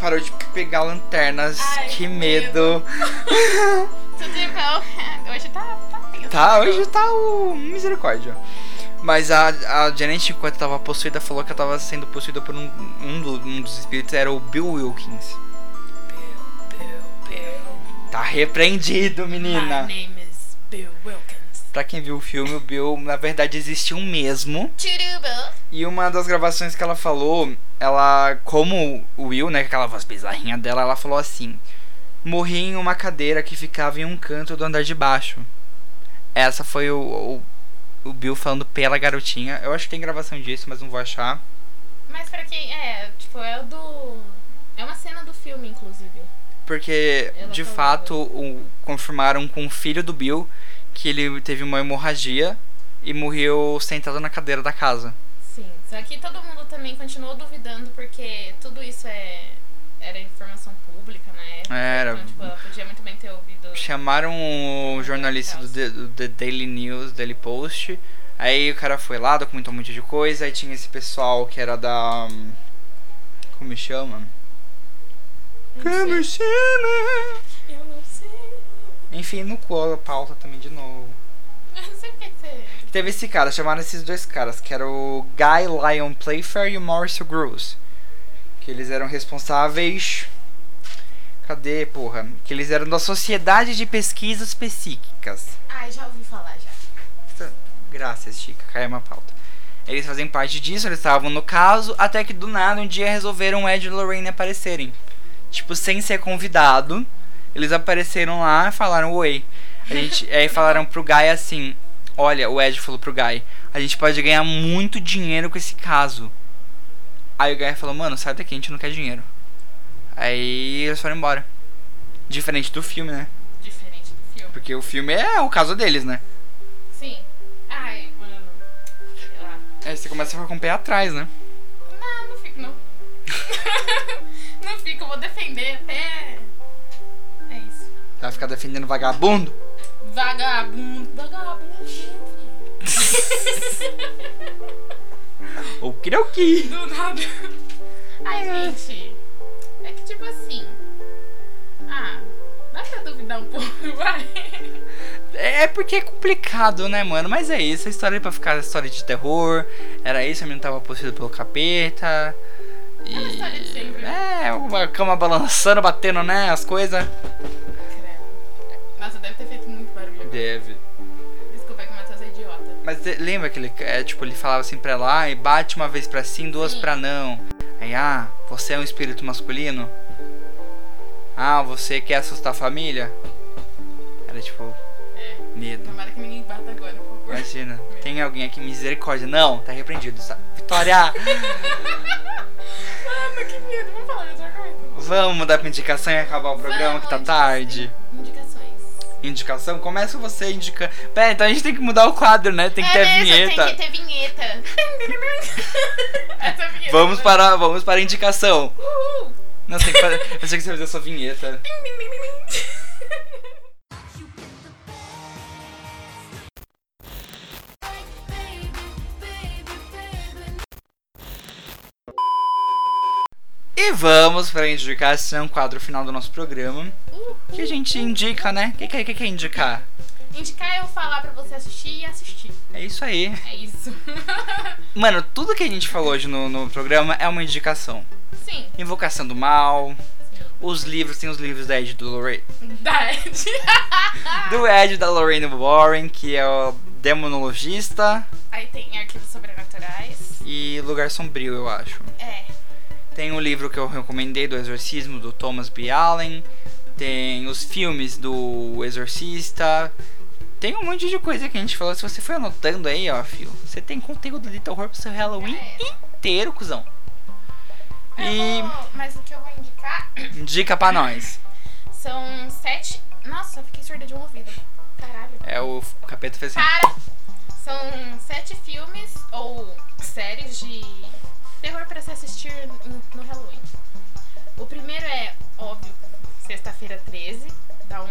S1: parou de pegar lanternas.
S2: Ai,
S1: que
S2: que
S1: medo.
S2: medo. Tudo de bom. Hoje tá... Tá, tenso.
S1: Tá, hoje tá o. Misericórdia. Mas a, a Janet, enquanto tava possuída, falou que ela tava sendo possuída por um, um, do- um dos espíritos, era o Bill Wilkins.
S2: Bill, Bill, Bill.
S1: Tá repreendido, menina.
S2: My name is Bill Wilkins.
S1: Pra quem viu o filme, o Bill, na verdade, existiu um mesmo.
S2: Churuba.
S1: E uma das gravações que ela falou, ela, como o Will, né, com aquela voz bizarrinha dela, ela falou assim: Morri em uma cadeira que ficava em um canto do andar de baixo. Essa foi o, o, o Bill falando pela garotinha. Eu acho que tem gravação disso, mas não vou achar.
S2: Mas pra quem... É, tipo, é o do... É uma cena do filme, inclusive.
S1: Porque,
S2: Ela
S1: de
S2: falou.
S1: fato, o- confirmaram com o filho do Bill que ele teve uma hemorragia e morreu sentado na cadeira da casa.
S2: Sim, só que todo mundo também continuou duvidando porque tudo isso é era informação pública na época.
S1: É, Era.
S2: Então, tipo, ela podia muito bem ter ouvido.
S1: Chamaram o jornalista do, The- do The Daily News, Daily Post. Aí o cara foi lá, documentou um monte de coisa. Aí tinha esse pessoal que era da. hum, Como chama?
S2: Não
S1: Como
S2: sei.
S1: chama?
S2: Eu não sei. é
S1: Enfim, no colo a pauta também de novo.
S2: Eu não sei o que é você.
S1: Teve esse cara, chamaram esses dois caras, que era o Guy Lyon Playfair e o Mauricio Groves. Que eles eram responsáveis. Cadê, porra? Que eles eram da Sociedade de Pesquisas Psíquicas.
S2: Ai, já ouvi falar já.
S1: Graças, Chica. Caiu uma pauta. Eles fazem parte disso, eles estavam no caso, até que do nada um dia resolveram Ed e Lorraine aparecerem. Tipo, sem ser convidado. Eles apareceram lá e falaram oi. A gente, aí falaram pro Guy assim: Olha, o Ed falou pro Guy: A gente pode ganhar muito dinheiro com esse caso. Aí o Guy falou: Mano, sai daqui, a gente não quer dinheiro. Aí eles foram embora. Diferente do filme, né?
S2: Diferente do filme.
S1: Porque o filme é o caso deles, né?
S2: Sim. Ai, mano. Sei lá.
S1: Aí É, você começa a ficar com o pé atrás, né?
S2: Não, não fico, não. não fico, eu vou defender até. É isso.
S1: Vai ficar defendendo vagabundo.
S2: Vagabundo, vagabundo, gente.
S1: Ou queria o quê?
S2: Do nada. Ai, gente. É que tipo assim. Ah, dá pra duvidar um pouco, vai.
S1: É porque é complicado, né, mano? Mas é isso, a história é pra ficar história de terror. Era isso, a menina tava possuída pelo capeta.
S2: É uma história de
S1: E...
S2: sempre. né?
S1: É, uma cama balançando, batendo, né? As coisas.
S2: Credo. Nossa, deve ter feito muito barulho.
S1: Deve.
S2: Desculpa é que o Matheus é idiota.
S1: Mas te- lembra que ele, é, tipo, ele falava assim pra ela, ai, bate uma vez pra sim, duas
S2: Sim.
S1: pra não. Aí, ah, você é um espírito masculino? Ah, você quer assustar a família? Era tipo,
S2: É.
S1: medo.
S2: Tomara que ninguém bata agora, por favor.
S1: Imagina, tem alguém aqui, misericórdia. Não, tá repreendido. sa- Vitória!
S2: Mano, Ah, que medo. Vamos falar de outra coisa.
S1: Vamos mudar pra indicação e acabar o programa que tá
S2: Vamos,
S1: tarde.
S2: Indicações.
S1: Indicação? Começa você indicando. Pera, então a gente tem que mudar o quadro, né? Tem que ter a vinheta.
S2: É, Tem que ter vinheta. Essa vinheta.
S1: Vamos,
S2: né?
S1: para, vamos para a indicação.
S2: Uhul.
S1: Não sei que fazer. Eu sei que você vai fazer a sua vinheta. E vamos para a indicação, quadro final do nosso programa. Que a gente indica, né? O que, que, que que é indicar?
S2: Indicar é eu falar pra você assistir e assistir.
S1: É isso aí.
S2: É isso.
S1: Mano, tudo que a gente falou hoje no, no programa é uma indicação.
S2: Sim.
S1: Invocação do Mal,
S2: Sim.
S1: os livros, tem os livros da Ed do Lorraine.
S2: Da Ed.
S1: Do Ed da Lorraine Warren, que é o demonologista
S2: Aí tem arquivos sobrenaturais.
S1: e Lugar Sombrio, eu acho.
S2: É.
S1: Tem o livro que eu recomendei do Exorcismo, do Thomas B. Allen. Tem os filmes do Exorcista. Tem um monte de coisa que a gente falou. Se você foi anotando aí, ó, fio, você tem conteúdo de terror pro seu Halloween inteiro, cuzão.
S2: É
S1: E
S2: Eu vou- Mas o que eu vou indicar
S1: dica pra nós.
S2: são sete. Nossa, eu fiquei surda de um ouvido. Caralho.
S1: É o capeta fez assim.
S2: Para! São sete filmes ou séries de terror pra se assistir no- no Halloween. O primeiro é, óbvio, Sexta-feira 13. Dá um.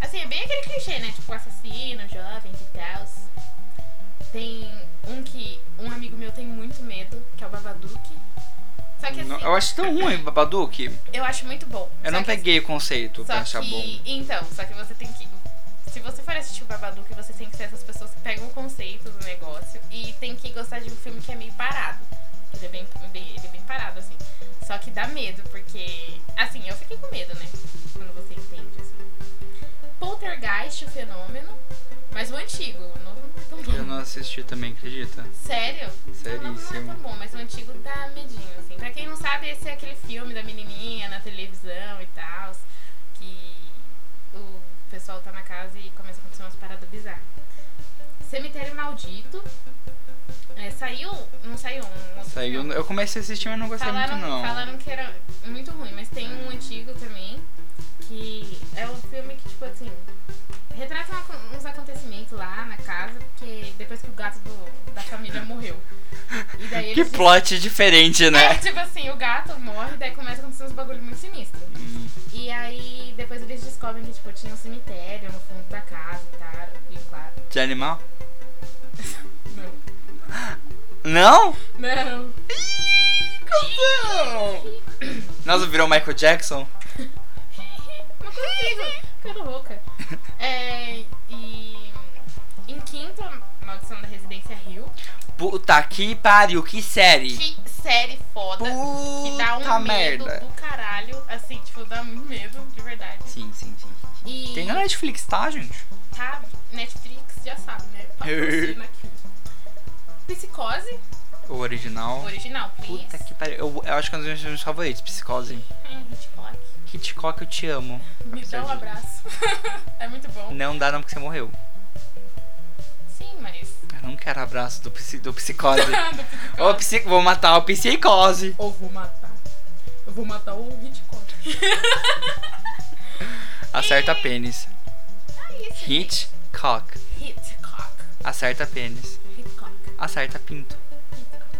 S2: Assim, é bem aquele clichê, né? Tipo, assassino, jovem e tal. Tem um que um amigo meu tem muito medo, que é o Babadook. Só que assim,
S1: Não, Eu acho tão ruim, Babadook.
S2: eu acho muito bom.
S1: Eu
S2: Só
S1: não
S2: que, assim,
S1: peguei o conceito pra
S2: só
S1: achar
S2: que,
S1: bom.
S2: Então, só que você tem que. Se você for assistir o Babadook, você tem que ser essas pessoas que pegam o conceito do negócio e tem que gostar de um filme que é meio parado. Ele é bem, bem- ele é bem parado, assim. Só que dá medo, porque. Assim, eu fiquei com medo, né? Quando você entende, assim. Poltergeist, o fenômeno. Mas o antigo, o novo não é tão bom.
S1: Eu não assisti também, acredita?
S2: Sério? Não, não é
S1: Seríssimo.
S2: tão bom, mas o antigo dá medinho, assim. Pra quem não sabe, esse é aquele filme da menininha na televisão e tal, que o pessoal tá na casa e começa a acontecer umas paradas bizarras. Cemitério Maldito. É, saiu, não saiu um outro
S1: Saiu.
S2: filme.
S1: Tá Eu comecei a assistir, mas não gostei
S2: Falaram,
S1: muito, não.
S2: falaram que era muito ruim, mas tem um antigo também, que é um filme que, tipo assim, retrata um- uns acontecimentos lá na casa, porque depois que o gato do- da família morreu. E daí
S1: Que
S2: eles
S1: plot diferente,
S2: É,
S1: né?
S2: tipo assim, o gato morre, daí começa a acontecer uns bagulho muito sinistro.
S1: Hum.
S2: E aí depois eles descobrem que, tipo, tinha um cemitério no fundo da casa e tal, e claro.
S1: De animal?
S2: Não.
S1: Não?
S2: Não.
S1: Nossa, virou Michael Jackson?
S2: Não consigo, ficando rouca. É, e em quinto, Maldição da Residência Rio.
S1: Puta que pariu, que série!
S2: Que série foda. Que dá
S1: Puta
S2: um medo
S1: merda!
S2: do caralho. Assim, tipo, dá muito medo, de verdade.
S1: Sim, sim, sim. sim.
S2: E
S1: Tem na Netflix, tá, gente?
S2: tá, Netflix já sabe, né? Patrocina aqui. Psicose,
S1: O original.
S2: original, please.
S1: Puta que pariu. Eu, eu acho que é um dos meus filmes favoritos, Psicose.
S2: Ai, Hitchcock.
S1: Hitchcock, eu te amo.
S2: Me dá um abraço. é muito bom.
S1: Não dá não porque você morreu.
S2: Sim, mas.
S1: Eu não quero abraço do, psi- do Psicose.
S2: Do
S1: Ô,
S2: Psicose.
S1: psic... Vou matar o Psicose.
S2: Ou vou matar.
S7: Eu vou matar o Hitchcock.
S1: Acerta pênis.
S2: É isso.
S1: Hit, cock.
S2: Hitchcock.
S1: Acerta pênis.
S2: Hitchcock.
S1: Acerta pinto.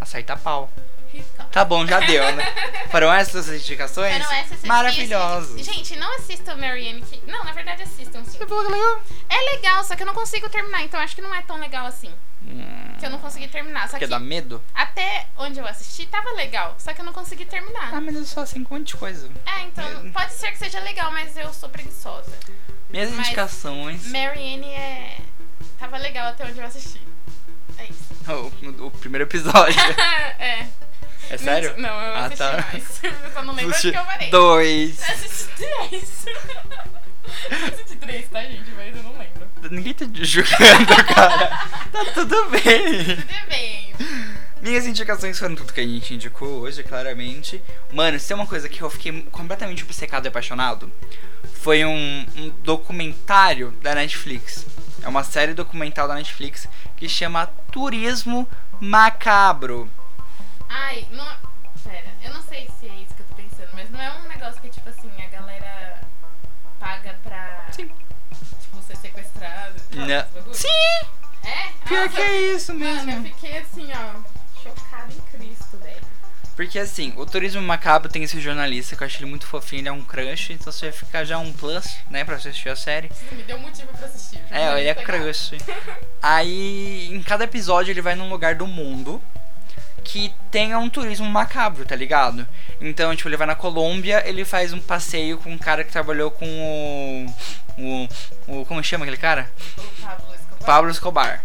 S1: Acerta pau.
S2: Hitchcock.
S1: Tá bom, já deu, né? Foram essas as indicações?
S2: Foram essas as
S1: Maravilhosas.
S2: minhas- é- Gente, não assistam Marianne. Que... Não, na verdade assistam sim.
S1: Você falou que é legal?
S2: É legal, só que eu não consigo terminar, então acho que não é tão legal assim.
S1: Hum,
S2: Que eu não consegui terminar. Só
S1: Quer
S2: que
S1: dar medo?
S2: até onde eu assisti tava legal, só que eu não consegui
S1: Ah,
S2: terminar.
S1: mas eu só assim com um monte de coisa.
S2: É, então
S1: é.
S2: pode ser que seja legal, mas eu sou preguiçosa.
S1: Minhas
S2: Mas-
S1: indicações.
S2: Marianne é. Tava legal até onde eu assisti. É isso.
S1: O, o primeiro episódio.
S2: é.
S1: É sério?
S2: Não, eu
S1: Ah,
S2: assisti
S1: tá.
S2: mais. Eu só não lembro onde
S1: Assisti
S2: que eu parei.
S1: Dois.
S2: Eu assisti três. Eu assisti três, tá, gente? Mas eu não lembro.
S1: Ninguém tá te julgando, cara. Tá tudo bem.
S2: Tudo bem.
S1: Minhas indicações foram tudo que a gente indicou hoje, claramente. Mano, se tem uma coisa que eu fiquei completamente obcecado e apaixonado, foi um, um documentário da Netflix. É uma série documental da Netflix que chama Turismo Macabro.
S2: Ai, não. é- Pera, eu não sei se é isso que eu tô pensando, mas não é um negócio que, tipo assim, a galera paga pra.
S1: Sim.
S2: Tipo, ser sequestrado. e
S1: Não.
S2: tal, esse bagulho?
S1: Né? Sim,
S2: É?
S1: pior
S2: Nossa,
S1: que é isso
S2: Mano, eu
S1: mesmo.
S2: fiquei assim, ó, chocada em Cristo, velho.
S1: Porque assim, o Turismo Macabro tem esse jornalista que eu achei ele muito fofinho, ele é um crush, então você vai ficar já um plus, né, pra assistir a série.
S2: Isso me deu motivo pra assistir.
S1: É, ele é
S2: Jornalista, cara.
S1: crush. Aí, em cada episódio, ele vai num lugar do mundo que tenha um turismo macabro, tá ligado? Então, tipo, ele vai na Colômbia, ele faz um passeio com um cara que trabalhou com o. o, o como chama aquele cara?
S2: O Pablo Escobar.
S1: Pablo Escobar.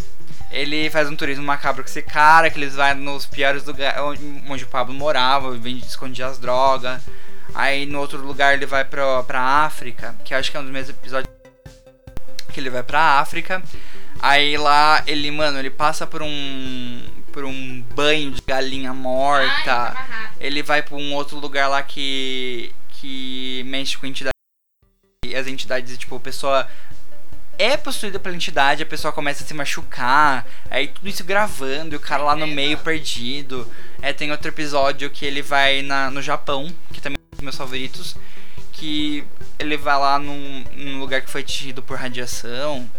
S1: Ele faz um turismo macabro com esse cara, que eles vão nos piores lugares onde onde o Pablo morava, vem esconder as drogas. Aí no outro lugar ele vai pra, pra África, que eu acho que é um dos meus episódios que ele vai pra África. Aí lá ele, mano, ele passa por um. por um banho de galinha
S2: Ai,
S1: morta
S2: tá amarrado.
S1: ele vai pra um outro lugar lá que que mexe com entidades e as entidades tipo a pessoa é possuída pela entidade, a pessoa começa a se machucar, aí tudo isso gravando, e o cara lá no meio perdido. É, tem outro episódio que ele vai na, no Japão, que também é um dos meus favoritos, que ele vai lá num, num lugar que foi atingido por radiação.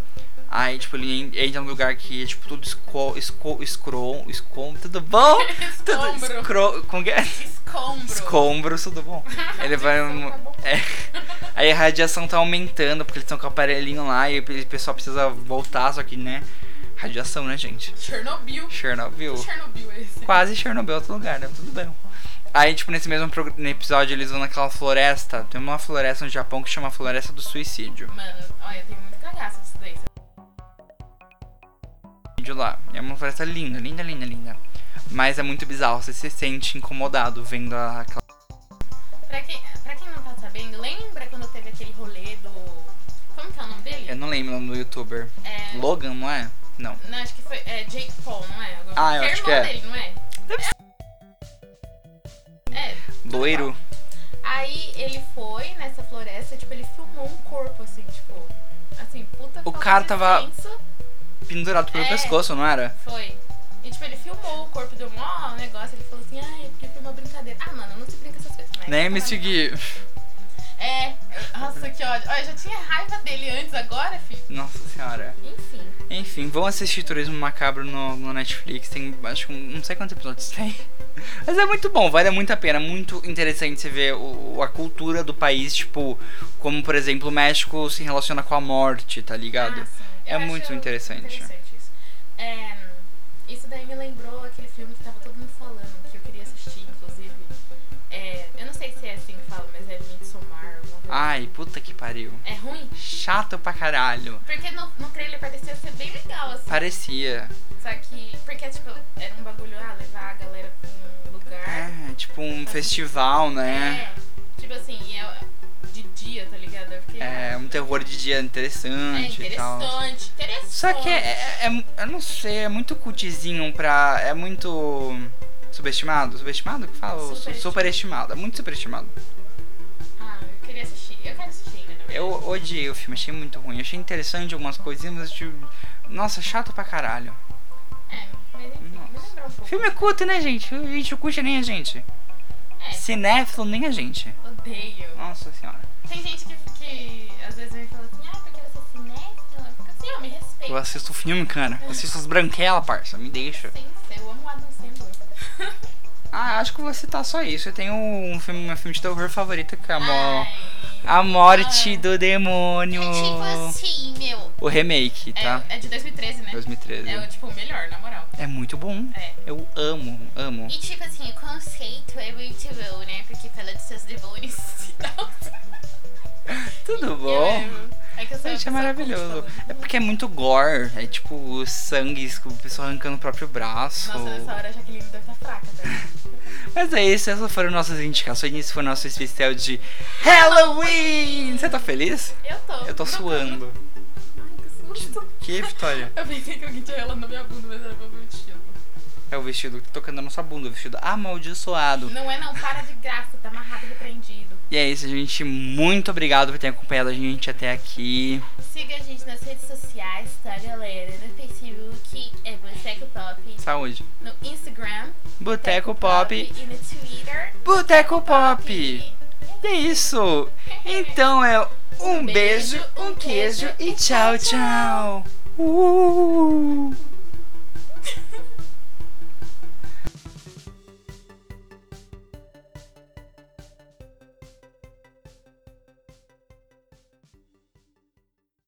S1: Aí, tipo, ele en- entra num lugar que é, tipo, tudo esco, esco, escro, esco, tudo bom? Tudo
S2: Escombro.
S1: escro, como que é?
S2: Escombro.
S1: Escombros, tudo bom? Ele vai.
S2: Tá bom.
S1: É. Aí a radiação tá aumentando, porque eles estão com o aparelhinho lá e o pessoal precisa voltar, só que, né? Radiação, né, gente?
S2: Chernobyl.
S1: Chernobyl.
S2: Que Chernobyl é esse?
S1: Quase Chernobyl outro lugar, né? Tudo bem. Aí, tipo, nesse mesmo prog- no episódio, eles vão naquela floresta. Tem uma floresta no Japão que chama Floresta do Suicídio.
S2: Mano, olha, eu tenho muito cagaço disso daí.
S1: vídeo lá. É uma floresta linda, linda, linda, linda. Mas é muito bizarro, você se sente incomodado vendo a- aquela.
S2: Pra quem, pra quem não tá sabendo, lembra quando teve aquele rolê do. Como que é o nome dele?
S1: Eu não lembro o nome do youtuber.
S2: É,
S1: Logan, não é? Não.
S2: não, acho que foi. É Jake Paul, não é? Alguma-
S1: Ah, eu
S2: é
S1: acho
S2: irmão
S1: que é.
S2: dele, não é? É.
S1: Loiro.
S2: Aí ele foi nessa floresta, tipo, ele filmou um corpo, assim, tipo. Assim, puta
S1: O
S2: falta
S1: cara
S2: de
S1: tava-
S2: senso.
S1: pendurado pelo
S2: É.
S1: pescoço, não era?
S2: Foi. E tipo, ele filmou o corpo do mó negócio, ele falou assim, ai, é porque foi uma brincadeira. Ah, mano, não se brinca essas coisas, né?
S1: Nem
S2: Então
S1: me
S2: tá legal.
S1: seguir.
S2: É, nossa, que ódio. Olha, eu já tinha raiva dele antes, agora, filho.
S1: Nossa senhora.
S2: Enfim.
S1: Enfim, vão assistir Turismo Macabro no, no Netflix. Tem, acho que, um- não sei quantos episódios tem. Mas é muito bom, vale muito a pena. É Muito interessante você ver o- a cultura do país, tipo, como, por exemplo, o México se relaciona com a morte, tá ligado?
S2: Ah, sim.
S1: É
S2: Eu acho
S1: muito interessante.
S2: isso. É, isso daí me lembrou aquele filme que tava todo mundo falando, que eu queria assistir, inclusive. É, eu não sei se é assim que fala, mas é Midsommar. alguma coisa.
S1: Ai, puta que pariu.
S2: É ruim?
S1: Chato pra caralho.
S2: Porque no, no trailer parecia ser bem legal, assim.
S1: Parecia.
S2: Só que. Porque, tipo, era um bagulho, ah, levar a galera pra um lugar. É,
S1: É, tipo um festival, né?
S2: Tipo assim, e é de dia, tá ligado? Eu fiquei.
S1: É, um terror de dia
S2: "Ah, é
S1: interessante e tal.
S2: interessante, interessante.
S1: Só que é, é- é- Eu não sei, é muito cutizinho pra. É muito. Subestimado? Subestimado que fala? Su-
S2: Superestimado.
S1: Superestimado. É muito superestimado.
S2: Ah, eu queria assistir. Eu quero assistir ainda, na verdade.
S1: Eu odiei o filme, achei muito ruim. Achei interessante algumas coisinhas, mas tipo. Nossa, chato pra caralho.
S2: É, mas enfim, me
S1: Nossa.
S2: lembra um pouco.
S1: Filme é culto, né, gente? O vídeo curte nem a gente.
S2: É.
S1: Cinéfilo nem a gente.
S2: Odeio.
S1: Nossa senhora.
S2: Tem gente que, que às vezes me fala assim, ah, porque você é cinéfila? Eu fico assim, ó, me respeita.
S1: Eu assisto filme, cara. Eu assisto os branquela, parça. Me deixa.
S2: Sim, eu amo o Adam Sandler.
S1: Ah, acho que vou citar só isso. Eu tenho um filme, meu filme de terror favorito que é a, mo
S2: Ai.
S1: a Morte
S2: Ah.
S1: do Demônio.
S2: É tipo assim, meu.
S1: O remake,
S2: É,
S1: tá?
S2: é de 2013, né?
S1: 2013.
S2: É o, tipo, o melhor, na moral.
S1: É muito bom.
S2: É.
S1: Eu amo, amo.
S2: E tipo assim, o conceito é muito bom, né? Porque fala de seus demônios e tal.
S1: Tudo
S2: Eu
S1: bom.
S2: amo. É que eu sou uma
S1: Gente, é
S2: pessoa
S1: maravilhoso.
S2: culta,
S1: É
S2: mano.
S1: porque é muito gore. É tipo o sangue, o pessoal arrancando o próprio braço.
S2: Nossa, nessa hora a Jaqueline deve estar fraca, tá?
S1: Mas é isso, essas foram nossas indicações. Esse foi o nosso especial de Halloween. Você tá feliz?
S2: Eu tô.
S1: Eu tô suando.
S2: Ai, que susto.
S1: Que Vitória?
S2: Eu pensei que alguém tinha relado na minha bunda, mas era pra meu estilo.
S1: É o vestido que tocando na nossa bunda, o vestido amaldiçoado.
S2: Não é não, para de graça, tá amarrado e repreendido.
S1: E é isso, gente. Muito obrigado por ter acompanhado a gente até aqui.
S2: Siga a gente nas redes sociais, tá, galera? No Facebook é Boteco Pop,
S1: Saúde.
S2: no Instagram,
S1: Boteco Pop.
S2: e no Twitter,
S1: Boteco Pop. E é isso. Então é um beijo, um queijo e tchau, tchau. Uh!